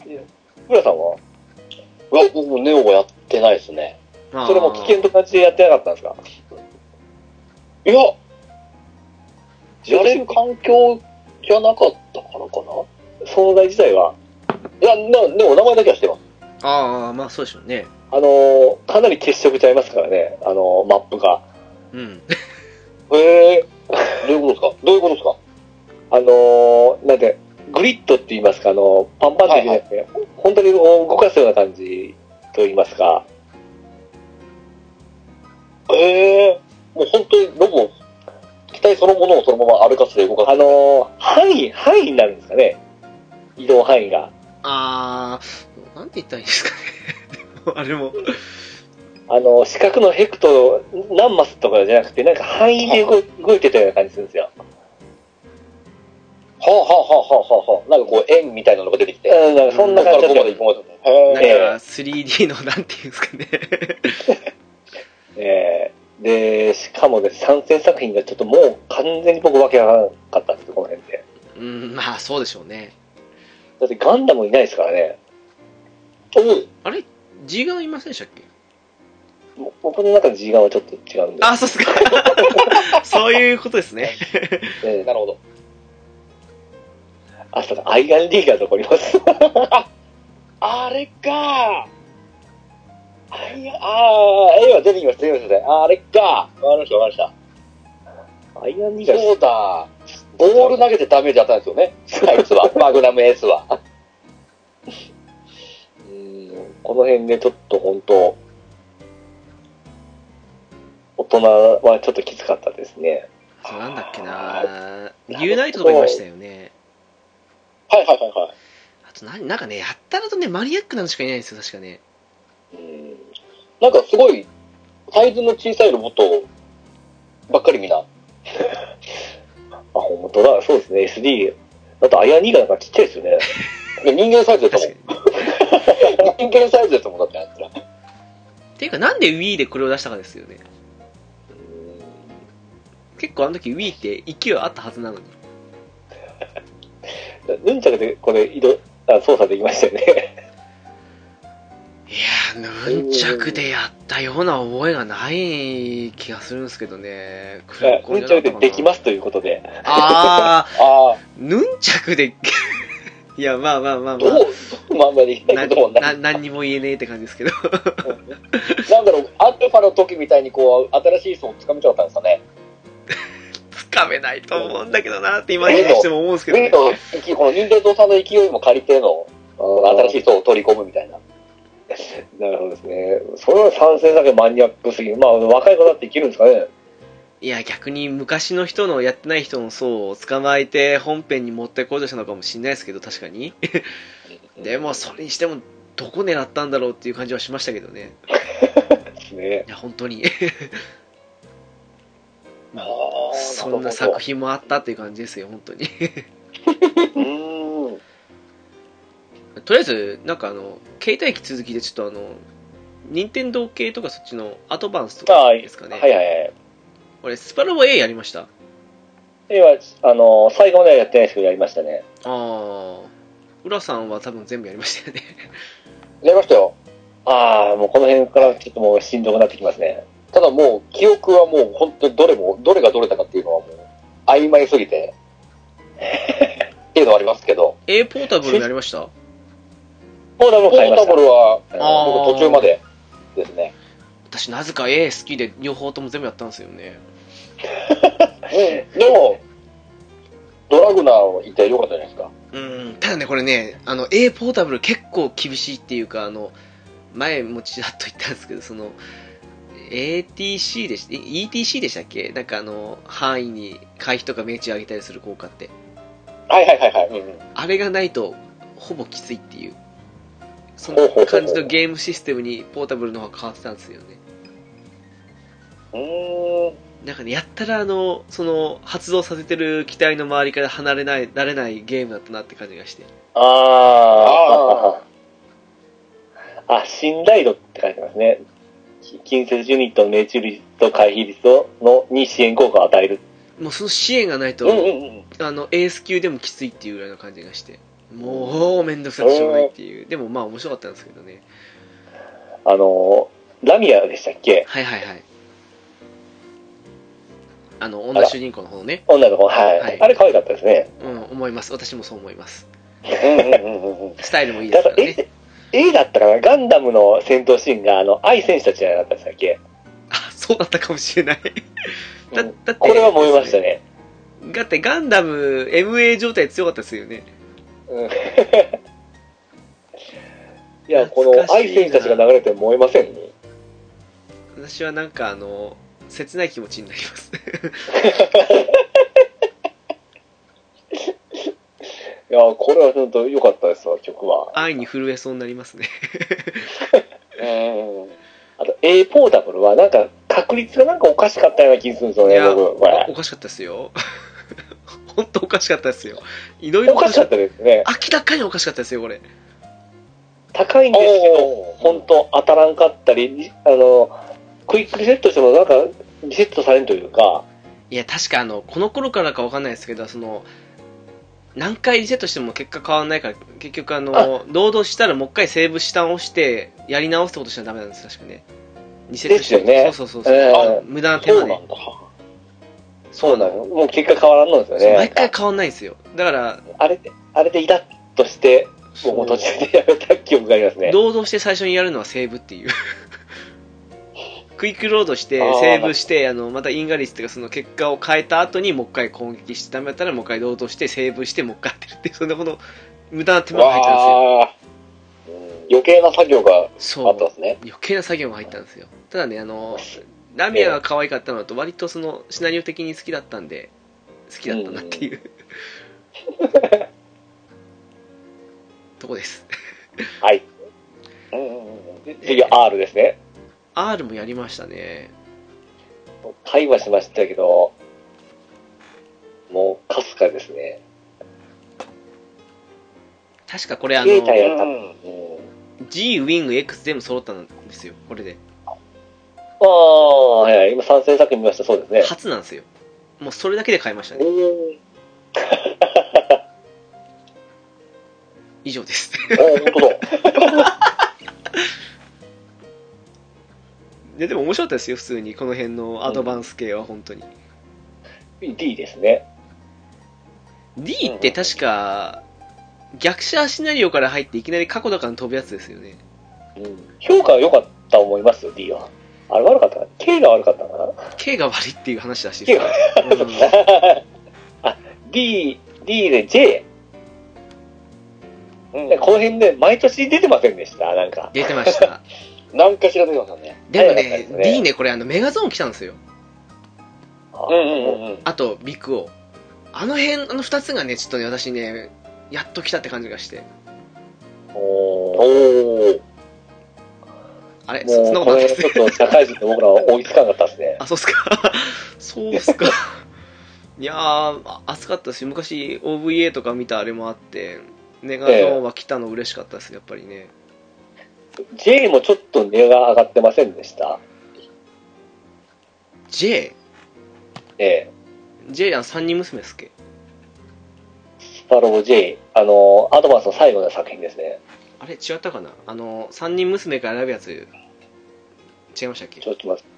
B: え。浦さんは
C: うわ、僕もネオやってないですね。
A: まあ
B: それも危険と感じでやってなかったんですか
C: いや、やれる環境じゃなかったからかな
B: 存在自体は、
C: いや、なでも名前だけはしてます。
A: ああまあそうでしょうね
B: あのーかなり欠色ちゃいますからね、あのーマップが。
A: うん
C: へえ。どういうことですかどういうことですか
B: あのーなんて、グリッドって言いますか、あのーパンパンできないで、本当にこう動かすような感じと言いますか、
C: ええもう本当にロボ、機体そのものをそのまま歩かせて動かす。
B: あのー範囲、範囲になるんですかね、移動範囲が。
A: ああなんて言ったらいいんですかね でもあれも
B: あのー四角のヘクト、何マスとかじゃなくて、なんか範囲で動い動いてたような感じするんですよ。
C: はあ、はあはあはあはあ、なんかこう円みたいなのが出てきて。
B: うん、なんかそんな
C: ここ
B: 感
C: から
B: じ
C: ここ
B: だ
C: ま
B: った
C: で
B: よ
C: 行く
A: な
C: まで。
A: ん
C: へえ。
A: か 3D のなんていうんですかね
B: えーで、しかもね、参戦作品がちょっともう完全に僕わけわからなかったんですよ、この辺で。
A: うんまあそうでしょうね
B: だってガンダムいないですからね。
A: あれ G ガンいませんでしたっけ
B: も僕の中で G ガンはちょっと違うんで。
A: あそうっすか そういうことですね
B: えー
C: なるほど。
B: あ、そうか、アイガンリーガーとかおります。
C: あれか
B: あいやあー、絵は出てきました、出てきました。あーあれか。
C: わかりました、わかりま
B: アイアンリー
C: し
B: ガ
C: た。
B: ー、
C: そうだ。ボール投げてダメージあったんですよね。あいつ は。マグナムエースは。うーん。
B: この辺でちょっと本当、大人はちょっときつかったですね。
A: そうなんだっけなユーナイトとかいましたよね
C: はいはいはいはい。
A: あとななんかねやったらとねマニアックなのしかいないんですよ確かね
C: うんなんかすごい、サイズの小さいロボットばっかり みんな。
B: あ、本当だ、そうですね、SD。だとアイアンリーガーなんかちっちゃいですよ ね。
C: 人間サイズだっ
A: 確
C: た
A: かに
C: もん。人間サイズだったもんだってあいつら。
A: っていうかなんで Wii でこれを出したかですよね結構あの時 Wii って勢いあったはずなのに
B: ヌンチャクでこれ移動、あ操作できましたよね。
A: いやーヌンチャクでやったような覚えがない気がするんですけどねクラッコ
B: ヌ
A: ン
B: ン
A: じ
B: チ
A: ゃ
B: ャ
A: なかった
B: クで
A: かな
B: できますということで。
A: ああ
C: あ
A: ヌンチャクで いやまあまあまあま
C: あ、どう
A: あ、
C: まああんまり言いた
A: ない
C: けどもな、
A: な何にも言えねえって感じですけど
C: なんだろう、アルファの時みたいにこう、新しい層をつかめちゃったんですかね。
A: つかめないと思うんだけどなって今にしても思うんです
C: ウ
A: けどね
C: ィンの勢い、この任天堂さんの勢いも借りての、新
B: 新
C: し
B: し
C: い層を取り込むみたいな。
B: い。なるほどですね。それは参戦だけマニアックすぎる。まあ、若い子だっていけるんですかね。
A: いや逆に昔の人のやってない人の層を捕まえて本編に持ってこうとしたのかもしれないですけど確か にでもそれにしてもどこ狙ったんだろうっていう感じはしましたけどね
B: ですね。
A: いや本当に まあ
C: あ
A: そんな作品もあったっていう感じですよ本当に
C: 品。うーん。
A: とりあえずなんかあの携帯機続きでちょっとあの任天堂系とかそっちのアドバンスとかですかね、
B: はいはいはい。
A: 俺スパロボ A やりましたあ
B: では、あの、最後まではやってないですけど、やりましたね。
A: あ浦さんは多分全部やりましたよね
C: やりましたよ。
B: ああ、もうこの辺からちょっともうしんどくなってきますね。
C: ただもう、記憶はもう本当にどれも、どれがどれだかっていうのはもう、曖昧すぎ て、っていうのはありますけど、
A: A ポータブルになりました
B: ポータブル
C: ポ
B: 買いま
C: ー
B: し
C: タ
B: た
C: ブ。ルは、えー
A: あー
C: 僕途中までですね。
A: 私なぜか A 好きで両方とも全部やったんですよね
C: うん、でも、ドラグナーはいてよかったじゃないですか。
A: うんただねこれねあの A ポータブル結構厳しいっていうかあの前もちらっと言ったんですけどその ATC でした ETC でしたっけなんかあの範囲に回避とか命中上げたりする効果って
C: はいはいはいはい。うんうん
A: あれがないとほぼきついっていうそ
C: ほう
A: の
C: ほうほう
A: 感じのゲームシステムにポータブルの方が変わってたんですよね
C: うーん
A: なんかねやったらあのその発動させてる機体の周りから離れないられないゲームだったなって感じがして
B: あ
C: あ
B: あ。あ、信頼度って書いてますね。近接ユニットの命中率と回避率をのに支援効果を与える。
A: もうその支援がないと、
C: ーうんうんうん。
A: あのエース級でもきついっていうぐらいの感じがしてもう面倒くさくてしょうがないっていうでもまあ面白かったんですけどね
B: あのー、ラミアでしたっけ
A: はいはいはいあの女主人公の方ね
B: 女の子、はい。
A: はい
B: あれ可愛かったですね。
A: うん思います私もそう思います
C: うんうんうんうん。
A: スタイルもいいで
B: だ
A: す
B: か
A: からら、ね
B: え、A だったかなガンダムの戦闘シーンが、あの、愛選手たちじゃなかったでしたっけ
A: あそうだったかもしれないだだって
B: これは燃えましたね。
A: だってガンダム MA 状態強かったですよね
B: いや、この愛選手たちが流れても燃えませんね。
A: 私はなんかあの切ない気持ちになります
B: いや、これは本当良かったですわ、曲は。
A: 愛に震えそうになりますね
B: あと、A ポータブルは、なんか、確率がなんかおかしかったような気がするんですよ
A: い
B: ね、
A: や
B: 僕、これ。
A: おかしかったですよ 本当おかしかったですよいろいろ
B: おかしかったですね。
A: 明らかにおかしかったですよこれ
B: 高いんですけど、本当当たらんかったり、あの、クイックリセットしても、なんか、リセットされんというか、
A: いや確かあのこの頃からかわかんないですけどその何回リセットしても結果変わらないから結局あのロードしたらもう一回セーブ下を押してやり直すってことしちゃダメなんです確かねリセットしても
B: ですよね
A: そうそうそうそう、
B: ええ
A: あ無駄な手間で、
C: だ。
B: そうなの。もう結果変わらんのですよ
A: そう
B: ね。
A: 毎回変わんないんですよだから
B: あれで、あれでイラッとして、
A: そう
B: 僕も途中でやめた記憶がありますね。
A: ロードして最初にやるのはセーブって いうクイックロードして
B: あー
A: セーブしてあのまたインガリスっていうかその結果を変えた後にもう一回攻撃してダメだったらもう一回ロードしてセーブしてもう一回やってるっていうそんなこの無駄な手間が入っちゃうん
C: わあ余計な作業が
A: ですよ
C: あった
A: そ
C: ん
A: う
C: ですね。
A: 余計な作業が入ったんですよただねあのラミアが可愛かったのと割とそのシナリオ的に好きだったんで好きだったなっていう とこです
B: はい。
C: うんうんうんうん。
B: で次は R ですね。
A: R もやりましたね
B: 会話しましたけど、もう、かすかですね。
A: 確かこれあの
B: 携帯やった。
C: う
B: うんん
A: G、ウィング、X 全部揃ったんですよ、これで。
B: ああ、はいはい、今参戦作品見ました、そうですね。
A: 初なんですよ。もうそれだけで買いましたね。以上です。
C: お本当だ。
A: いやでも面白かったですよ、普通に。この辺のアドバンス系は本当に。
B: D ですね。
A: D って確か、逆者シナリオから入っていきなり過去だから飛ぶやつですよね。
B: 評価は良かったと思いますよ、D は。あれ悪かったかな ?K が悪かったのかな
A: K が悪いっていう話らしいですね。うん
B: ?D、D で J。
C: うん
B: この辺で毎年出てませんでした、なんか。
A: 出てま した。
C: 何かしら出てますよね。
A: でも
B: 早かった
A: ね
B: です、ね
A: D ね、これあのメガゾーン来たんですよ。
C: うんうんうん。
A: あと、ビッグオー。あの辺、あの二つがね、ちょっとね、私ね、やっと来たって感じがして。
B: おー
C: おー。
A: あれそそんな
B: も
A: こと
B: う、こ
A: ない
B: れ
A: で
B: ち
A: す
B: ょっと社会人と僕らは追いつかなかったですね。
A: あ、そうっすか。 そうっす か。いやー、あ暑かったし、昔 OVA とか見たあれもあって、ネガゾーンは来たの嬉しかったです、やっぱりね。
B: J もちょっと値が上がってませんでした。
A: J?J
B: ええ。
A: あの三人娘っすっけ
B: スパロボ J、あの、アドバンスの最後の作品ですね。
A: あれ違ったかなあの、三人娘から選ぶやつ、違いましたっけ
B: ちょっと待って。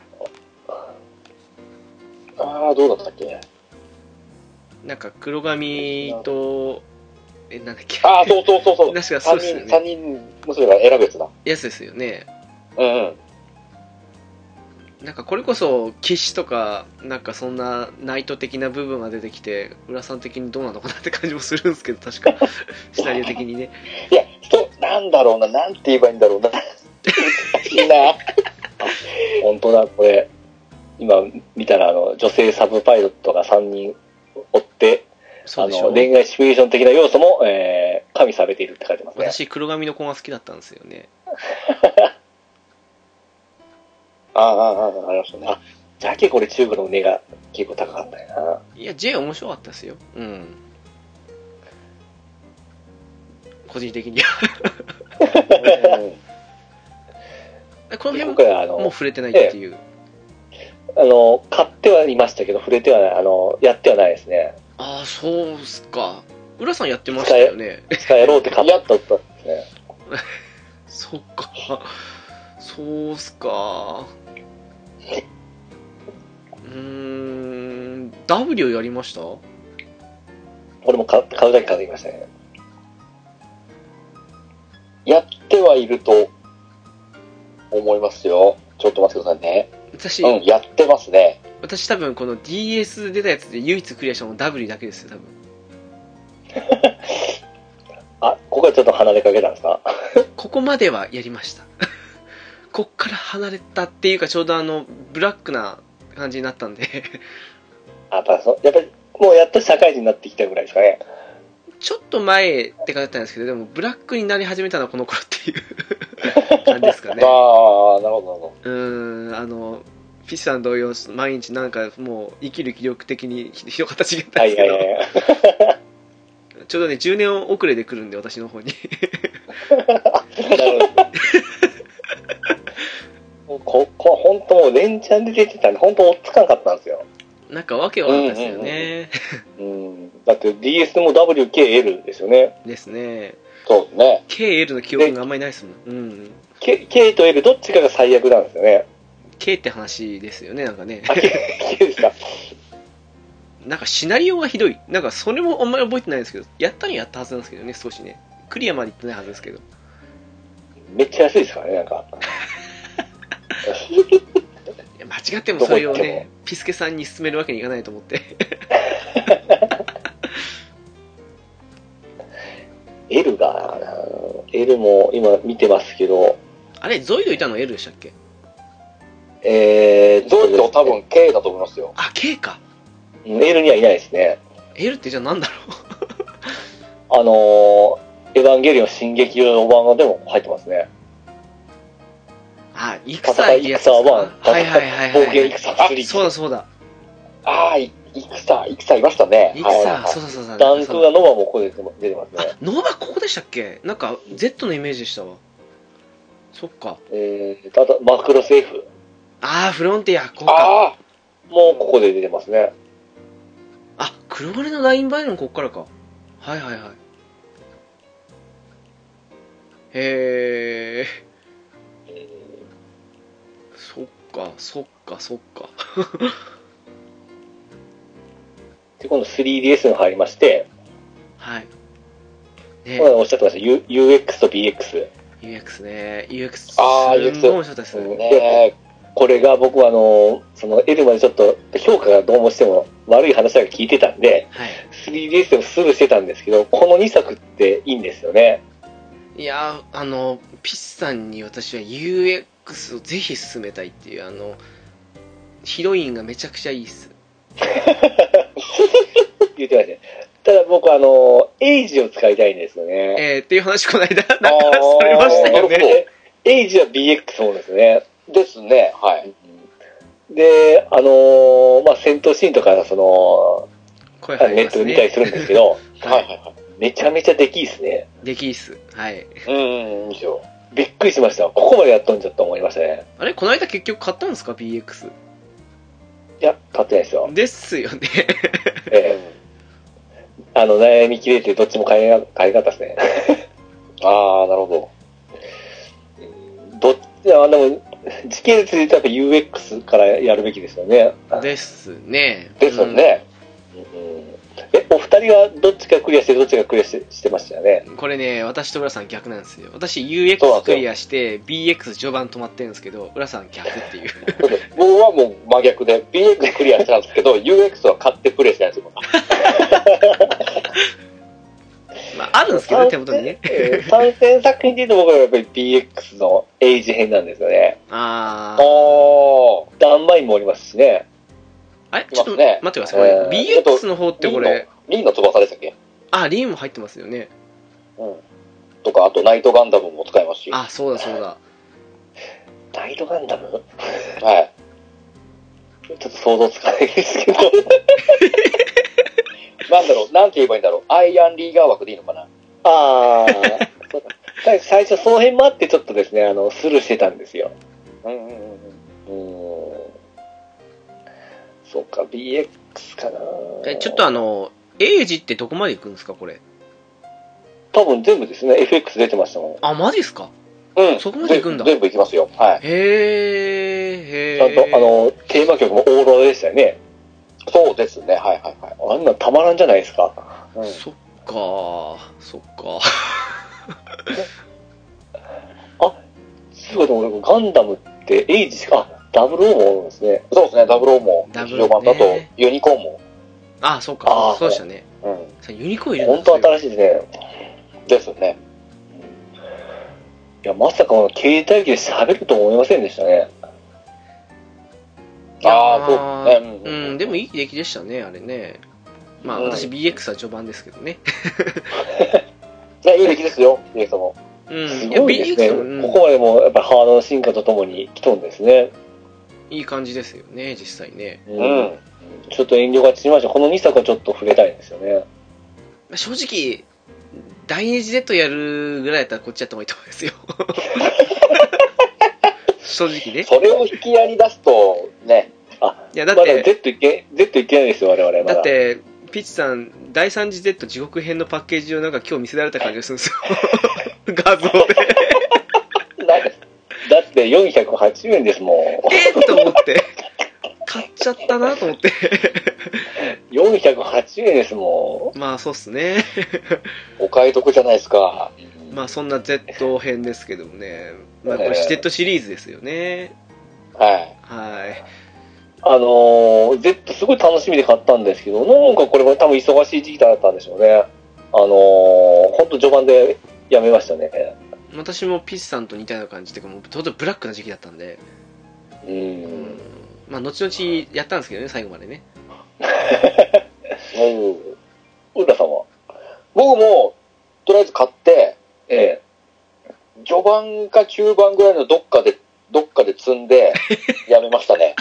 D: ああ、どうだったっけ
A: なんか黒髪と、え、なんだっけ。
D: ああ、そうそうそう そう。
A: 確かそ
D: 三
A: うです
D: 人、
A: よね
D: 三。人娘が選ぶやつだ。
A: やつですよね。
D: うんうん。
A: なんかこれこそ、騎士とか、なんかそんなナイト的な部分が出てきて、浦さん的にどうなのかなって感じもするんですけど、確 か、シナリオ的にね。
D: いや、そう、なんだろうな、なんて言えばいいんだろ うな。難しいな。
B: 本当だ、これ。今見たら、あの、女性サブパイロットが3人追って、
A: そ
B: あ
A: うでしょ
B: の、恋愛シミュレーション的な要素も、えー、加味されているって書いてますね。
A: 私、黒髪の子が好きだったんですよね。
D: ああ、ああ、ああ、ありましたね。
B: じゃけこれ中部の値が結構高かったよな。
A: いや、J 面白かったですよ。うん。個人的に。 この辺
B: 今
A: も
B: 回はあ
A: もう
B: の、
A: 触れてないっていう。
B: あの、買ってはいましたけど、触れてはない、あの、やってはないですね。
A: ああ、そうっすか。浦さんやってましたよね。
B: 使えろうって買ったったんですね。
A: そっか。そうっすか。うーん、W やりました
B: 俺も買買うだけ買ってきましたね。
D: やってはいると思いますよ。ちょっと待ってくださいね。
A: 私、
D: うん、やってますね。
A: 私多分この DS で出たやつで唯一クリアしたの W だけですよ、多分。
B: あ、ここはちょっと離れかけたんですか
A: ここまではやりました。 こっから離れたっていうか、ちょうどあの、ブラックな感じになったんで、
B: あやっぱりそ、やっぱり、もうやっと社会人になってきたぐらいですかね。
A: ちょっと前って感じだったんですけど、でも、ブラックになり始めたのはこの頃っていう 感じですかね
D: あ。あ、なるほど、なるほ
A: うーん、あの、フィッシュさん同様、毎日なんかもう生きる気力的にひひどかった違ったん
B: は
A: です
B: い
A: け
B: はい
A: ど、
B: はい。
A: ちょうどね、10年遅れで来るんで、私の方 に。
B: ここは本当もう連チャンで出てたんで、本当追っつかなかったんですよ。
A: なんかわけわかんないですよね。
B: うん。だって DS も WKL ですよね。
A: ですね。
D: ど。そうですね。
A: KL の記憶があんまりないですもん。うん。
B: K, K と L どっちかが最悪なんですよね。
A: K って話ですよね、なんかね。
B: あ、K, K ですか。
A: なんかシナリオがひどい。なんかそれもあんまり覚えてないんですけど、やったにはやったはずなんですけどね、少しね。クリアまで行ってないはずですけど。
B: めっちゃ安いですからね、なんか。
A: いや間違ってもそれをね、ピスケさんに勧めるわけにいかないと思って。
B: L が、L も今見てますけど、
A: あれ、ゾイドいたの L でしたっけ
B: えー、
D: ゾイド多分 K だと思いますよ。
A: あ、K か。
B: うん L にはいないですね。
A: L ってじゃあなんだろう。
B: あのー、エヴァンゲリオン進撃用の版でも入ってますね。
A: あ、
B: 戦
A: 戦い
B: い
A: ってやつ
B: 戦
A: ですか
B: は1、
A: はいはいはい
B: 冒険
A: はい。
B: 戦
D: あ
B: 3。
A: そうだそうだ。
D: ああ、い戦、戦いましたね。
A: イク
D: はい
A: サ
D: は
A: ー、そうだそうだ。
B: ダンクがノバもここで出てます
A: あ
B: ね。、
A: ノーバここでしたっけなんか、Z のイメージでしたわ。そっか。
B: えー、ただ、マクロス F
A: あー、フロンティア、こう
D: いはい
A: か。
D: ああ、
B: もここで出てますね。
A: あ、黒金のラインバイルもこっからか。はいはいはい。へー。そっか、そっか、そっか。
B: で、今度 3DS が入りまして、
A: はい。
B: こ
A: ね
B: れおっしゃってました、U、UX と BX。
A: UX ね。UX、す
D: あー
A: んごい面白かったです。
B: うん
D: ね
B: これが僕はあの、その L までちょっと評価がどうもしても悪い話だけ聞いてたんで、
A: はい。
B: 3DS でもすぐしてたんですけど、この2作っていいんですよね。
A: いやーあのピッさんに私は UX をぜひ進めたいっていうあのヒロインがめちゃくちゃいいっす
B: 言ってましたね。ただ僕はあの、エイジを使いたいんですよね。
A: えー、っていう話この間なんかされましたよ
D: なるほ
A: ね
D: ど
B: エイジは BX もですね。
D: ですね。はい。
B: で、あのーまあ、戦闘シーンとか、そ
A: 声
B: の、
A: 入
B: ネ
A: り
B: ッ
A: ま
B: トです見たり
A: ね
B: するんですけど、
D: はいはいは
B: めちゃめちゃできいいですね。
A: できいいっすはい
D: い。うん、うん、いいですよ。
B: びっくりしました。ここまでやっとんじゃと思いましたね。
A: あれこの間結局買ったんですか BX
B: いや、買ってないですよ。
A: ですよね
B: ええあの、悩み切れてどっちも買えな、買えなかったですね。
D: ああ、なるほ
B: どっち、あ、でも、時系列で言うとやっぱ UX からやるべきですよね。
A: ですね。
B: ですよね。うんえ、お二人はどっちがクリアしてどっちがクリアしてしてましたよね。
A: うんこれね、私と浦さん逆なんですよ。私 UX クリアして BX 序盤止まってるんですけど、浦さん逆っていう。
C: そうです僕はもう真逆で、BX クリアしたんで すけど、UX は買ってプレイしないんですよ。
A: まあ、あるんですけどね、手元にね。
B: えー参戦作品で言うと僕はやっぱり BX のエイジ編なんですよね。
A: あー。
B: おー。ダンマインもおりますしね。
A: あれちょっと
C: いますね
A: 待ってください。これ、
C: えー
A: BX の方ってこれ、
C: リンの翼でしたっけ
A: あ、リーンも入ってますよね。
C: とか、あとナイトガンダムも使いますし。は
A: あ、そうだそうだ。
B: ナイトガンダム
C: い。
B: ちょっと想像つかないですけど。
C: なんだろう、なんて言えばいいんだろう。アイアンリーガー枠でいいのかな
B: ああ。そうだ最最初その辺もあってちょっとですね、あの、スルーしてたんですよ。
C: うんうんうんうん。
B: うーん。そうか、BX かな
A: えちょっとあの、エイジってどこまで行くんですか、これ。
B: 多分全部ですね、FX 出てましたもん。
A: あ、マジっすか
C: うん。
A: そこまで行くんだ
C: 全部行きますよ。はい。
A: へー、へ
B: ちゃんと、
A: ー。
B: あの、テーマ曲もオーロラでしたよね。
C: そうですね。はいはいはい。
B: あんなんたまらんじゃないですか。
C: うん
A: そっかー、そっか
B: そうでも俺、ガンダムって、エイジしか、 あ、ダブルオーもおるんですね。
C: そうですね。ダブルオーも、
A: ダブ
C: 劇
A: ルオ
C: 場
A: ーね
C: 版だと、ユニコーンも。
A: あ、そっ
B: あ
A: か
B: ー、
A: そうでしたね。
C: うん。
A: さユニコーンいるんだ
B: 本当新しいですね。
C: ですね。
B: いや、まさかこの携帯機で喋ると思いませんでしたね。
A: いやー
C: ああ、そうですね。
A: うん、でもいい出来でしたね、あれね。まあ、
C: うん
A: 私 BX は序盤ですけどね。
C: いや、いい出来ですよ。いいですも
A: うん、
B: す
A: いや、
B: ごいです
A: BX も、
B: ね。
A: う
B: こ
A: ん
B: こまでもやっぱハードの進化とともに来とんですね。
A: いい感じですよね、実際ね。
C: う。うん。
B: ちょっと遠慮がちにましたこの2作はちょっと触れたいんですよね。
A: まあ正直、第二次 Z やるぐらいだったらこっちやった方がいいと思いますよ。 正直ね。
C: それを引き合いに出すと、ね。
A: いや、だっ
B: まだ
A: て、
B: Z いけ、Z いけないですよ、我々まだ。
A: だって、ピッチさん、第三次 Z 地獄編のパッケージをなんか今日見せられた感じがするん ですよ。画像で。
B: だって、だって480円ですもん。
A: えーっと思って。買っちゃったなと思って。
B: 480円ですも
A: まあ、そうっすね。
C: お買い得じゃないですか。
A: まあそんな Z 編ですけどもね、まあ、これ Z シリーズですよね、
C: はい。
A: はい、
B: ん。あのー、Z すごい楽しみで買ったんですけど、なんかこれも多分忙しい時期だったんでしょうね。あのー、ほんと序盤でやめましたね。
A: 私もピッチさんと似たような感じで、もうちょうどブラックな時期だったんで、
B: う。
A: うんんまあ、後々やったんですけどね、最後までね、
C: うん
B: 浦さんは
C: 僕も、とりあえず買って、
B: ええ。
C: 序盤か中盤ぐらいのどっかで、どっかで積 んで、やめましたね。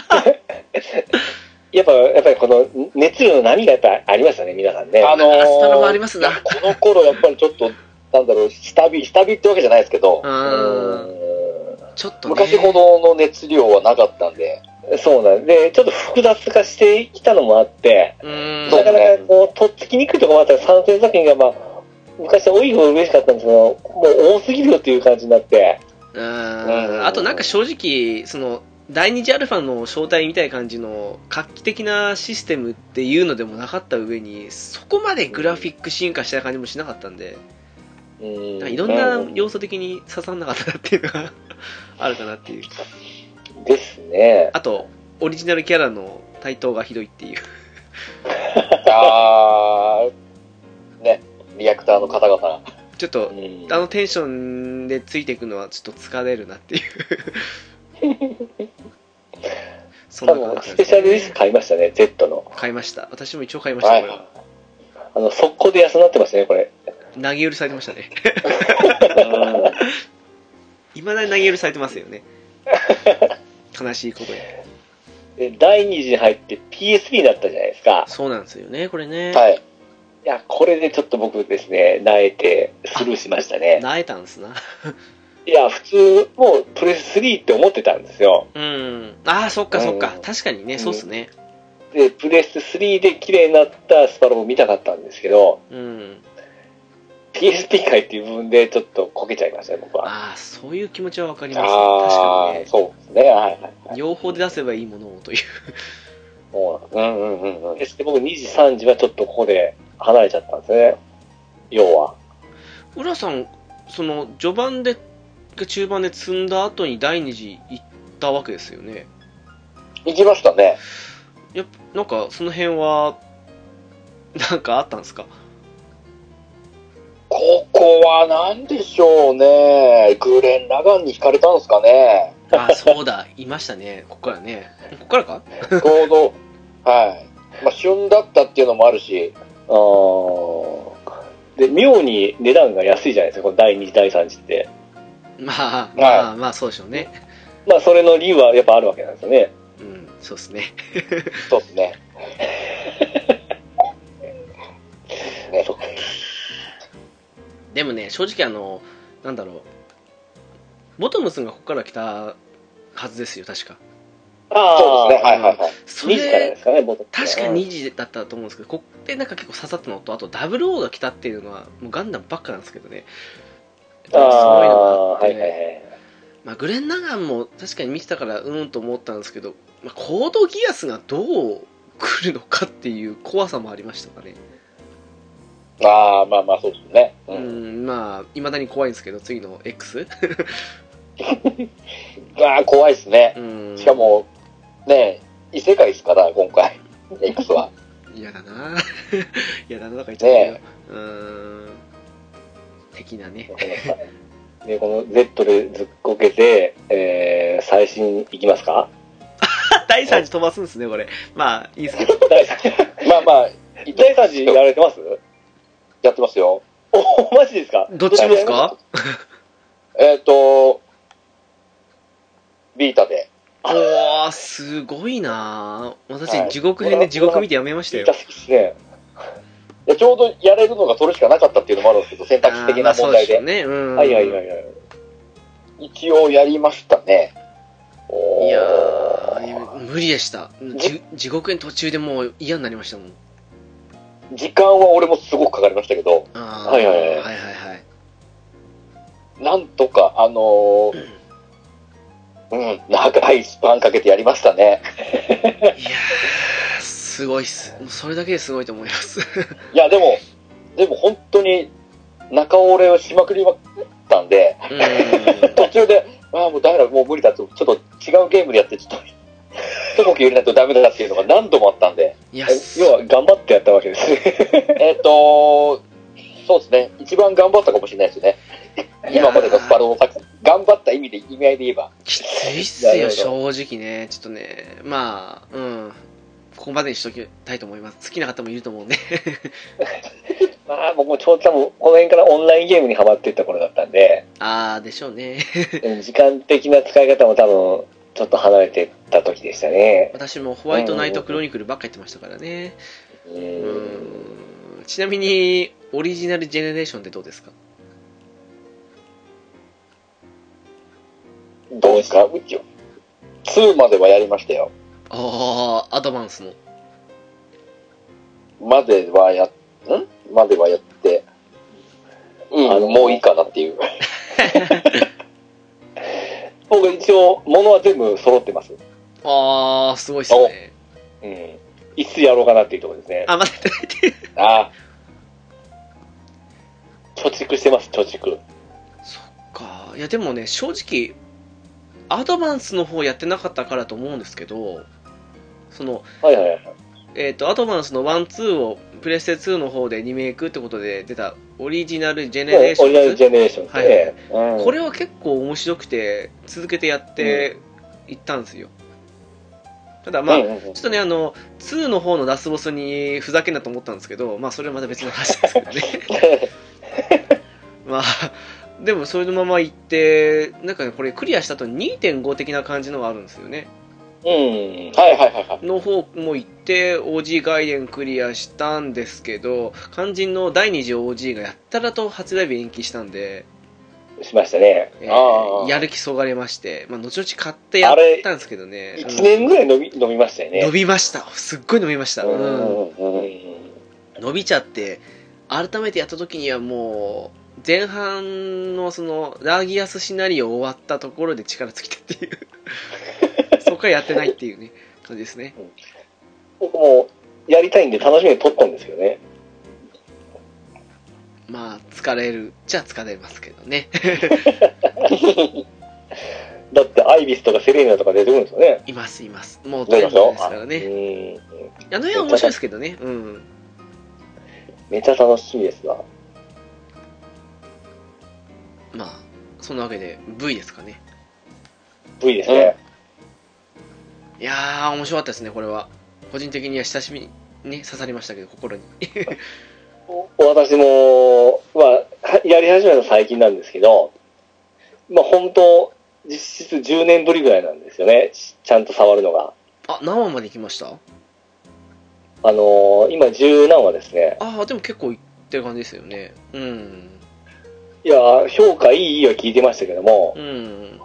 B: やっぱ、やっぱりこの熱量の波がやっぱありますよね、皆さんね。
C: あの
A: アスタロ
C: ー、
A: もありますな、
C: この頃やっぱりちょっと、なんだろう、下火、下火ってわけじゃないですけど、
A: あーちょっとね、
C: 昔ほどの熱量はなかったんで、
B: そうなんで、ちょっと複雑化してきたのもあって、
A: うん、
C: そ
B: な
C: う
B: かなかこう、とっつきにくいとこもあったら、参戦作品が、まあ、昔は多い方が嬉しかったんですけど、もう多すぎるよっていう感じになって、
A: うんあとなんか正直、その第二次アルファの正体みたいな感じの画期的なシステムっていうのでもなかった上に、そこまでグラフィック進化した感じもしなかったんで。
B: うん
A: なんかいろんな要素的に刺さんなかったなっていうのが あるかなっていう。
B: ですね。
A: あと、オリジナルキャラの台頭がひどいっていう。
C: あー、ね、リアクターの方々。
A: ちょっと、
B: うん
A: あのテンションでついていくのはちょっと疲れるなっ ていう。そん
B: 多
A: な感
B: 分、
A: じで
B: スペ
A: す
B: シャル
A: ね、
B: リスク買いましたね、Z の。
A: 買いました。私も一応買いました、
C: はい
A: これは。
B: あの、速攻で安くなってましたね、これ。
A: 投げ売りされてました ね。いまだに投げ売りされてますよね。悲しいことに。
B: で第2次に入って PSP になったじゃないですか。
A: そうなんですよね、これね。
C: はい。
B: いや、これでちょっと僕ですね、萎えてスルーしましたね。
A: なえたんすな。
B: いや、普通、もうプレステ3って思ってたんですよ。
A: うん。ああ、そっかそっか
B: う。ん
A: 確かにね、そうっすね。
B: で、プレステ3で綺麗になったスパロボ見たかったんですけど、
A: うん。
B: PSP 界っていう部分でちょっとこけちゃいましたね、僕は。
A: ああ、そういう気持ちはわかります、ね。確
C: あ
A: かに
C: ー、
A: ね。
C: そうです
B: ですね。はいはい。
A: 両方で出せばいいものをという。
B: そう
C: うんうんうんうん。
B: ですで、僕2時、3時はちょっとここで離れちゃったんですね。要は。
A: 浦さん、その、序盤で、中盤で積んだ後に第二次行ったわけですよね。
C: 行きましたね。
A: やっぱなんか、その辺は、なんかあったんですか
C: ここは何でしょうね。グレン・ラガンに惹かれたんですかね。
A: あ、そうだ、いましたね。ここからね。ここからか
C: 行動。はい。まあ、旬だったっていうのもあるし。
B: あーで、妙に値段が安いじゃないですか、この第2次、第3次って。
A: まあ、まあ、まあ、そうでしょうね。
B: まあ、それの理由はやっぱあるわけなんですよね。
A: うん、そうですね。
C: そうです ね。ね
A: でもね、正直あの、なんだろう。ボトムスがここから来たはずですよ、確か。
B: あ
C: そうですね。はいはいはい。
A: そ
B: 2時からで
A: れ、
B: すかね、僕
A: 確か2時だったと思うんですけど、ここでなんか結構刺さったのと、あと WO が来たっていうのは、もうガンダムばっかなんですけどね。
B: あ
A: そういうのがあっ
B: あー、
A: て、
B: はいはいはい。
A: まあ、グレン・ラガンも確かに見てたからうーんと思ったんですけど、まあ、コードギアスがどう来るのかっていう怖さもありましたかね、
C: ああ、まあまあそうですね。う。
A: うんん、まあいまだに怖いんですけど次の X
C: ああ、怖いですね。
A: うん
C: しかも、ね異世界ですから、今回。X は。
A: 嫌だな 嫌だなとか言っちゃったけど、うーん的なね
B: で、この Z でずっこけて、えー、最新いきますか
A: あ 第3次飛ばすんですねこれまあいいですけ ど
B: 第3次、
C: まあまあ、
B: 第3次やられてます
C: やってますよ。
B: お、マジですか
A: どっちですか
C: えっ、と、ビータで。
A: おーすごいな私、
B: はい
A: 地獄編で地獄見てやめました
B: 聞い
A: よ
B: た好きですね。
C: いやちょうどやれるのがそれしかなかったっていうのもあるんですけど、選
A: あ
C: 択肢
A: ー
C: 的
A: まあ
C: な
A: そ
C: 問
A: うで
C: 題
A: すよ
C: で。
A: ねうん
B: はいはいはいはい。
C: 一応やりましたね。
A: い
C: お
A: や
C: ー
A: ー、無理でした。じ地獄園途中でもう嫌になりましたもん。
C: 時間は俺もすごくかかりましたけど、
A: あー
B: はいはいはい
A: はいはいはい
C: なんとか、あのーうん、長いスパンかけてやりましたね。
A: いやー、すごいっす。もうそれだけですごいと思い ます。
C: いや、でも、でも本当に中折れをしまくりまくったんで、
A: うーん
C: 途中で、ああ、もうダメだ、もう無理だと、ちょっと違うゲームでやって、ちょっと、一呼吸入れないとダメだっていうのが何度もあったんで、
A: いや、
B: え要は頑張ってやったわけですね。
C: えっと、そうですね、一番頑張ったかもしれないですね。今までのスパロー作戦、頑張った意味で、意味合いで言えば。
A: きついっすよ、
C: なる
A: 正直ね。ちょっとね、まあ、うん。ここまでにしときたいと思います。好きな方もいると思うんで。
B: まあ僕もちょうちゃんもこの辺からオンラインゲームにハマっていった頃だった んで、
A: あー、でしょうね。
B: うん時間的な使い方も多分、ちょっと離れてった時でしたね。
A: 私もホワイトナイトクロニクルばっか言ってましたからね。
B: う
A: う
B: ーん。
A: ーん。ちなみに、オリジナルジェネレーションってどうですか
C: どうですかうちは2まではやりましたよ。
A: ああ、アドバンスの。
C: まではや、んまではやって、うん、
B: あ
C: あ
B: の
C: の、もういいかなっていう。
B: 僕一応、物は全部揃ってます。
A: ああ、すごいっすね。
B: うん。いつやろうかなっていうところですね。
A: あ、待って、待って。
C: あ
B: 貯蓄してます、貯蓄。
A: そっか。いや、でもね、正直、アドバンスの方やってなかったからと思うんですけど、その、
B: はいはいはい。
A: えっ、と、アドバンスの1、2をプレステ2の方でリメイクってことで出たオリジナルジェネレーシ
B: オリジナ
A: ョ
B: ル
A: ン
B: ジェネレーション
A: はいはい
B: で、うん
A: これは結構面白くて、続けてやっていったんですよ。ただまあ、
B: うんうんうん
A: ちょっとね、あの、2の方のラスボスにふざけんなと思ったんですけど、まあ、それはまた別の話ですけ どね。まあ、でもそれのまま行って、なんかね、これクリアした後に2.5的な感じのがあるんですよね。
B: うん。
C: あ、はいはいはいはい。
A: の方も行って、OG 外伝クリアしたんですけど、肝心の第2次 OG がやったらと発売日延期したんで、
B: しましたね。
A: え
C: あ
A: ー、
C: ー
A: やる気そがれまして、まあ、後々買ってやっ
B: あれ
A: たんですけどね。うん
B: 1年ぐらい伸び伸びましたよね。
A: 伸びました。すっごい伸びました。うん
B: うんうんうん
A: 伸びちゃって、改めてやった時にはもう、前半のそのラーギアスシナリオ終わったところで力尽きたっていうそこからやってないっていうね感じですね
B: 僕もやりたいんで楽しみに撮ったんですけどね。
A: まあ疲れるじゃあ疲れますけどね
B: だってアイビスとかセレーナとか出てくるんですよね。
A: いますいますもう
B: 出
A: トリ
B: てますよ
A: コですからね
B: うん。
A: あの絵は面白いですけどねうん
B: めっちゃ楽しみですな。
A: まあそんなわけで V ですかね
B: V ですね。
A: いやー面白かったですねこれは個人的には親しみにね刺さりましたけど心に
B: 私も、まあ、はやり始めたの最近なんですけど、まあ本当、実質10年ぶりぐらいなんですよね。ちちゃんと触るのが。
A: あ何話まで行きました
B: あのー今10何話ですね。
A: ああでも結構いってる感じですよねうん
B: いや、評価いいいいは聞いてましたけども、
A: うん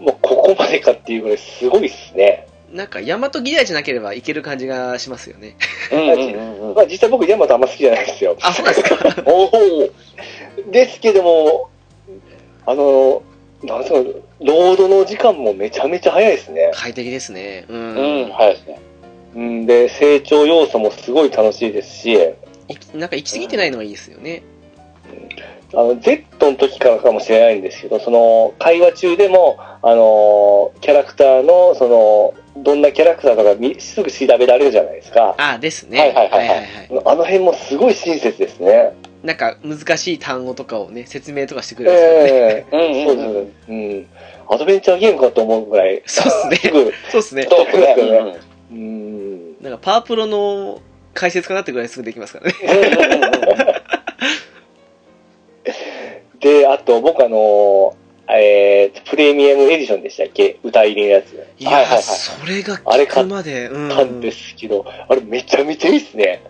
B: もうここまでかっていうぐらいすごいっすね。
A: なんか大和ギダイじゃなければいける感じがしますよね
C: うんうんうんうん
B: まあ実際僕ヤマトあんま好きじゃないですよ。
A: あそうなん ですか
B: おおですけども、あのー、なんすか、ロードの時間もめちゃめちゃ早いですね。
A: 快適ですねうん、
C: うん、早いですね。
B: うんで、成長要素もすごい楽しいですし、
A: いきなんか行き過ぎてないのはいいですよね
B: あの、Z の時からかもしれないんですけど、その、会話中でも、あのー、キャラクターの、その、どんなキャラクターとかみすぐ調べられるじゃないですか。
A: ああですね
C: はいはいはいはい
A: い
B: あの辺もすごい親切ですね。
A: なんか難しい単語とかをね説明とかしてくれるんですよね、
B: え
C: う
B: え
C: ん
B: そううん
C: うん。
B: ですね。うん。アドベンチャーゲームかと思うぐらい、
A: そうです
B: す
A: ね
B: ぐ、
A: そうですね
C: そうですね。うんうん
B: うん。
A: なんかパワープロの解説かなってぐらいすぐできますからね
B: で、あと、僕あのー、えー、プレミアムエディションでしたっけ歌入りのやつ。
A: いや、
C: はいはいはい
A: それが
B: あれ
A: 聞
B: 買
A: くまでう
B: なん
A: ん
B: ですけど、あれめちゃめちゃいいっすね。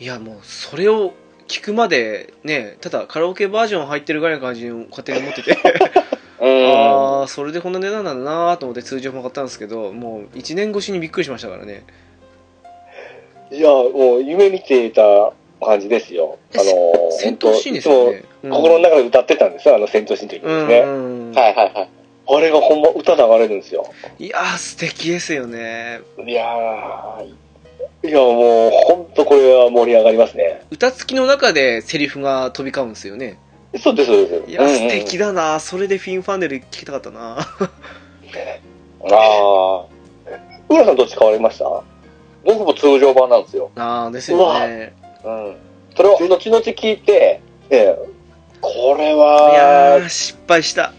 A: いやもうそれを聞くまでねただカラオケバージョン入ってるぐらいの感じを勝手に思ってて
C: うん。
A: ああそれでこんな値段なんだなと思って通常も買ったんですけどもう1年越しにびっくりしましたからね
B: いや、もう夢見ていた感じですよ。あ
A: え
B: のー、
A: 戦闘シーンですよね
B: 本当心の中で歌ってたんですよ、あの戦闘シーンの時に
A: うん
B: ですね。
A: うん
C: はいはいはい。
B: あれがほんま歌流れるんですよ。
A: いやー素敵ですよね
B: いやー、いやもう、ほんとこれは盛り上がりますね。
A: 歌付きの中でセリフが飛び交うんですよね
B: そうです、そうです。
A: いや
C: うんうん
A: 素敵だなそれでフィンファンネル聞きたかったな
C: ああ。
B: 浦さんどっち買われました
C: 僕も通常版なんですよ。
A: ああですよね
C: うん。それを後々聞いて、
B: え
C: これ
A: いや
C: は
A: ー、失敗した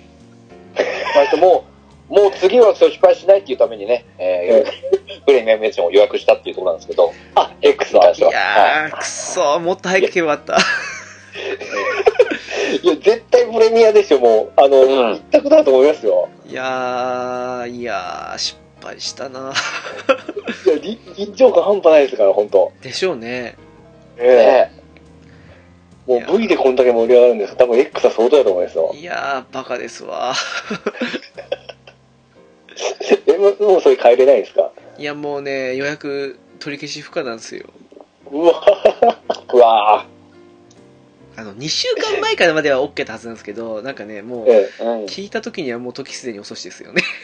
C: 失敗してもう、もう次は失敗しないっていうためにね、えー、プレミアムエディションを予約したっていうところなんですけど、あ、X の
A: い
C: 話は。は
A: やーくそーもっと早く聞けばよかった
B: えいや、絶対プレミアでしょ、もう。あの、
C: うん
B: 一択だと思いますよ。
A: いやー、いやー、失敗したな。
B: いや、り臨場感半端ないですから、ほんと。
A: でしょうね。
C: い。
B: え
C: ね
B: えもう V でこんだけ盛り上がるんです多分 X は相当だと思いますよ。
A: いやー、バカですわ。
B: え、もうもうそれ変えれないですか
A: いや、もうね、予約取り消し不可なんですよ。
B: うわ
C: うわ
A: あの、2週間前からまでは OK だったはずなんですけど、なんかね、もう、
B: ええ
C: ーうん。
A: 聞いた時にはもう時すでに遅しですよね。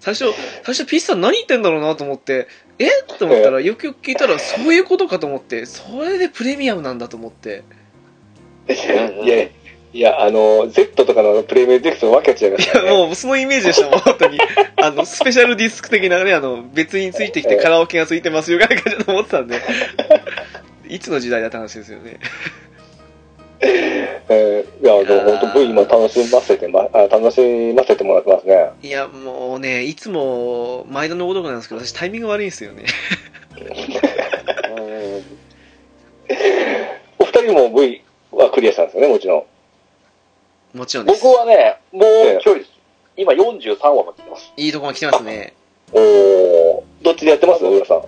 A: 最初、最初、ピースさん何言ってんだろうなと思って、えと思ったら、よくよく聞いたら、そういうことかと思って、それでプレミアムなんだと思って。
C: うんうん
B: いや、いや、あの、Z とかのプレミアムディスクとわけが違いますから、ね。
A: もう、そのイメージでしたもん、本当に。あの、スペシャルディスク的なね、あの、別についてきてカラオケがついてますよ、ぐらいかと思ってたんで。いつの時代だって話ですよね。
B: えーいや、でも本当 V 今楽しませて、ま、あ楽しませてもらってますね。
A: いや、もうね、いつも、毎度のごとくなんですけど、私タイミング悪いんですよね。
B: お二人も V はクリアしたんですよね、もちろん。
A: もちろんです
C: 僕。はね、もうちょいです。今43話まで来てます。
A: いいとこまで来てますね。
B: おーどっちでやってます浦さん。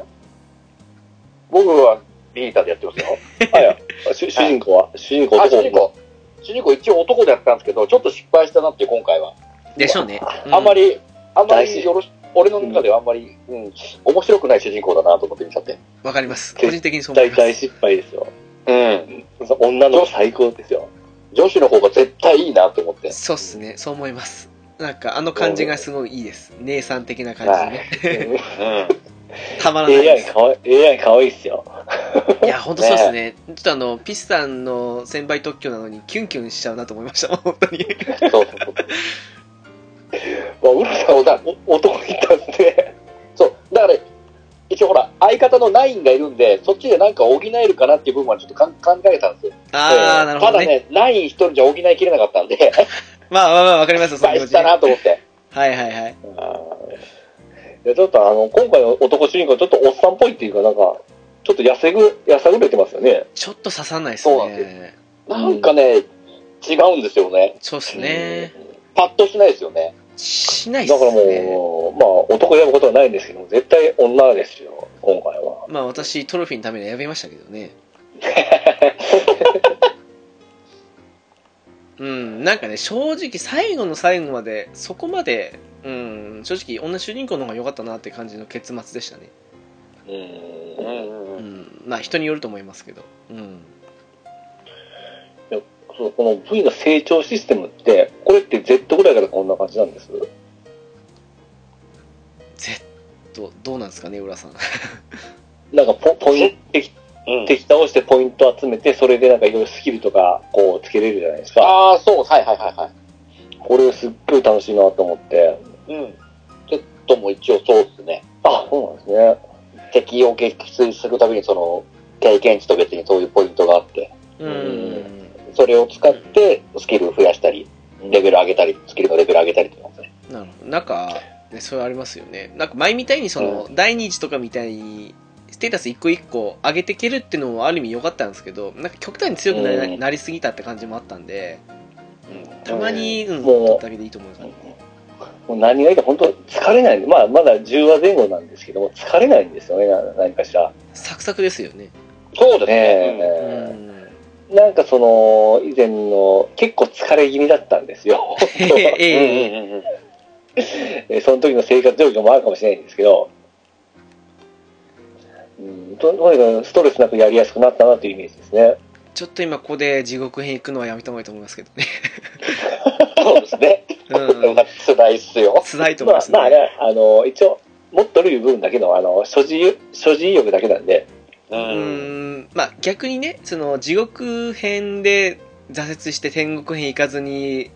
C: 僕はリーターでやってますよ。
B: あ、いや、 主主人公は、主人公
C: あ、
B: 男
C: 主
B: の
C: 人
B: 子
C: 公。主人公一応男でやったんですけど、ちょっと失敗したなって今回は。
A: でしょうね。
C: あんま
A: り。
C: り、あんま
B: 大
C: り
B: 事
C: よろし、俺の中ではあんまり、うん、面白くない主人公だなと思って見ちゃって。
A: わかります。個人的にそう思
B: 大
A: います。
B: 体失敗ですよ。
C: うん。
B: その女の子最高ですよ。
C: 女子の方が絶対いいなと思って。
A: そうっすね、そう思います。なんか、あの感じがすごいいいです。姉さん的な感じね。
C: うん。
A: たまらないで
B: AI
A: す。
B: かわい AI かわいいっすよ。
A: いや、ほんとそうですね。ちょっとあの、ピスさんの先輩特許なのに、キュンキュンしちゃうなと思いました、 本当に。
C: そうそうそう。
B: まあ、ウルフさんもだお男いたんで、
C: そう。だから、一応ほら、相方のナインがいるんで、そっちでなんか補えるかなっていう部分はちょっとかん考えたんですよ。
A: あー、
C: えー
A: なるほどね。
C: ただね、ナイン一人じゃ補いきれなかった んで、
A: まあまあまあ、わかりますよ、そ
C: 失
A: の
C: 敗
A: 気持
C: し
A: ちね。は
C: た
A: い
C: なと思って。
A: はいはい。
B: いやちょっとあの、今回の男主人公ちょっとおっさんっぽいっていうか、なんか、ちょっと痩せぐ、痩せぐれてますよね。
A: ちょっと刺さないです
C: そうなん
A: ね。
C: なんかね、違うんですよね。
A: そうっすね。
C: パッとしないですよね。。
A: しないっ
B: だ
A: す
B: から
A: ね。
B: もう、まあ、男選ぶことはないんですけども、絶対女ですよ、今回は。
A: まあ私、トロフィーのために選びましたけど ね。うん、なんかね、正直最後の最後まで、そこまで、うん、正直女主人公の方が良かったなって感じの結末でしたね。
B: うん。
A: うんん、まあ人によると思いますけど。うん。
B: そうこの V の成長システムって、これって Z ぐらいからこんな感じなんです。
A: Z、どうなんですかね、浦さん。
B: なんかポポイント、敵
C: うん
B: 敵倒してポイント集めて、それでなんかいろいろスキルとか、こう、つけれるじゃないですか。
C: ああ、そう、はいはいはいは
B: これすっごい楽しいなと思って。
C: い。うん。ちょっとも一応そうですね。
B: あ、そうなんですね。
C: 敵を撃墜するたびに、その、経験値と別にそういうポイントがあって、
A: うん。
C: それを使ってスキルを増やしたり、レベル上げたり、スキルのレベル上げたりってことね。
A: なるほど。なんか、ね、それありますよね。なんか前みたいにその、第二次とかみたいに、ステータス一個一個上げていけるっていうのもある意味良かったんですけど、なんか極端に強くなり,、
B: うん
A: なりすぎたって感じもあったんで、
C: う
A: たまに、うん、
B: もう
A: 取っただけでいいと思います。
B: もう何がいいか本当疲れないんで、まあまだ10話前後なんですけども、疲れないんですよね、な何かしら。
A: サクサクですよね。
C: んそうです
B: ね
C: ね。
B: え
A: うん
B: なんかその、以前の結構疲れ気味だったんですよ。
A: ええ
C: うん
A: ええ
C: うんうんうん
B: えー その時の生活状況もあるかもしれないんですけど、うん、ととにかくストレスなくやりやすくなったなというイメージですね。
A: ちょっと今ここで地獄編行くのはやめた方がいいと思いますけど ね。
C: そうですね。
A: うん。
C: 辛いっすよ。
A: 辛いと思い
B: ま
A: ま
B: あ
A: す、ね。
B: まあね、あの、一応、持っとるいう部分だけの、あの、所持、所持欲だけなんで、
A: う
C: う
A: ーんまあ逆にねその地獄編で挫折して天国編行かずに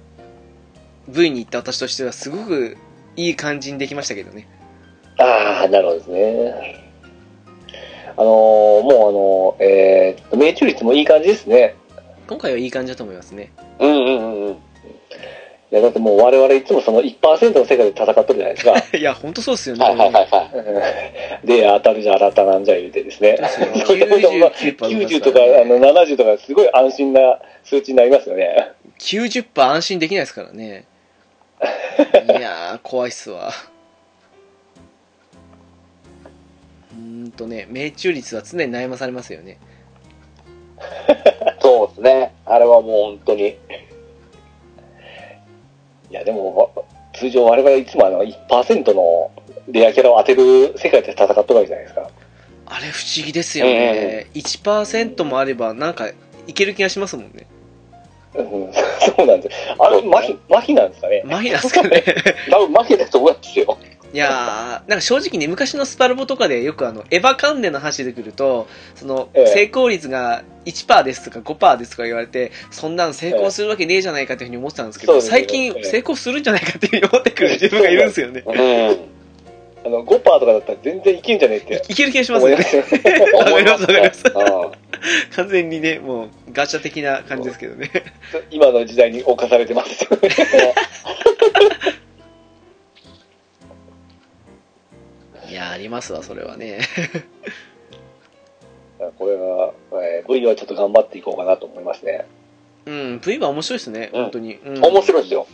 A: V に行った私としてはすごくいい感じにできましたけどね
B: ああ、なるほどですね。あのーもうあのー、えーっと、命中率もいい感じですね。
A: 今回はいい感じだと思いますね
C: うんうんうん。
B: いや、だってもう我々いつもその1%の世界で戦ってるじゃない ですか。
A: いや本当そうっすよね、
C: はいはいはいはい。
B: うん で、当たるじゃ当たらんじゃ言うてです ね。
A: これ99%パー
B: 90とかあの70とかすごい安心な数値になりますよね。
A: 90%安心できないですからね いやー怖いっすわうーんとね命中率は常に悩まされますよね
C: そうですね。あれはもう本当に。
B: いや、でも、通常我々いつもあの1%のレアキャラを当てる世界で戦っとるわけじゃないですか。
A: あれ不思議ですよね、1%もあればなんかいける気がしますもんね
B: うん そうなんです。あれ、麻痺、麻痺なんですかね。
A: マヒなんですか ね
C: 多分負けたと思うんですよ。
A: いやーなんか正直ね昔のスパルボとかでよくあのエヴァ関連の話出てくるとその
B: ええ
A: 成功率が1%ですとか5%ですとか言われてそんなん成功するわけねえじゃないかというふうに思ってたんですけど、
B: そうですね
A: 最近
B: ええ
A: 成功するんじゃないかっていうふうに思ってくる 自分がいるんですよね
C: うん。
B: あの、5%とかだったら全然いけんじゃねえって
A: いける気がします
B: 思い
A: よ
B: ま
A: ね
B: すよね。
A: わかりますわかります
C: うん
A: 完全にねもうガチャ的な感じですけど ね
B: 今の時代に侵されて ますよね。
A: いやーありますわそれはね
B: これは、えー V はちょっと頑張っていこうかなと思いますね。
A: うん V は面白いですね
C: うん
A: 本当に、うん
C: 面白いですよ。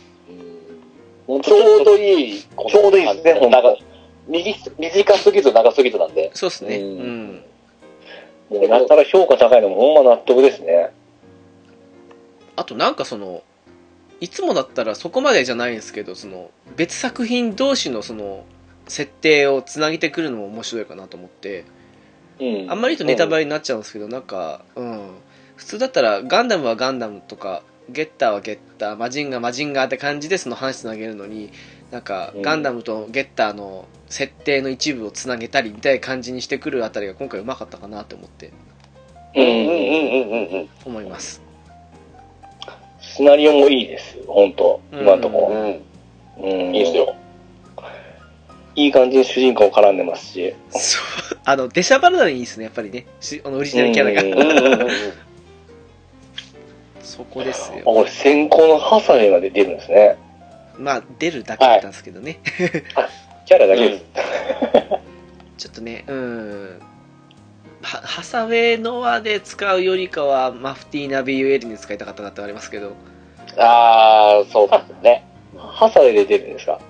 B: 本当
C: ちょうどいい。ち
B: ちょうどいいですねほんと
C: 長右す短すぎず長すぎずなんで。
A: そうですね
B: うん
A: うん
B: もう、なったら評価高いのもほんま納得ですね。
A: あとなんかそのいつもだったらそこまでじゃないんですけどその別作品同士のその設定をつなげてくるのも面白いかなと思って
B: うん
A: あんまり言うとネタバレになっちゃうんですけど、なんか、うん、普通だったら、ガンダムはガンダムとか、ゲッターはゲッター、マジンガーマジンガーって感じでその話つなげるのに、なんか、
B: うん
A: ガンダムとゲッターの設定の一部をつなげたりみたいな感じにしてくるあたりが今回うまかったかなと思って、
B: うんうんうんうんうん。
A: 思います。
B: シナリオもいいです、本当
A: うん
B: 今んとこ。
C: うん。
B: うん。
C: いいですよ。
B: いい感じに主人公絡んでますし。
A: そう、 あの、出しゃばらないいいですね、やっぱりね。しあのオリジナルキャラ
B: うん
A: が。
C: うんうんうん。
A: そこです
B: あ、
A: よ。
B: これ先行のハサウェイが出てるんですね。
A: まあ、出るだけだったんですけどね。
B: キャラだけです。
A: ちょっとね、うん。はハサウェイノアで使うよりかは、マフティーナ・ビーユエルに使いたかったなってはありますけど、
C: ああ、そうですね。
B: ハサウェイで出るんですか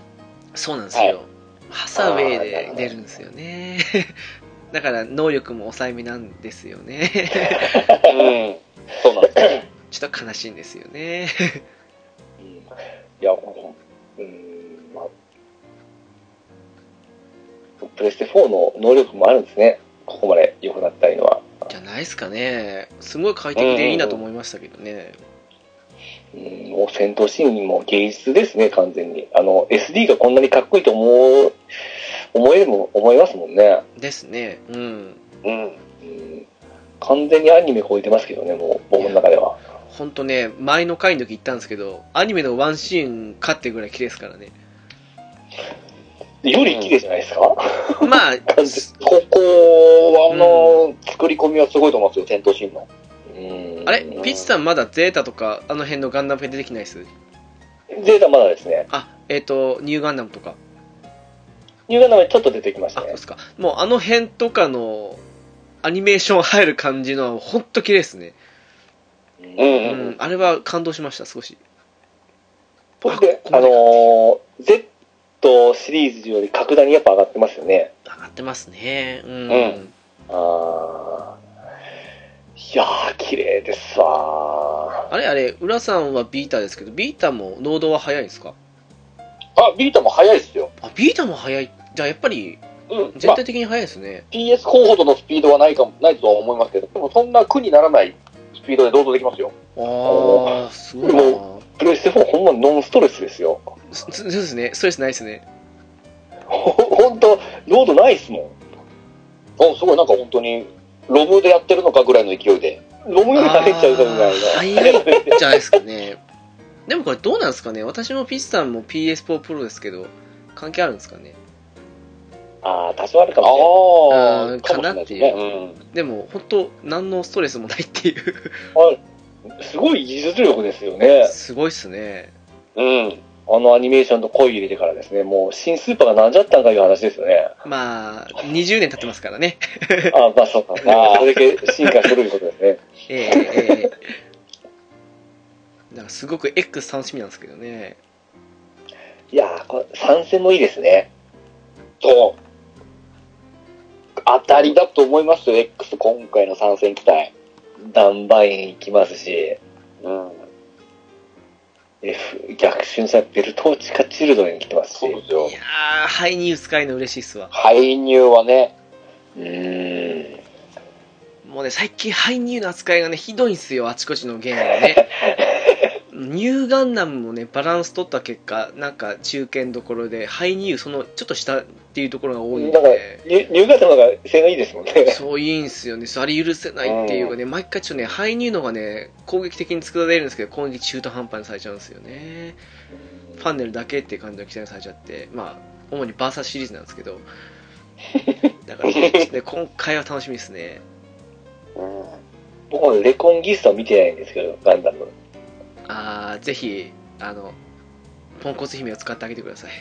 A: そうなんですよ。
C: は
A: ハサウェイ
C: あーなる
A: で
C: ほど
A: 出るんですよね。 だから、能力も抑えめなんですよね。
C: うん。そうなんですね。
A: ちょっと悲しいんですよね。
B: いや、こううん、まあ、プレステ4の能力もあるんですね。ここまで良くなったいうのは。
A: じゃないですかね。すごい快適でいいなと思いましたけどね。
B: うん、もう戦闘シーンも芸術ですね、完全に。あの、SD がこんなにかっこいいと思う、思えるも、思いますもんね。
A: ですね。うん。
C: うん。
B: うん、完全にアニメ超えてますけどね、もう、僕の中では。
A: ほんとね、前の回の時言ったんですけど、アニメのワンシーンかってぐらい綺麗ですからね。
B: より綺麗じゃないですか、
A: まあ、
B: 完全
C: ここは、あの、作り込みはすごいと思いますよ、戦闘シーンの。
A: あれ
B: うん
A: ピッチさんまだゼータとかあの辺のガンダム編出てきないっす
B: ゼータまだですね。
A: あえっ、とニューガンダムとか
B: ニューガンダムにちょっと出てきまし
A: あ
B: た
A: そう
B: ね
A: っ。すかもうあの辺とかのアニメーション入る感じのはほんと綺麗ですね、
C: う
B: うん
A: うん
C: うん
A: ん、あれは感動しました少し
B: これで、
A: あ
B: あのー、Z シリーズより格段にやっぱ上がってますよね。
A: 上がってますねうん、
C: うん
B: あーいやー、綺麗ですわ
A: あれあれ浦さんはビータですけどビータも濃度は早いんですか
C: あ、ビータも早いですよ。
A: あビータも早いじゃあやっぱり
C: うん。
A: 全体的に早いですね、
C: PS4 ほどのスピードはないかも、ないとは思いますけど、でもそんな苦にならないスピードで同動できますよ。
A: ああすごいな
B: ー。プレステ4ほんまノンストレスですよ。
A: そそうですねストレスないですね
B: ほほんと、ロードないっすも
C: お、すごい、なんか本当に、ロブでやってるのかぐらいの勢いで。
B: ん。ロムより入っちゃうかも
A: あ
B: ない
A: ー早いんじゃないですかね。でもこれどうなんですかね私もピッチさんも PS4 Pro ですけど、関係あるんですかね
B: ああー、多少あるか
C: あ
B: もね。
A: あー
C: あ、
A: かなっていう
C: かもしれないですね。
A: でも、本当何のストレスもないっていう。
B: すごい技術力ですよね。
A: すごいっすね。
C: うん。うん。
B: あのアニメーションと声入れてからですね、もう新スーパーがなんじゃったんかいう話ですよ ね。
A: まあ、20年経ってますからね。
B: あまあそうか。 まあ、それだけ進化するいうことですね。
A: ええええなんかすごく X 楽しみなんですけどね。
B: いやー、これ参戦もいいですね。
C: そう。当たりだと思いますよ、X、今回の参戦期待。
B: ダンバイン行きますし、
C: うん。
B: F、逆襲者ベルトーチカチルドに来てますし。
C: そうで
B: う
C: すよ
A: い。やー、ハイニュース使いの嬉しいっすわ。
C: 介入はね、
B: ーん。
A: もうね、最近ハイニューの扱いがね、ひどいんすよ、あちこちのゲームはね。ニューガンダムもね、バランス取った結果、なんか中堅どころで、ハイニュー、そのちょっと下っていうところが多いん
B: なんか
A: で、、
B: ニュニューガンダムが性能いいですもんね。
A: そういいんすよね、それあれ許せないっていうかね、毎回ちょっとね、ハイニューの方がね、攻撃的に作られるんですけど、攻撃中途半端にされちゃうんですよね。ファンネルだけっていう感じの期待がされちゃって、まあ、主にバーサスシリーズなんですけど、だから、ね、今回は楽しみですね。
B: 僕もレコンギスタを見てないんですけど、ガンダム。
A: あーぜひあのポンコツ姫を使ってあげてく ださい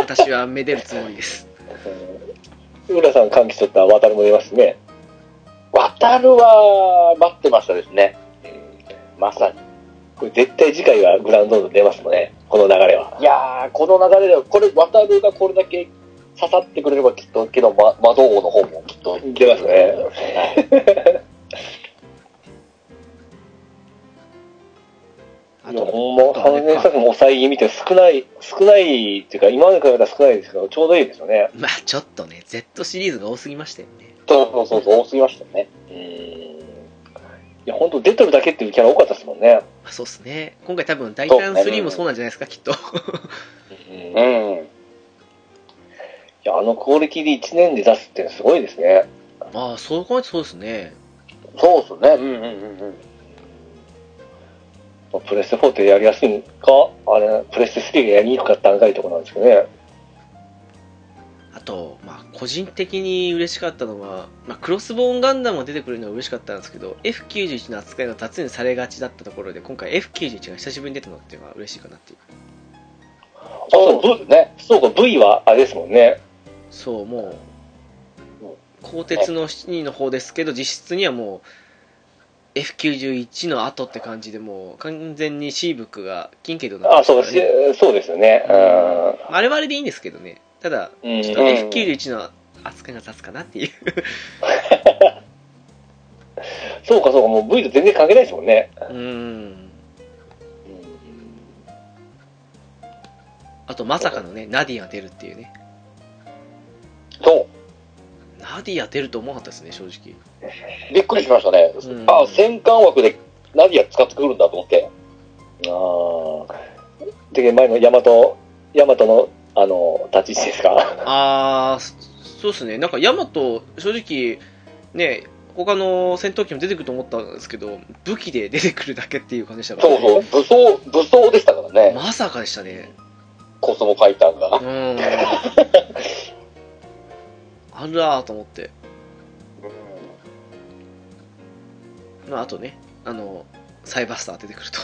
A: 私はめでるつもりです
B: うん浦さん歓喜しとったら渡るも出ますね。
C: 渡るは待ってましたですね。まさに。
B: これ絶対次回はグラウンドで出ますもんね。この流れは。
C: いやー、この流れでは、これ、渡るがこれだけ刺さってくれれば、きっと、けど、ま、魔道王の方もきっと。
B: 出ますね。
C: はい
A: あ
B: いや、
A: と、
B: ほんま、3年作も抑え気味って少ない、少ないっていうか、今まで比べたら少ないですけど、ちょうどいいですよね。
A: まあちょっとね、Z シリーズが多すぎましたよね。
D: そうそうそう、多すぎましたよね。
B: いや、ほんと出てるだけっていうキャラ多かったですもんね。
A: まあ、そうっすね。今回多分、ダイタン3もそうなんじゃないですか、きっと。
B: い
D: うん。
B: や、あのクオリティで1年で出すってすごいですね。
A: まあ、そう考えてそうですね。
D: そうっすね。うんうんうんうん。
B: まあプレステ4ってやりやすいんか、あれ、プレステ3がやりにくかったんかいとこなんですけどね。
A: あと、まあ、個人的に嬉しかったのは、まあ、クロスボーンガンダムも出てくるのは嬉しかったんですけど、F91 の扱いが雑にされがちだったところで、今回 F91 が久しぶりに出たのっていうのは嬉しいかなっていう。
B: あ、そう、V、ね。そうか、V はあれですもんね。
A: そう、もう、鋼鉄の7の方ですけど、実質にはもう、F91 の後って感じで、もう完全にシーブックが金系となって
B: あ、
A: ますか
B: そう、
A: ら
B: しそうですよね。うん。
A: まああれはあれでいいんですけどね。ただ、
B: うん
A: ちょっと F91 の扱いが立つかなっていう。
B: そうか、そうか、もう V と全然関係ないですもんね。
A: うん。あと、まさかのね、ナディア出るっていうね。
D: そ
A: ナディア出ると思わなかったですね、正直。
D: う。びっくりしましたね。
A: うん
D: あ、戦艦枠でナディア使ってくるんだと思って。
B: ああ。で、前のヤマト、ヤマトの、あの、立ち位置ですか。
A: あー、そそうですね。なんか、ヤマト、正直、ね、他の戦闘機も出てくると思ったんですけど、武器で出てくるだけっていう感じでしたから、
D: そう
A: ね。
D: そう。武装、武装でしたからね。
A: まさかでしたね。
D: コスモカイタンが
A: う。ん。あらーと思って。まあ、あとね、あの、サイバスター出てくると。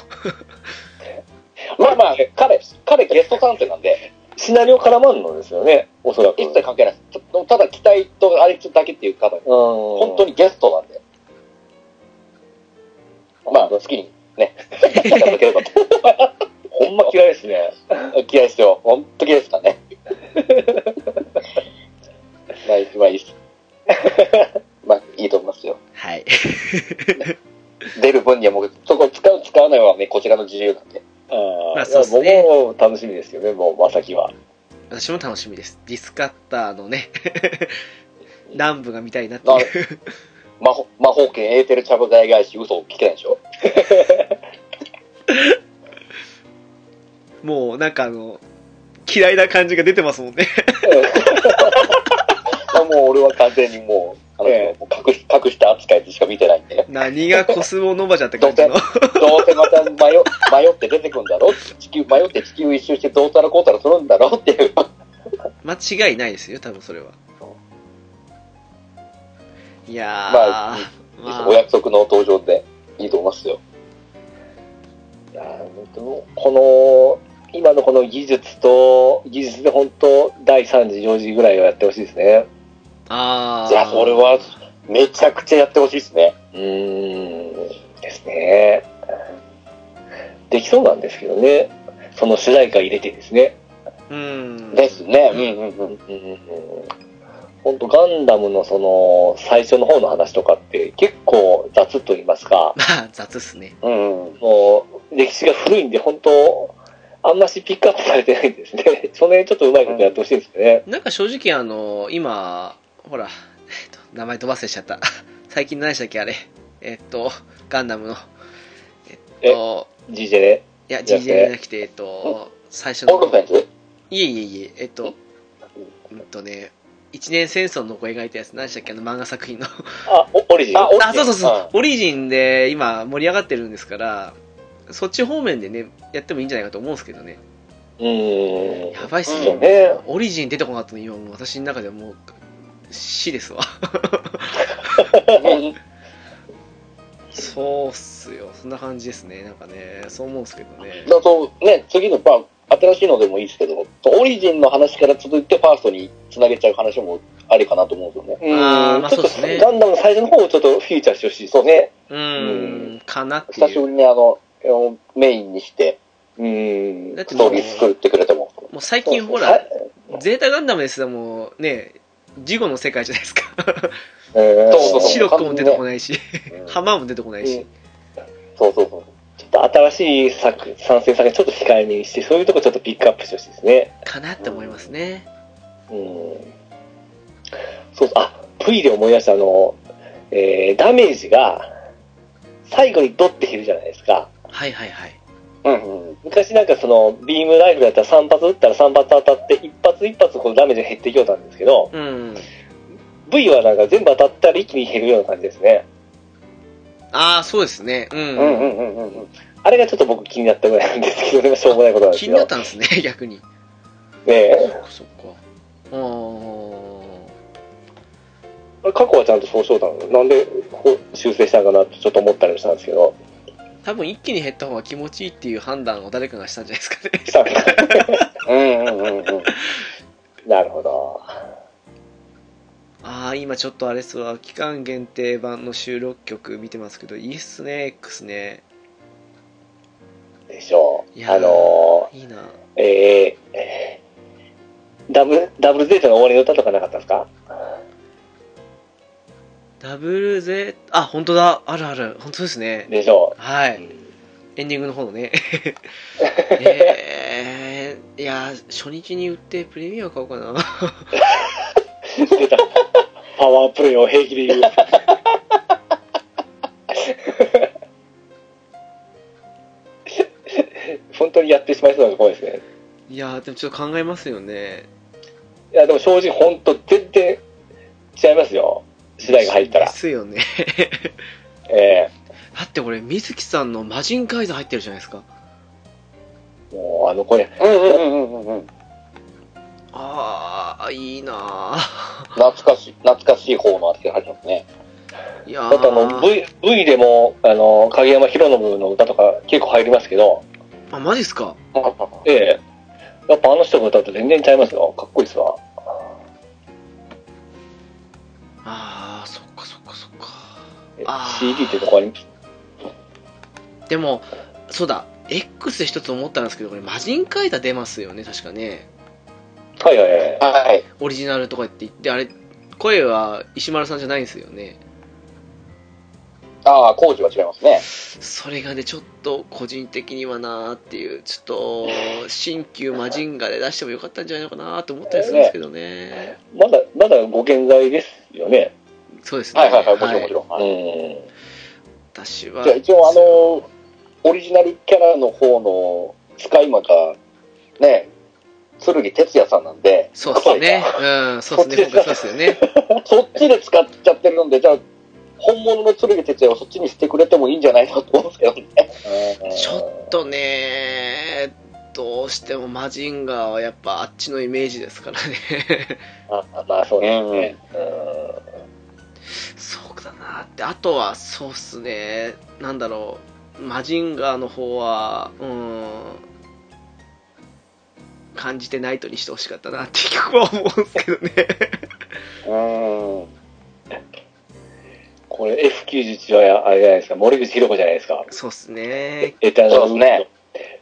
D: まあまあ、彼、彼ゲスト参戦なんで、
B: シナリオ絡まんのですよね、おそらく。
D: 一切関係ないです。ちょただ期待とあれだけっていう方、本
B: 本
D: 当にゲストなんで。まあ、好きにね、 やっていただければと。
B: ほんま嫌いですね。
D: 嫌いですよ。本当嫌いですからね。 まあ、いいまあいいです。 まあ、いいと思いますよ。
A: はい。
D: 出る分にはもう、そこ使う、使わないはね、こちらの自由なんで。
B: あ
A: まあ
B: あ、
A: そうっすね
B: 僕も楽しみですよね、もう、まさきは。
A: 私も楽しみです。ディスカッターのね、 南部が見たいなって
D: ないる
A: う。
D: 魔法、魔法圏エーテルチャブ大返し、嘘を聞けないでしょ。
A: もうなんかあの、嫌いな感じが出てますもんね。
D: まあ、もう俺は完全にもう、あの、
B: え
D: もう隠し隠した扱いでしか見てないんで。
A: 何がコスモノバじゃって感じの。
D: どうせまた迷 迷って出てくんだろ地球、迷って地球一周してどうたらこうたらするんだろっていう。
A: 間違いないですよ、多分それは。いや
D: ま
A: ー、
D: あ
A: まあ
D: お約束の登場でいいと思いますよ。
B: いやー本当この、今のこの技術と、技術で本当、第3次、4次ぐらいはやってほしいですね。
A: あー
D: いや、それは、めちゃくちゃやってほしいですね。
B: うーん、ですね。できそうなんですけどね。その主題歌入れてですね。
A: うん。
D: ですね。うんうんうん。
B: 本当ガンダムのその、最初の方の話とかって結構雑と言いますか、
A: まあ、雑っすね。
D: うん。
B: もう、歴史が古いんで本当、あんましピックアップされてないんですね。その辺ちょっとうまいことやってほしいんですよね。
A: なんか正直あの、今、ほら、えっと、名前飛ばせしちゃった。 最近何でしたっけ、あれ。えっと、ガンダムの。えっと、
B: GJ ね。
A: いや、
B: じゃ
A: GJ
B: なく
A: じ
B: て
A: ゃなくて、えっと、最初の
D: オルフェンズ
A: いえいえいえ、えっと、うんとね、一年戦争の子を描いたやつ、何でしたっけ、あの漫画作品の。
B: あ、オオリジン。
D: あオリジン
A: あ、そうそうそう、オリジンで今盛り上がってるんですから、そっち方面でね、やってもいいんじゃないかと思うんですけどね。
B: うーん。
A: やばいっす
B: そう
A: ね。
B: ね。
A: オリジン出てこなかったの、今もう私の中ではもう、死ですわ。
D: うん
A: そうっすよ。そんな感じですね。なんかね、そう思うんですけどね。
D: だと、ね、次の、まあ、新しいのでもいいですけど、オリジンの話から続いてファーストにつなげちゃう話もありかなと思うんですよね。
B: うん
A: あーまあ
B: ちょっと
A: そうですね
B: ガンダムの最初の方をちょっとフィーチャーしてほしいですね。
A: うーん、かなって
D: 久し
A: い
D: ぶ
A: う。
D: りにあの、メインにして、
B: うん
A: だっ。て
D: ス
A: も
D: ト
A: う
D: ーリー作ってくれても。
A: もう最近ほ
B: そう
A: ら
B: そ、
A: ゼータガンダムですらもうね、事後の世界じゃないですか。
B: えー
D: そうそう
A: シロックも出てこないし、ハマーも出てこないし、
D: そうそうそう。
B: ちょっと新しい作、参戦作品ちょっと控えめにして、そういうとこちょっとピックアップしてほしいですね。
A: かなって思いますね。
B: うん。そうそう、あ、V で思い出したあの、えー、ダメージが、最後にドって減るじゃないですか。
A: はいはいはい。
C: うんうん。
B: 昔なんかその、ビームライフルだったら3発撃ったら3発当たって、一発一発このダメージが減っていくようなんですけど、
A: うん。
B: V はなんか全部当たったら一気に減るような感じですね。
A: ああ、そうですね。う。
C: うんんうんうんうんうん。
B: あれがちょっと僕気になったぐらいなんですけど、でもしょうもないことなんです
A: 気
B: け
A: に
B: ど。
A: なったんですね、 逆に。
B: ね
A: そっ
B: え。
A: かそっか。あー
B: これ過去はちゃんとそうしようだろう。なんでこう修正したのかなってちょっと思ったりもしたんですけど。
A: 多分一気に減った方が気持ちいいっていう判断を誰かがしたんじゃないですかね。
B: したんか
C: うんうんうんうん。
B: なるほど。
A: ああ、今ちょっとあれっすわ、期間限定版の収録曲見てますけど、いいっすね、X ね。
B: でしょ。
A: いうやー
B: あの
A: いいな。
B: ー、えー、ダブル、ダブルゼータの終わりの歌とかなかったですか
A: ダブルゼあ、本当だ、あるある、本当ですね。
B: でしょ
A: は
B: う
A: い。。エンディングの方の ね。えー、いやー、初日に売ってプレミア買おうかな。
B: 出た。パワープレイを平気で言う。 本当にやってしまいそうなところですね。
A: いやー、でもちょっと考えますよね。
B: いや、でも正直本当全然違いますよ。次第が入った
A: で
B: ら。
A: すよね。
B: え
A: だってこれ、水木さんの魔人カイザー入ってるじゃないですか。
B: えもうあの声、
C: うんうんうんうんうん。
A: ああ、いいなー。
C: 懐かしい、懐かしい方の味が入ってますね。
A: いや
B: あとあの
A: ー、
B: V、V でも、あの、影山博信の歌とか結構入りますけど、
A: あ、マジっすか。
B: ええやっぱあの人の歌と全然違いますよ。かっこいいっすわ。
A: ああ、そっかそっかそっか。
B: え
A: あー
B: CD ってとこあります。
A: でも、そうだ、X で一つ思ったんですけど、これ、魔人カイザー出ますよね、確かね。
B: はいはいはい。
C: はい。
A: オリジナルとかって言って、あれ、声は石丸さんじゃないんですよね。
C: ああ、工事は違いますね。
A: それがね、ちょっと個人的にはなーっていう、ちょっと、新旧魔人ガで出してもよかったんじゃないのかなーって思ったりするんですけどね。
B: まだ、まだご健在ですよね。
A: そうですね。
C: はいはいはい、もちろんもちろん。
B: う
C: はい
B: ん。
A: 私は。
C: じゃあ一応あの、オリジナルキャラの方の使い魔が、ね、剣哲也さんなんで、
A: そうですね。うん、そうですね。今回そうですよね。
C: そっちで使っちゃってるんで、じゃあ、本物の剣哲也をそっちにしてくれてもいいんじゃないかと思うんですけどね。
A: ちょっとね、どうしてもマジンガーはやっぱあっちのイメージですからね。
B: あまあそうですね。
A: そうだなって、あとはそうっすね、なんだろう、マジンガーの方は、うーん、感じてナイトにしてほしかったなって曲は思うんですけどね。
C: うん。
B: これ F91 はあれじゃないですか。森口博子じゃないですか。
A: そうっすね。
B: エターナル
C: そうですね。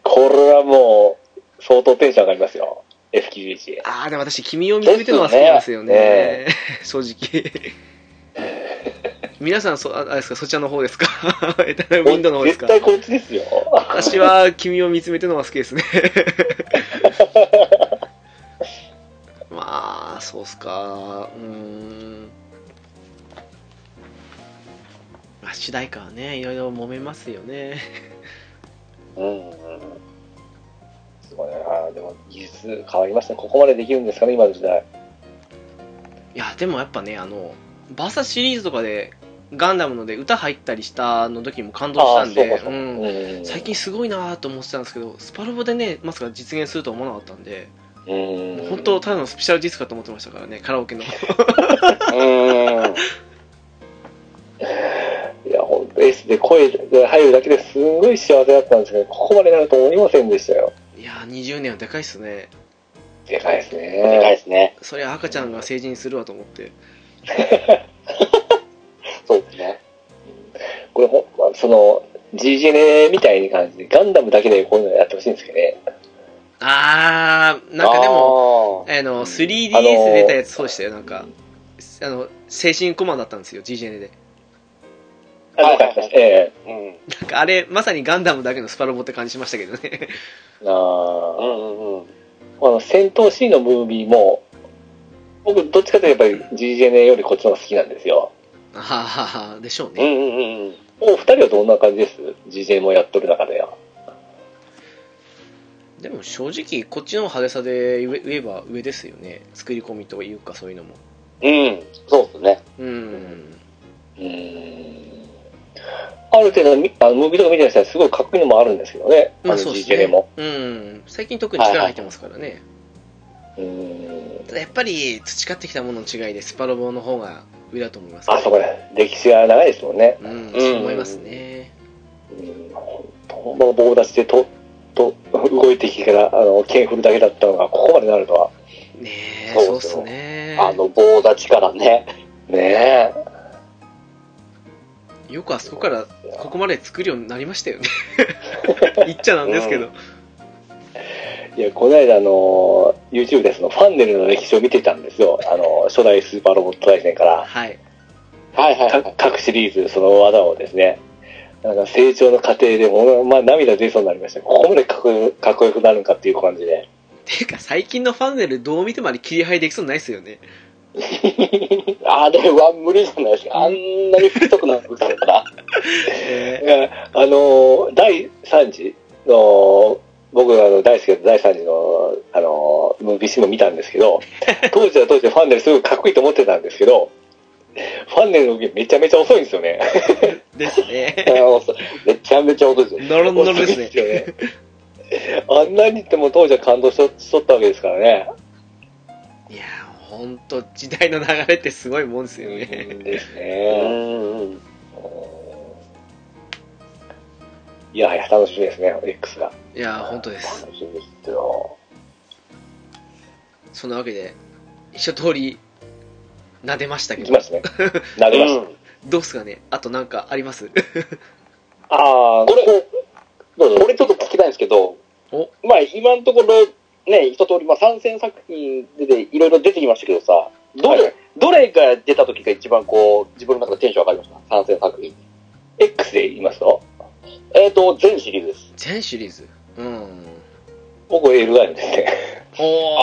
B: これはもう、相当テンション上がりますよ。F91。
A: あー、でも私、君を見つめてるのは好きなんですよね。 正直。皆さんそ、ああれですか、そちらの方ですか エターナルウィンドウの方です
B: 絶
A: か
B: 対こっちですよ。
A: 私は君を見つめてのが好きですね まあそうっすかうーんまあ主題歌はねいろいろ揉めますよね
B: うん。すごいな。でも、技術変わりましたね。ここまでできるんですかね、今の時代。
A: いやでもやっぱねあのバサシリーズとかでガンダムので歌入ったりしたの時も感動したんで
B: あーそうかそうか
A: うん
B: うん
A: 最近すごいなと思ってたんですけどスパルボでねまさか実現するとは思わなかったんで
B: うん。
A: 本当ただのスペシャルディスクかと思ってましたからねカラオケの
C: うん。
B: いや、本当 S で声が入るだけですんごい幸せだったんですけど、ここまでなると思いませんでしたよ。
A: いやー20年はでかいっすね
B: でかいです
C: でかい
B: ね。
C: ですね。
A: そりゃ赤ちゃんが成人するわと思って
C: そうですね。
B: これほん、まあその、GGN みたいな感じで、ガンダムだけでこういうのやってほしいんですけどね。
A: あーなんかでも
C: も
A: あの 3DS
B: あのー
A: 出たやつそうでしたよなんかあの精神コマンだったんですよ GGN で
B: あ、よかったです。ええ
C: うん。
A: なんかあれ、まさにガンダムだけのスパロボって感じしましたけどね。
B: あ
D: うんうん。
B: あの戦闘シーンのムービーも僕どっちかというとやっぱり GGNA よりこっちの方が好きなんですよ
A: はあはあはあでしょう
D: う
A: ね。
D: んうんうん。
B: お二人はどんな感じです ?GGN もやっとる中では
A: でも正直、こっちの派手さで言え言えば上ですよね。作り込みというかそういうのも。
C: うん、そうですね。
A: うん。
B: うーんある程度みあのムービーとか見てらっしゃらすごいかっこいいのもあるんですけどね、あ
A: ま
B: の
A: あそうですね
B: GGN も。。
A: うん。最近特に力入ってますからね。
B: うーん
A: ただやっぱり培ってきたものの違いでスパロボの方が上だと思います
B: あそこね、歴史が長いですもんね。
A: うん、そう思いますね。
B: うん本当の棒立ちでとと動いてきてからあの剣振るだけだったのがここまでなるとは
A: ねえ、そ
C: そうう
A: っ
C: ですよ
A: すね。
C: あの棒立ちからね。
B: ねえ
A: よくあそこからここまで作るようになりましたよね。言っちゃなんですけど。
B: いやこの間あの YouTube でそのファンネルの歴史を見てたんですよあの初代スーパーロボット大戦から
A: はい。
C: はいはいはい。
B: 各各シリーズその技をですねなんか成長の過程でもう、まあ、涙出そうになりましたここまでかっこよかっこよくなるんかっていう感じで
A: ていうか最近のファンネルどう見てもあれ切り配できそうにないですよね。
C: あれは無理じゃないですか。あんなに太くなってたら。
A: え
B: あの第3次の僕があの大好きだった第3次のあのムービーシーンを見たんですけど当時は当時でファンネルすごいかっこいいと思ってたんですけどファンネルの動きめちゃめちゃ遅いんですよね
A: ーですね。
C: めちゃめちゃ遅いですよ。
A: ノロンノロですね。
B: 遅いんですよねあんなにっても当時は感動しとしとったわけですからね
A: いやー、ほんと時代の流れってすごいもんですよね。
B: です
D: う
B: ね
D: んうん。
B: いやいや楽しみですね X が
A: いやー、ほんとです。
B: 楽しみですよ
A: そんなわけで、一通り撫でましたけ
B: 行
A: ど
B: き。ますね投げました、
A: どうっすかねあとなんかあります
B: ああ
C: これ、これちょっと聞きたいんですけど
A: お、
C: まあ今のところ、ね、一通り、まあ参戦作品でいろいろ出てきましたけどさ、ど
B: はいは
C: れ、どれが出た時が一番こう、自分の中でテンション上がりました参戦作品。
B: X で言いますと
C: えっ、と、全シリーズです。
A: 全シリーズうん
B: 僕エルガイムですね
A: お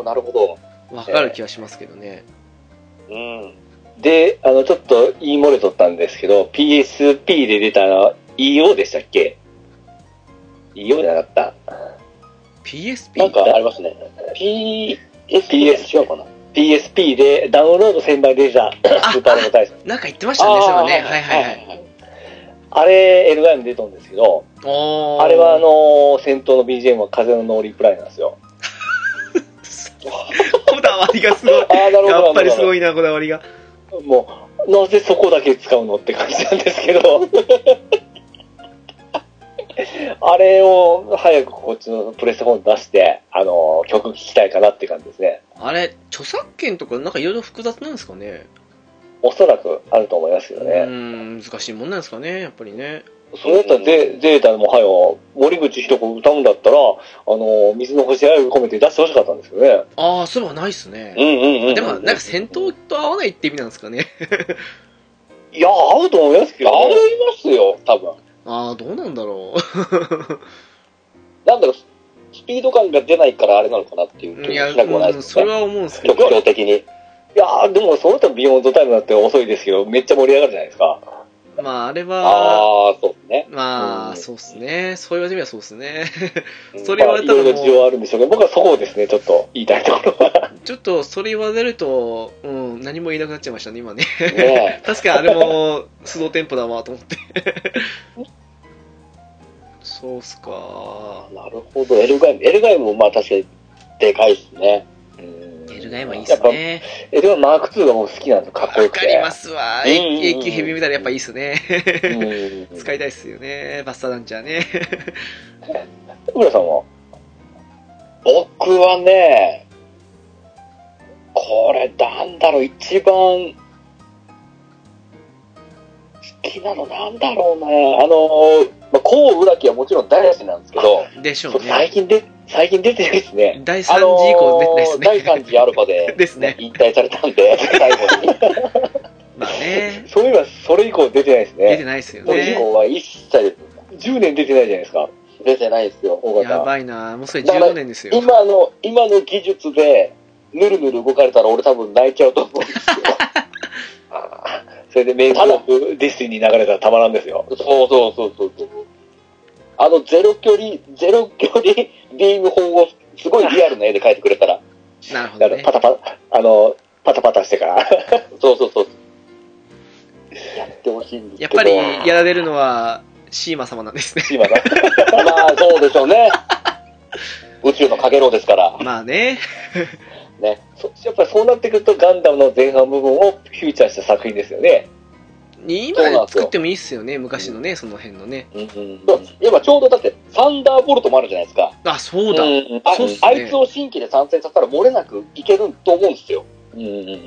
C: あー、なるほど。
A: ーわかる気はしますけどね、
C: うん。
B: で、あの、ちょっと言い漏れとったんですけど、PSP で出たあの EO でしたっけ ?EO じゃなかった。
A: PSP?
C: なんかありますね。
B: P、
C: SPS 違うかな
B: PSP でダウンロード1000倍で出た
A: あ
B: スーパーロボ大戦。
A: なんか言ってましたね
C: あー
A: そういえばねはいはいはい
C: はい。
B: あれ、エルガイム出たんですけど、
A: おー
B: あれはあのー戦闘の BGM は風のノーリプライなんですよ。
A: こだわりがすごい
B: ああ、なるほど。
A: やっぱりす
B: い。
A: ごいなこだわりが
B: もう、なぜそこだけ使うのって感じなんですけど。 あれを早くこっちのプレステ4に出して、あの、曲聴きたいかなって感じですね。
A: あれ著作権とかなんかいろいろ複雑なんですかね
B: おそらくあると思いますけど
A: うー
B: ね。
A: ん難しいもんなんですかねやっぱりね
B: そうやったらデデータもはよ、森口博子歌うんだったら、あの、水の星愛を込めて出してほしかったんですけどね。
A: ああそういえばないっす
C: う
A: ね
C: んうんうんうん。
A: でもなんか戦闘と合わないって意味なんですかね
B: いや、合うと思いますけど、
C: あり
B: ね。
C: ますよ、多分。
A: ああどうなんだろ
C: なんだろう、スピード感が出ないからあれなのかなっていう
A: う
C: 気
A: い
C: も
A: や、
C: しなくもない
A: うん、
C: です
A: そ
C: よ
A: れ
C: ね。
A: は思うんですけど
C: 曲調的に。
B: いや、でもその他ビヨンドタイムだって遅いですけど、めっちゃ盛り上がるじゃないですか。
A: まああれは
C: ああ、そうですね。
A: ま
B: う
A: あ、
B: ん
A: そうっすね。そういう意味ではそうっすね。
C: うん
A: それ言われたら
B: まあいろいろ事
A: も
B: 情あるんでしょうけど、僕はそこをですね、ちょっと言いたいところは。
A: う、ちょっとそれ言われると、うん、何も言えなくなっちゃいましたね、今ね。
C: ね
A: 確かにあれも、須藤店舗だわ、と思って。 そうっすか
C: え。。なるほど、エルガイム。エルガイムもまあ確かにでかいですね。
A: エルガイマいいっ
B: や
A: す
B: っぱ、
A: ね。
B: エルガイマーク2がもう好きなんですよ、かっこ
A: わ
B: よく
A: か
B: て。
A: りますわ。
C: うんうんうん
A: A 級ヘビーメタルやっぱいいっす
B: う
A: ね。
B: ん。
A: 使いたいっすよね。バッサーランチャーね。
B: 浦さんは
C: 僕はね、これなんだろう、一番好きなのなんだろうね。あのー、まあ、コウウラキはもちろん大好きなんですけど、
A: でしょ
C: そうう最
A: ね。
C: 近で、最近出てないですね。
A: 第3次以降出てないっすね。
C: あのー第3次アルファで
A: ですね
C: 引退されたんで、最後に。
A: まあね、
B: そういえば、それ以降出てないです
A: 出て
B: ね。
A: ないですよ
B: それ以
A: ね。
B: 降は一
C: 切
B: 10年出てないじゃないですか。
C: 出てないですよ。
B: 尾
A: や
B: 形。
A: ばいな、もうそれ15年ですよ。
C: 今の、今の技術で、ぬるぬる動かれたら俺多分泣いちゃうと思うんですよ。
B: あーそれでメイクオブディスティニーに流れたらたまらんですよ。
C: そうそうそうそうそう。あのゼロ距離、ゼロ距離ビーム砲をすごいリアルな絵で描いてくれたら。
A: なるほ
B: あ
A: ど
B: の
A: ね
B: パ。タパタ、あの、パタパタしてから。
C: そうそうそう。やってほしいんですけ
A: やっ
C: ど。
A: ぱりやられるのは、シーマ様なんですね。
B: 今だ。
C: ま あそうでしょうね。宇宙のかけろですから。
A: まあね、
C: ね。
B: そやっぱりそうなってくると、ガンダムの前半部分をフューチャーした作品ですよね。
A: 今
C: そうなんですよ
A: 作ってもいいっすよね、昔のね、その辺のね。
B: うんうん
C: そう今ちょうどだって、サンダーボルトもあるじゃないですか。
A: あ、そうだ。
C: あ
A: そうっすね
C: あいつを新規で参戦させたら漏れなくいけると思うんです
B: う
C: よ。
B: んうん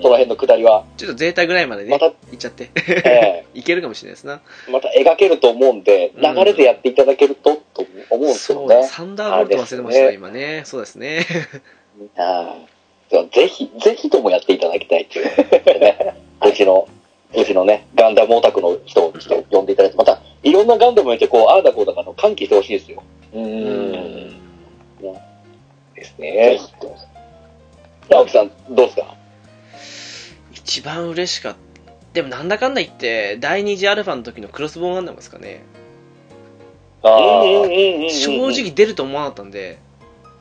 C: その辺の下りは。
A: ちょっとゼータぐらいまでね
C: ま、た、
A: いっちゃって。
C: え
A: いけるかもしれないですな。
C: えまた描けると思うんで、
A: うん
C: 流れでやっていただけると、と思うんです
A: そ
C: よ
A: うだ、
C: ね。
A: サンダーボルト忘れてました
B: あ
A: よ、
B: れ
A: 今ね。そうですね。
C: はいぜひ、ぜひともやっていただきたいっていうことでね、うちの、うちのね、ガンダムオタクの人をちょっと呼んでいただいて、また、いろんなガンダムを見て、こう、ああだこうだかの歓喜してほしいですよ。
B: うん
A: う
B: うん。
A: ん
B: です
C: ぜ
B: ね。
C: ひとも。直樹さん、どうですか
A: 一番嬉しかった。でもなんだかんだ言って、第二次アルファの時のクロスボーンガンダムですかね。
B: あ
C: うんうん
B: ー
C: うんうんうん
A: 正直出ると思わなかったんで、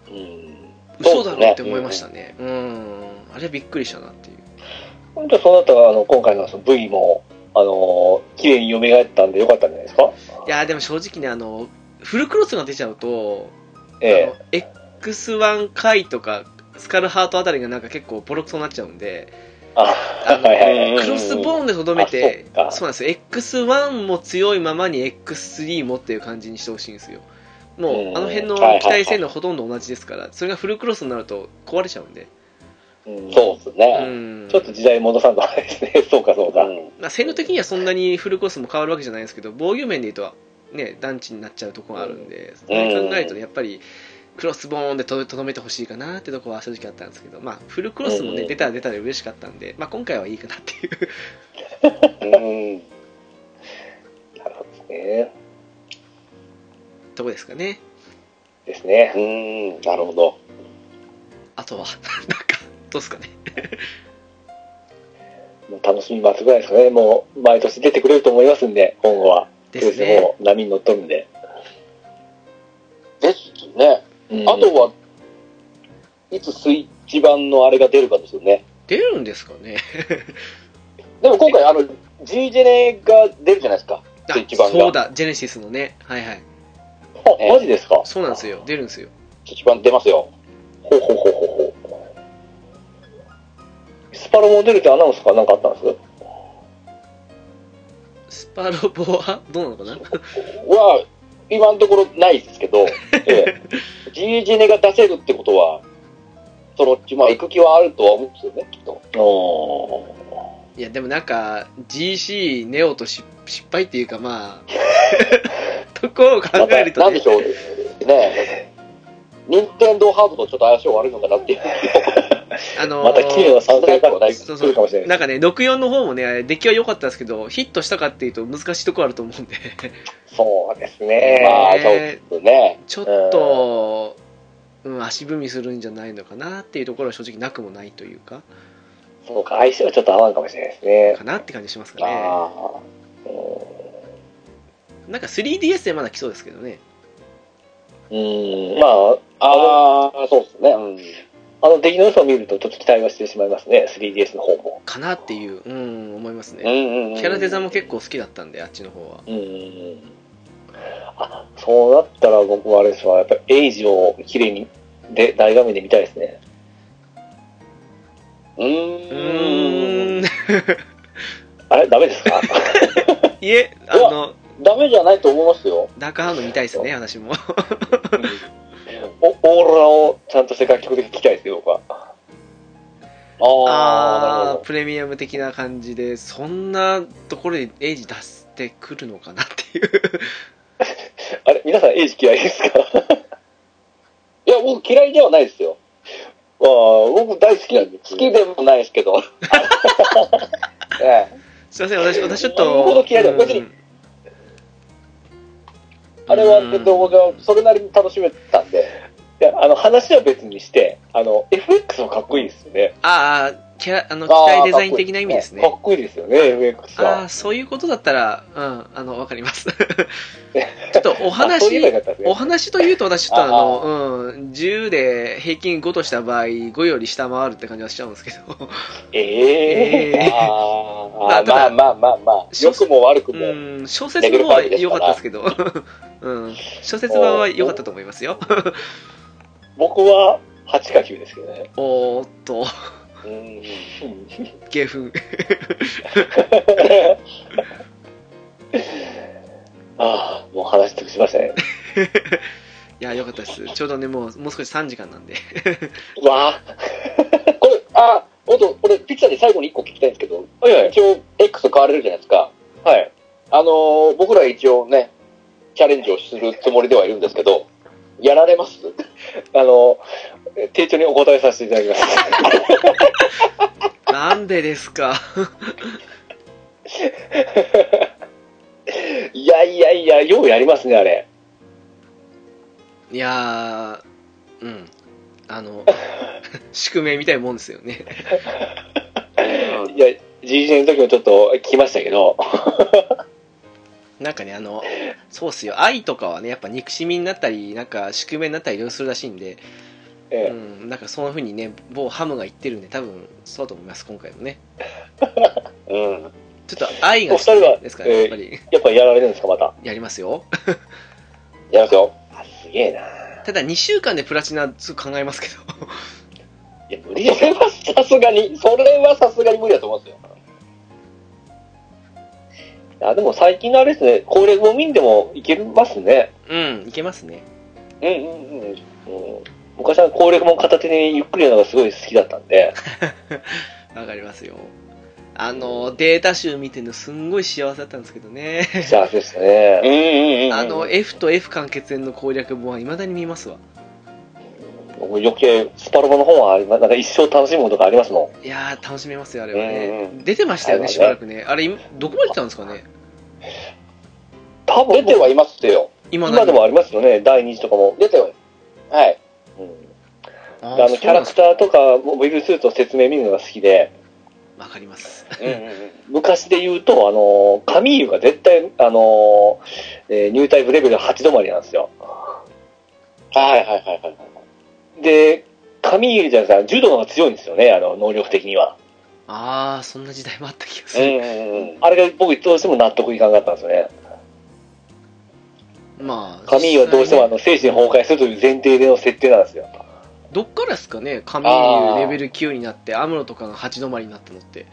C: うん
A: 嘘だろって思いましたね。うん。あれはびっくりしたなっていう。
B: 本当そうなったら、あの、今回のその V も、あのー、綺麗に蘇ったんでよかったんじゃないですか
A: いやーでも正直ね、あの、フルクロスが出ちゃうと、
B: ええ。
A: あの X1 回とか、スカルハートあたりがなんか結構ボロクソになっちゃうんで、
B: あ、
A: あの
B: はいはい。
A: クロスボーンでとどめて、
B: あそっか
A: そうなんですよ。X1 も強いままに X3 もっていう感じにしてほしいんですよ。も
B: う
A: う、
B: ん
A: あの辺の
B: はいはいはい
A: 機体性能ほとんど同じですから、それがフルクロスになると壊れちゃうんで。
B: うん
C: そうです
A: う
C: ね。
A: ん。
B: ちょっと時代戻さんとあれですね。そうかそうか。
C: うん
A: まあ、性能的にはそんなにフルコースも変わるわけじゃないですけど防御面で言うとは、ね、団地になっちゃうところがあるんで、それ考えるとねやっぱりクロスボーンでととどめてほしいかなってとこは正直あったんですけど、まあ、フルクロスも、ね
B: うん
A: 出たら出たら嬉しかったんで、まあ、今回はいいかなっていう
C: うん。
B: なるほどですね。
A: とこですかね
B: ですね。
C: うん。なるほど。
A: あとはなんかどうですかね
B: もう楽しみ待つぐらいですかね。もう、毎年出てくれると思いますんで、今後は。
A: です
B: そうです
A: ね
B: もう波に乗っとるんで。
C: ですね。
B: うん
C: あとは、いつスイッチ版のあれが出るかですよね。
A: 出るんですか ね
C: でも今回、あの、G ジェネが出るじゃないですか。
A: あ
C: スイッチ版が
A: そうだジェネシスのねはいはい
B: あ、マジですか
A: そうなんですよ出るんですよ
C: スイッチ版出ますよ。
B: ほうほうほうほうほう。スパロボ出るってアナウンスかなんかあったんです
A: スパロボはどうなのかな
C: は、今のところないですけ ど、ええ、G ジェネが出せるってことは、そのうち、まあ、行く気はあるとは思うんですよね、きっと。
B: おー。
A: いやでもなんか GC ネオとし失敗っていうか まあとこを考
C: ま
A: え
C: た
A: ると
C: なんで
A: ね
C: しょう、ね。任天堂ハードとちょっと相性悪いのかなっていう。
A: あのー
B: また綺麗なサンデーバック
A: そう
B: 来
A: そう
B: るかもしれな
A: ないんかね64の方もねあれ出来は良かったですけどヒットしたかっていうと難しいとこあると思うんで
B: そうです
C: ま
B: ね。
C: あ、そうですね。
A: ちょっと、うん、足踏みするんじゃないのかなっていうところは正直なくもないというか
B: そうか、相性はちょっと合わんかもしれないです
A: か
B: ね。
A: なって感じしますかね
C: ああ。
A: なんか 3DS でまだ来そうですけどね
B: うん。まあ、
C: ああ、そうですね。うん。
B: あの出来の良さを見ると、ちょっと期待はしてしまいますね。3DS の方も。
A: かなっていう、うん、思います
C: う
A: ね
C: んうんうん。
A: キャラデザも結構好きだったんであっちの方は
B: うん。あ、そうなったら僕はあれですわ。やっぱりエイジを綺麗に、で、大画面で見たいですね。
C: う
A: う
C: ー
A: ー
C: ん。
A: ん
B: あれダメです か
A: いえ、あの、
C: ダメじゃないと思いますよ。
A: ダークハウンド見たいですね、私も。
B: おオーロラをちゃんとした楽曲で聴きたいですよ、僕は。
A: あ
C: ああ、なる
A: ー
C: ほ
A: プレミアム的な感じで、そんなところでエイジ出してくるのかなっていう。
B: あれ皆さんエイジ嫌いですか あ
C: ど。いや、僕嫌いではないですよ。
B: あ、僕大好きなんで。
C: 好きでもないですけど。ええ
A: すいません、私、私ちょっ
C: 言うほ
A: と
C: ど。嫌いだ
A: うん
C: 別にあれは、
A: うん
C: 僕はそれなりに楽しめたんで、
B: いや、あの、話は別にして、あの、FX もかっこいいですよね。
A: ああ、キャラ、あの、機体デザイン的な意味ですね
B: か。っこいいですよね、FX
A: あ
B: は。
A: あ、そういうことだったら、うん、あの、わかります。ちょっとお
B: あそう言えばよか
A: 話、
B: ったです
A: お
B: ね。
A: 話というと、私ちょっとあの、うん、10で平均5とした場合、5より下回るって感じはしちゃうんですけど。
B: ええ
A: えーま
B: あ
A: あ
B: ー
A: た
B: ま
A: だ
B: あまあまあまあ、良くも悪くも。
A: うん、小説の方は良かったですけど、うん、小説版は良かったと思いますよ。
B: 僕は8か9ですけどね。
A: おーっと、
B: うん。
A: ゲフ
B: ああ、もう話尽くしましたね。
A: いや、良かったです。ちょうどね、もう、もう少し3時間なんで。
B: わあ。
C: これ、あ、ほんと、これ、ピッチャーに最後に1個聞きたいんですけど、
B: はいはい。
C: 一応、X 買われるじゃないですか。
B: はい。
C: あのー僕ら一応ね、チャレンジをするつもりではいるんですけど、やられます
B: あの、丁重にお答えさせていただきます。
A: なんでですか。
B: いやいやいや、ようやりますね、あれ。
A: いやー、うん。あ の、宿命みたいなもんですよ ね。
B: いや、GG の時もちょっと聞きましたけど、
A: なんかね、あの、そうっすよ。愛とかはね、やっぱ憎しみになったり、なんか宿命になったりいろいろするらしいんで、
B: え
A: う
B: え
A: ん、なんかそのふうにね、某ハムが言ってるんで、多分そうだと思います、今回もね。
B: うん。
A: ちょっと愛が
B: お二人は
A: ですから、ね、やっぱり、
B: やっぱやられるんですか、また。
A: やりますよ。
C: やりますよ。
B: あ、すげえな。
A: ただ2週間でプラチナ、すぐ考えますけど。
B: いや、無
C: そ
B: 理でしょ。
C: れはさすがに、それはさすがに無理だと思いますよ。
B: あ、でも最近のあれですね、攻略も見んでもいけますね。
A: うん、いけますね。
B: うんうんうん。うん、昔は攻略も片手にゆっくりやるのがすごい好きだったんで、
A: わかりますよ。あの、データ集見てるのすんごい幸せだったんですけどね。
B: 幸せでしたね。
C: んうん
A: あの、F と F 完結編の攻略本は未だに見ますわ。
B: 僕余計、スパロボの方はあれ、なんか一生楽しむことがありますも
A: いやー、楽しめますよ、あれは
B: う
A: ね。出てましたよね、
B: はい
A: しばらくね。あれ、今どこまで行ったんですかね
B: ん。多
C: 出
B: 分、
C: てはいますよ。
A: 今
B: 今で
A: も、
B: もありますよね、第2次とかも。
C: 出てはいはい。
B: うん
A: あ
B: であのキャラクターとか、モビルスーツの説明見るのが好きで、
A: ー。わかります。
B: 昔で言うと、あのー、カミーユが絶対、あのー、えーニュータイプレベル8止まりなんですよ。
C: はいはいはいはい。
B: で、カミーユじゃないですか、柔道の方が強いんですよね、あの、能力的には。
A: あー、そんな時代もあった気がす
C: う
A: る。
C: んうんうん。
B: あれが僕どうしても納得いかなかったんですよね。
A: まあ、
B: カミーユはどうしてもあの、精神崩壊するという前提での設定なんですよ。
A: どっからですかね、神優レベル9になって、アムロとかが8止まりになったのって。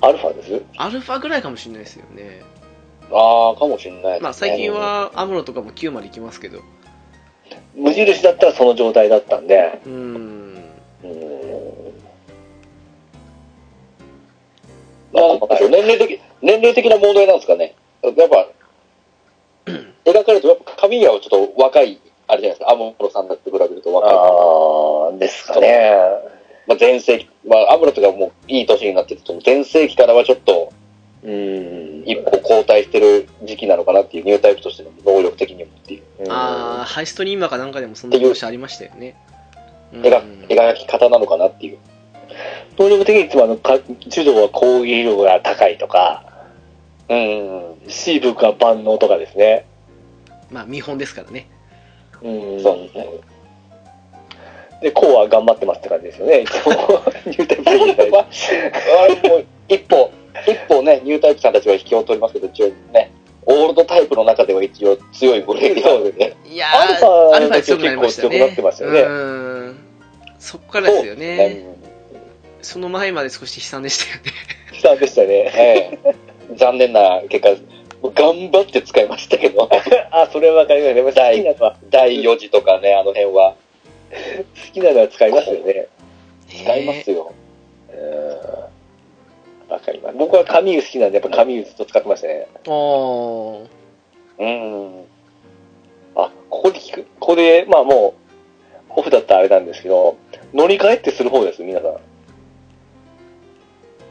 B: アルファです
A: アルファぐらいかもしれないですよね。
C: ああ、かもしれないですね。
A: まあ、最近はアムロとかも9まで行きますけど。
B: 無印だったらその状態だったんで。
A: うーん。
B: うーん
C: なんか年齢的、年齢的な問題なんですかね。やっぱ、描かれると、やっぱ神谷はちょっと若い、あれじゃないですか、アムロさんだって比べると若い。
B: あー、ですかね。
C: まあ、前世紀、まあ、アムロとかもういい年になってると、前世紀からはちょっと
B: うーん。
C: 一歩後退してる時期なのかなっていう、ニュータイプとしての能力的にもっていう、
B: うん
A: あー、ハイストリーマーかなんかでもそんな話ありましたよね。うん
C: 描描き方なのかなっていう。
B: 能力的にいつもあの、か柔道は攻撃力が高いとか、
C: うん。
B: シーブが万能とかですね。
A: まあ、見本ですからね。
B: うん
C: そうですね。
B: で、こうは頑張ってますって感じですよね、い つも。入隊プレイみたいな
C: まあ、あれもう一歩、一歩ね、ニュータイプさんたちは引きを取りますけど、一応ね、オールドタイプの中では一応強いグレードなので、
A: いや
B: アルフ
A: ー、
B: ァ
A: アルファ強くなりましたね。
B: 結構強くなってましたよね
A: うーん。そこからですよ ね。
C: うん
A: その前まで少し悲惨でしたよね。
B: 悲惨でしたね。
C: ええ残念な結果、頑張って使いましたけど、
B: あ、それはわかりますね。好きなのは、
C: 第4次とかね、あの辺は。
B: 好きなのは使いますよね。
C: 使います
A: ね
C: よ。
B: うんわかります。僕は紙湯好きなんで、やっぱ紙湯ずっと使ってましたね。
A: えおー。
C: うん。
B: あ、ここで聞く、ここで、まあもう、オフだったらあれなんですけど、乗り換えってする方です、皆さん。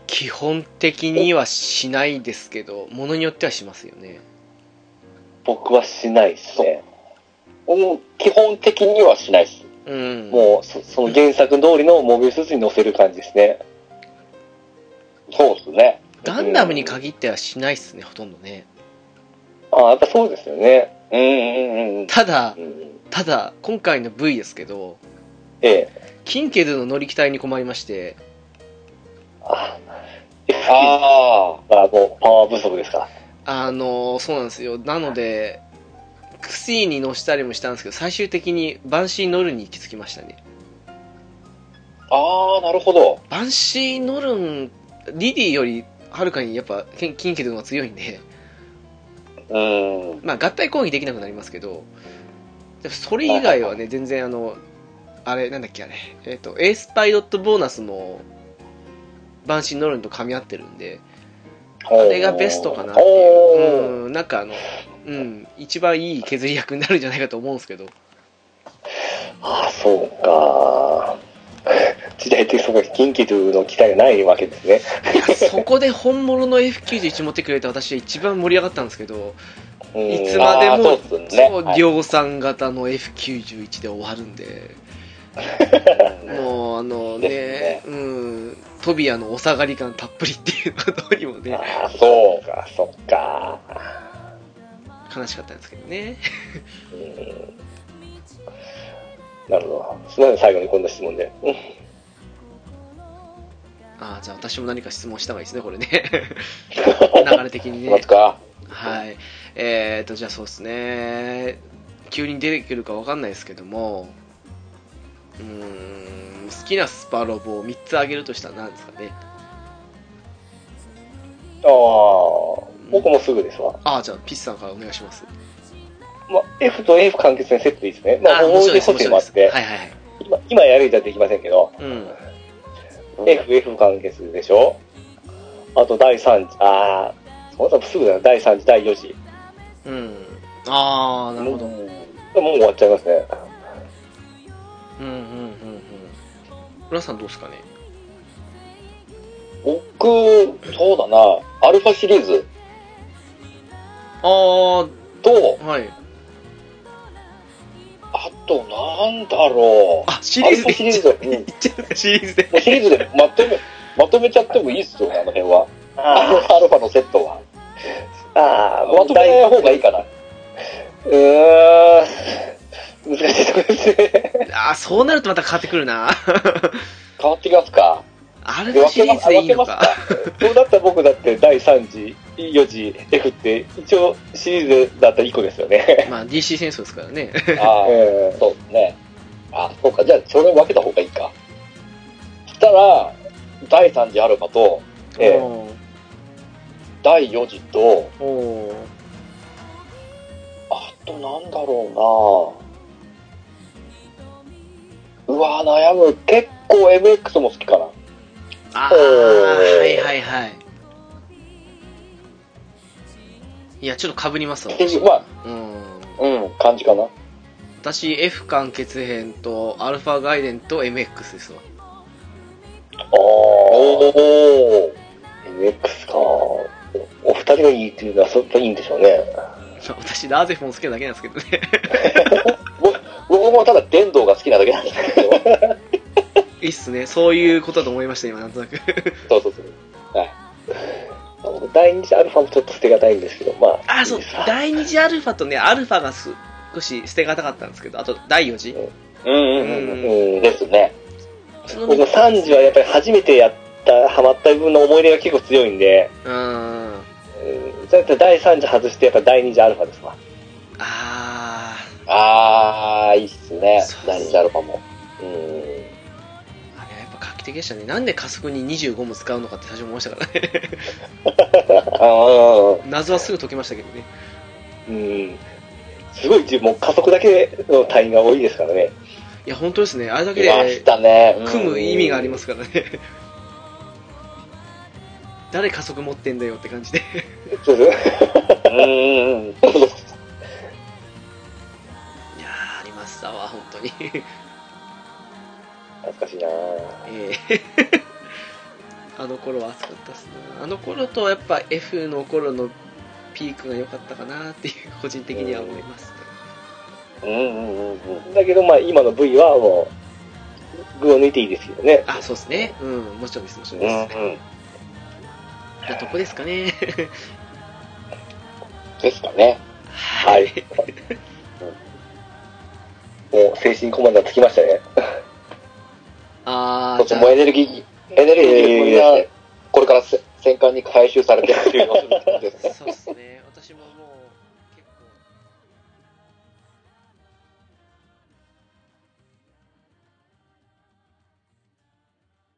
A: 基本的にはしないですけど、ものによってはしますよね。
B: 僕はしないっすね。
D: うん基本的にはしないです。
A: うん。
B: もうそ、その原作通りのモビルスーツに乗せる感じですね。
D: そうですね。
A: ガンダムに限ってはしないっすね、ほとんどね。
B: ああ、やっぱそうですよね。
D: うんうんうん。
A: ただ、
D: うん
A: ただ、今回の V ですけど、
B: ええ。
A: キンケルの乗り機体に困りまして、
B: あ
D: ああ、
B: あ、あもうパワー不足ですか。
A: あの、そうなんですよ。なので、クシーに乗したりもしたんですけど、最終的にバンシー乗るに行き着きましたね。
D: ああ、なるほど。
A: バンシーノルン、リディよりはるかにやっぱ、けん金家の方が強いんで、
D: うん。
A: まあ合体攻撃できなくなりますけど、でもそれ以外はね、全然あの、あれ、なんだっけあれ、えっ、と、エースパイロットボーナスも、バンシーノルンと噛み合ってるんで、
D: こ
A: あれがベストかなって
D: おー
A: いう、うん、なんかあの、うん、一番いい削り役になるんじゃないかと思うんですけど、
B: ああ、そうか。時代的そこに近畿というの期待がないわけですね。
A: いやそこで本物の F91 持ってくれた私は一番盛り上がったんですけど、
B: うん
A: いつまでも
D: あーそうっすね
A: そう
D: はい
A: 量産型の F91 で終わるんで、もうあのね
D: です
A: うん、トビアのお下がり感たっぷりっていうことにもね、
B: ああ、
D: そう
B: そうか、そっか。
A: 悲しかったんですけどね。
B: なるほど。すみません、最後にこんな質問で。うん
A: ああ、じゃあ私も何か質問した方がいいですね、こ れね。流れ的に
D: ま
A: ね
D: す。か。
A: はい。えーと、じゃあそうですね。急に出てくるかわかんないですけども、うーん、好きなスパロボを3つあげるとしたら何ですかね。
B: ああ、僕もすぐですわ。
A: ああ、じゃあピッチさんからお願いします。
B: まあ、F と F 完結のセットでいいですね。ま
A: ああ、
B: あ、
A: 面
B: 思
A: 白
B: い
A: いで
B: 出
A: す、
B: 補
A: 面
B: 正
A: 白
B: も
A: い
B: あ
A: で
B: っ
A: す。はい
B: て、
A: はいはい。
B: 今、今やるじゃできませんけど、
A: うん。
B: F、F 完結でしょあと第3次、ああ、そんなのすぐだな、第3次、第4次。
A: うん。ああ、なるほど。うん
B: もうもう終わっちゃいますね。
A: うんうんうん。浦さんどうですかね
D: 僕、そうだな、アルファシリーズ
A: ああ、
D: と、
A: はい。
D: あと、なんだろう。
A: あ、シリーズ
D: アルファ
A: で
D: シ
A: い
D: リ
A: っ
D: ー
A: ち
D: ズで、うん、も
A: ゃうシリーズで。
D: うシリーズでまとめ、まとめちゃってもいいっすよね、あの辺は。アルファアルファのセットは。
B: ああ、
D: まとめない方がいいかな。
B: うーん、難しいとこですね。
A: ああ、そうなるとまた変わってくるな。
D: 変わってきますか。
A: アルファシリーズでいいのか。
B: そうだったら僕だって第3次、4次、F って一応シリーズだったら1個ですよね。
A: まあ DC 戦争ですからね。
D: ああ、
B: え
D: そうですね。あ、そうか。じゃあ、それを分けた方がいいか。したら、第3次アルファと、
B: ええ
A: おー
D: 第4次と、
A: おー
D: あとなんだろうなうわ悩む結構 MX も好きかな
A: ああ、
B: おー
A: はいはいはい。いや、ちょっと被りますわ。
D: っていうまあ
A: うん。
D: うん感じかな
A: 私、F 間欠編と、アルファガイデンと MX ですわ。
B: おー、
D: おお
B: MX か。お二人がいいっていうのはそっといいんでしょうね。
A: 私、ラーゼフォン好きなだけなんですけどね。
D: 僕もただ電動が好きなだけなんですけど
A: いいっすね。そういうことだと思いました、今、なんとなく。
D: そうそうそう
B: 第2次アルファもちょっと捨てがたいんですけど、まあ。
A: あ、そう
B: いいですわ、
A: 第二次アルファとね、アルファがす少し捨てがたかったんですけど、あと第4次。
D: うんうんう
A: う
D: んん
B: うん
D: ですね
A: その
B: 僕
A: う
B: 3時はやっぱり初めてやった、ハマった部分の思い入れが結構強いんで、
A: ーん。
B: うん、そうやって第3時外して、やっぱ第2時アルファですわ。
A: あ
D: ああいいっすね
A: そう
D: 第2次アルファも
B: うん。
A: ー、あれはやっぱ画期的でしたね。なんで加速に25も使うのかって最初思いましたからね。
B: あ
A: 謎はすぐ解けましたけどね。
B: あ、うん。すごい、もう加速だけの単位が多いですからね。
A: いや、本当ですね。あれだけ
D: いまし
A: で
D: たねうん
A: 組む意味がありますからね。 誰加速持ってんだよって感じで。
B: そうです
D: うん うんうん
A: いやー、ありましたわ、本当に。
B: 懐かしいなぁ
A: ええ ああの頃は暑かったっすなあの頃とやっぱ F の頃のピークが良かったかなっていう個人的には思います、
C: うんうんうんうん。
B: だけど、まあ、今の V はもう、具を抜いていいですよね。
A: あそうですねうんもちろんですもちろん
C: う
A: で
C: んうん。
A: す、なとこですかね
C: ですかね。
A: はい
B: もう、精神コマンダーつきましたね。
A: あ
C: そ
A: あ
C: っちもエネルギー、エネルギーがこれから戦艦に回収されてるっていうのをするんですね。
A: そうですね私もも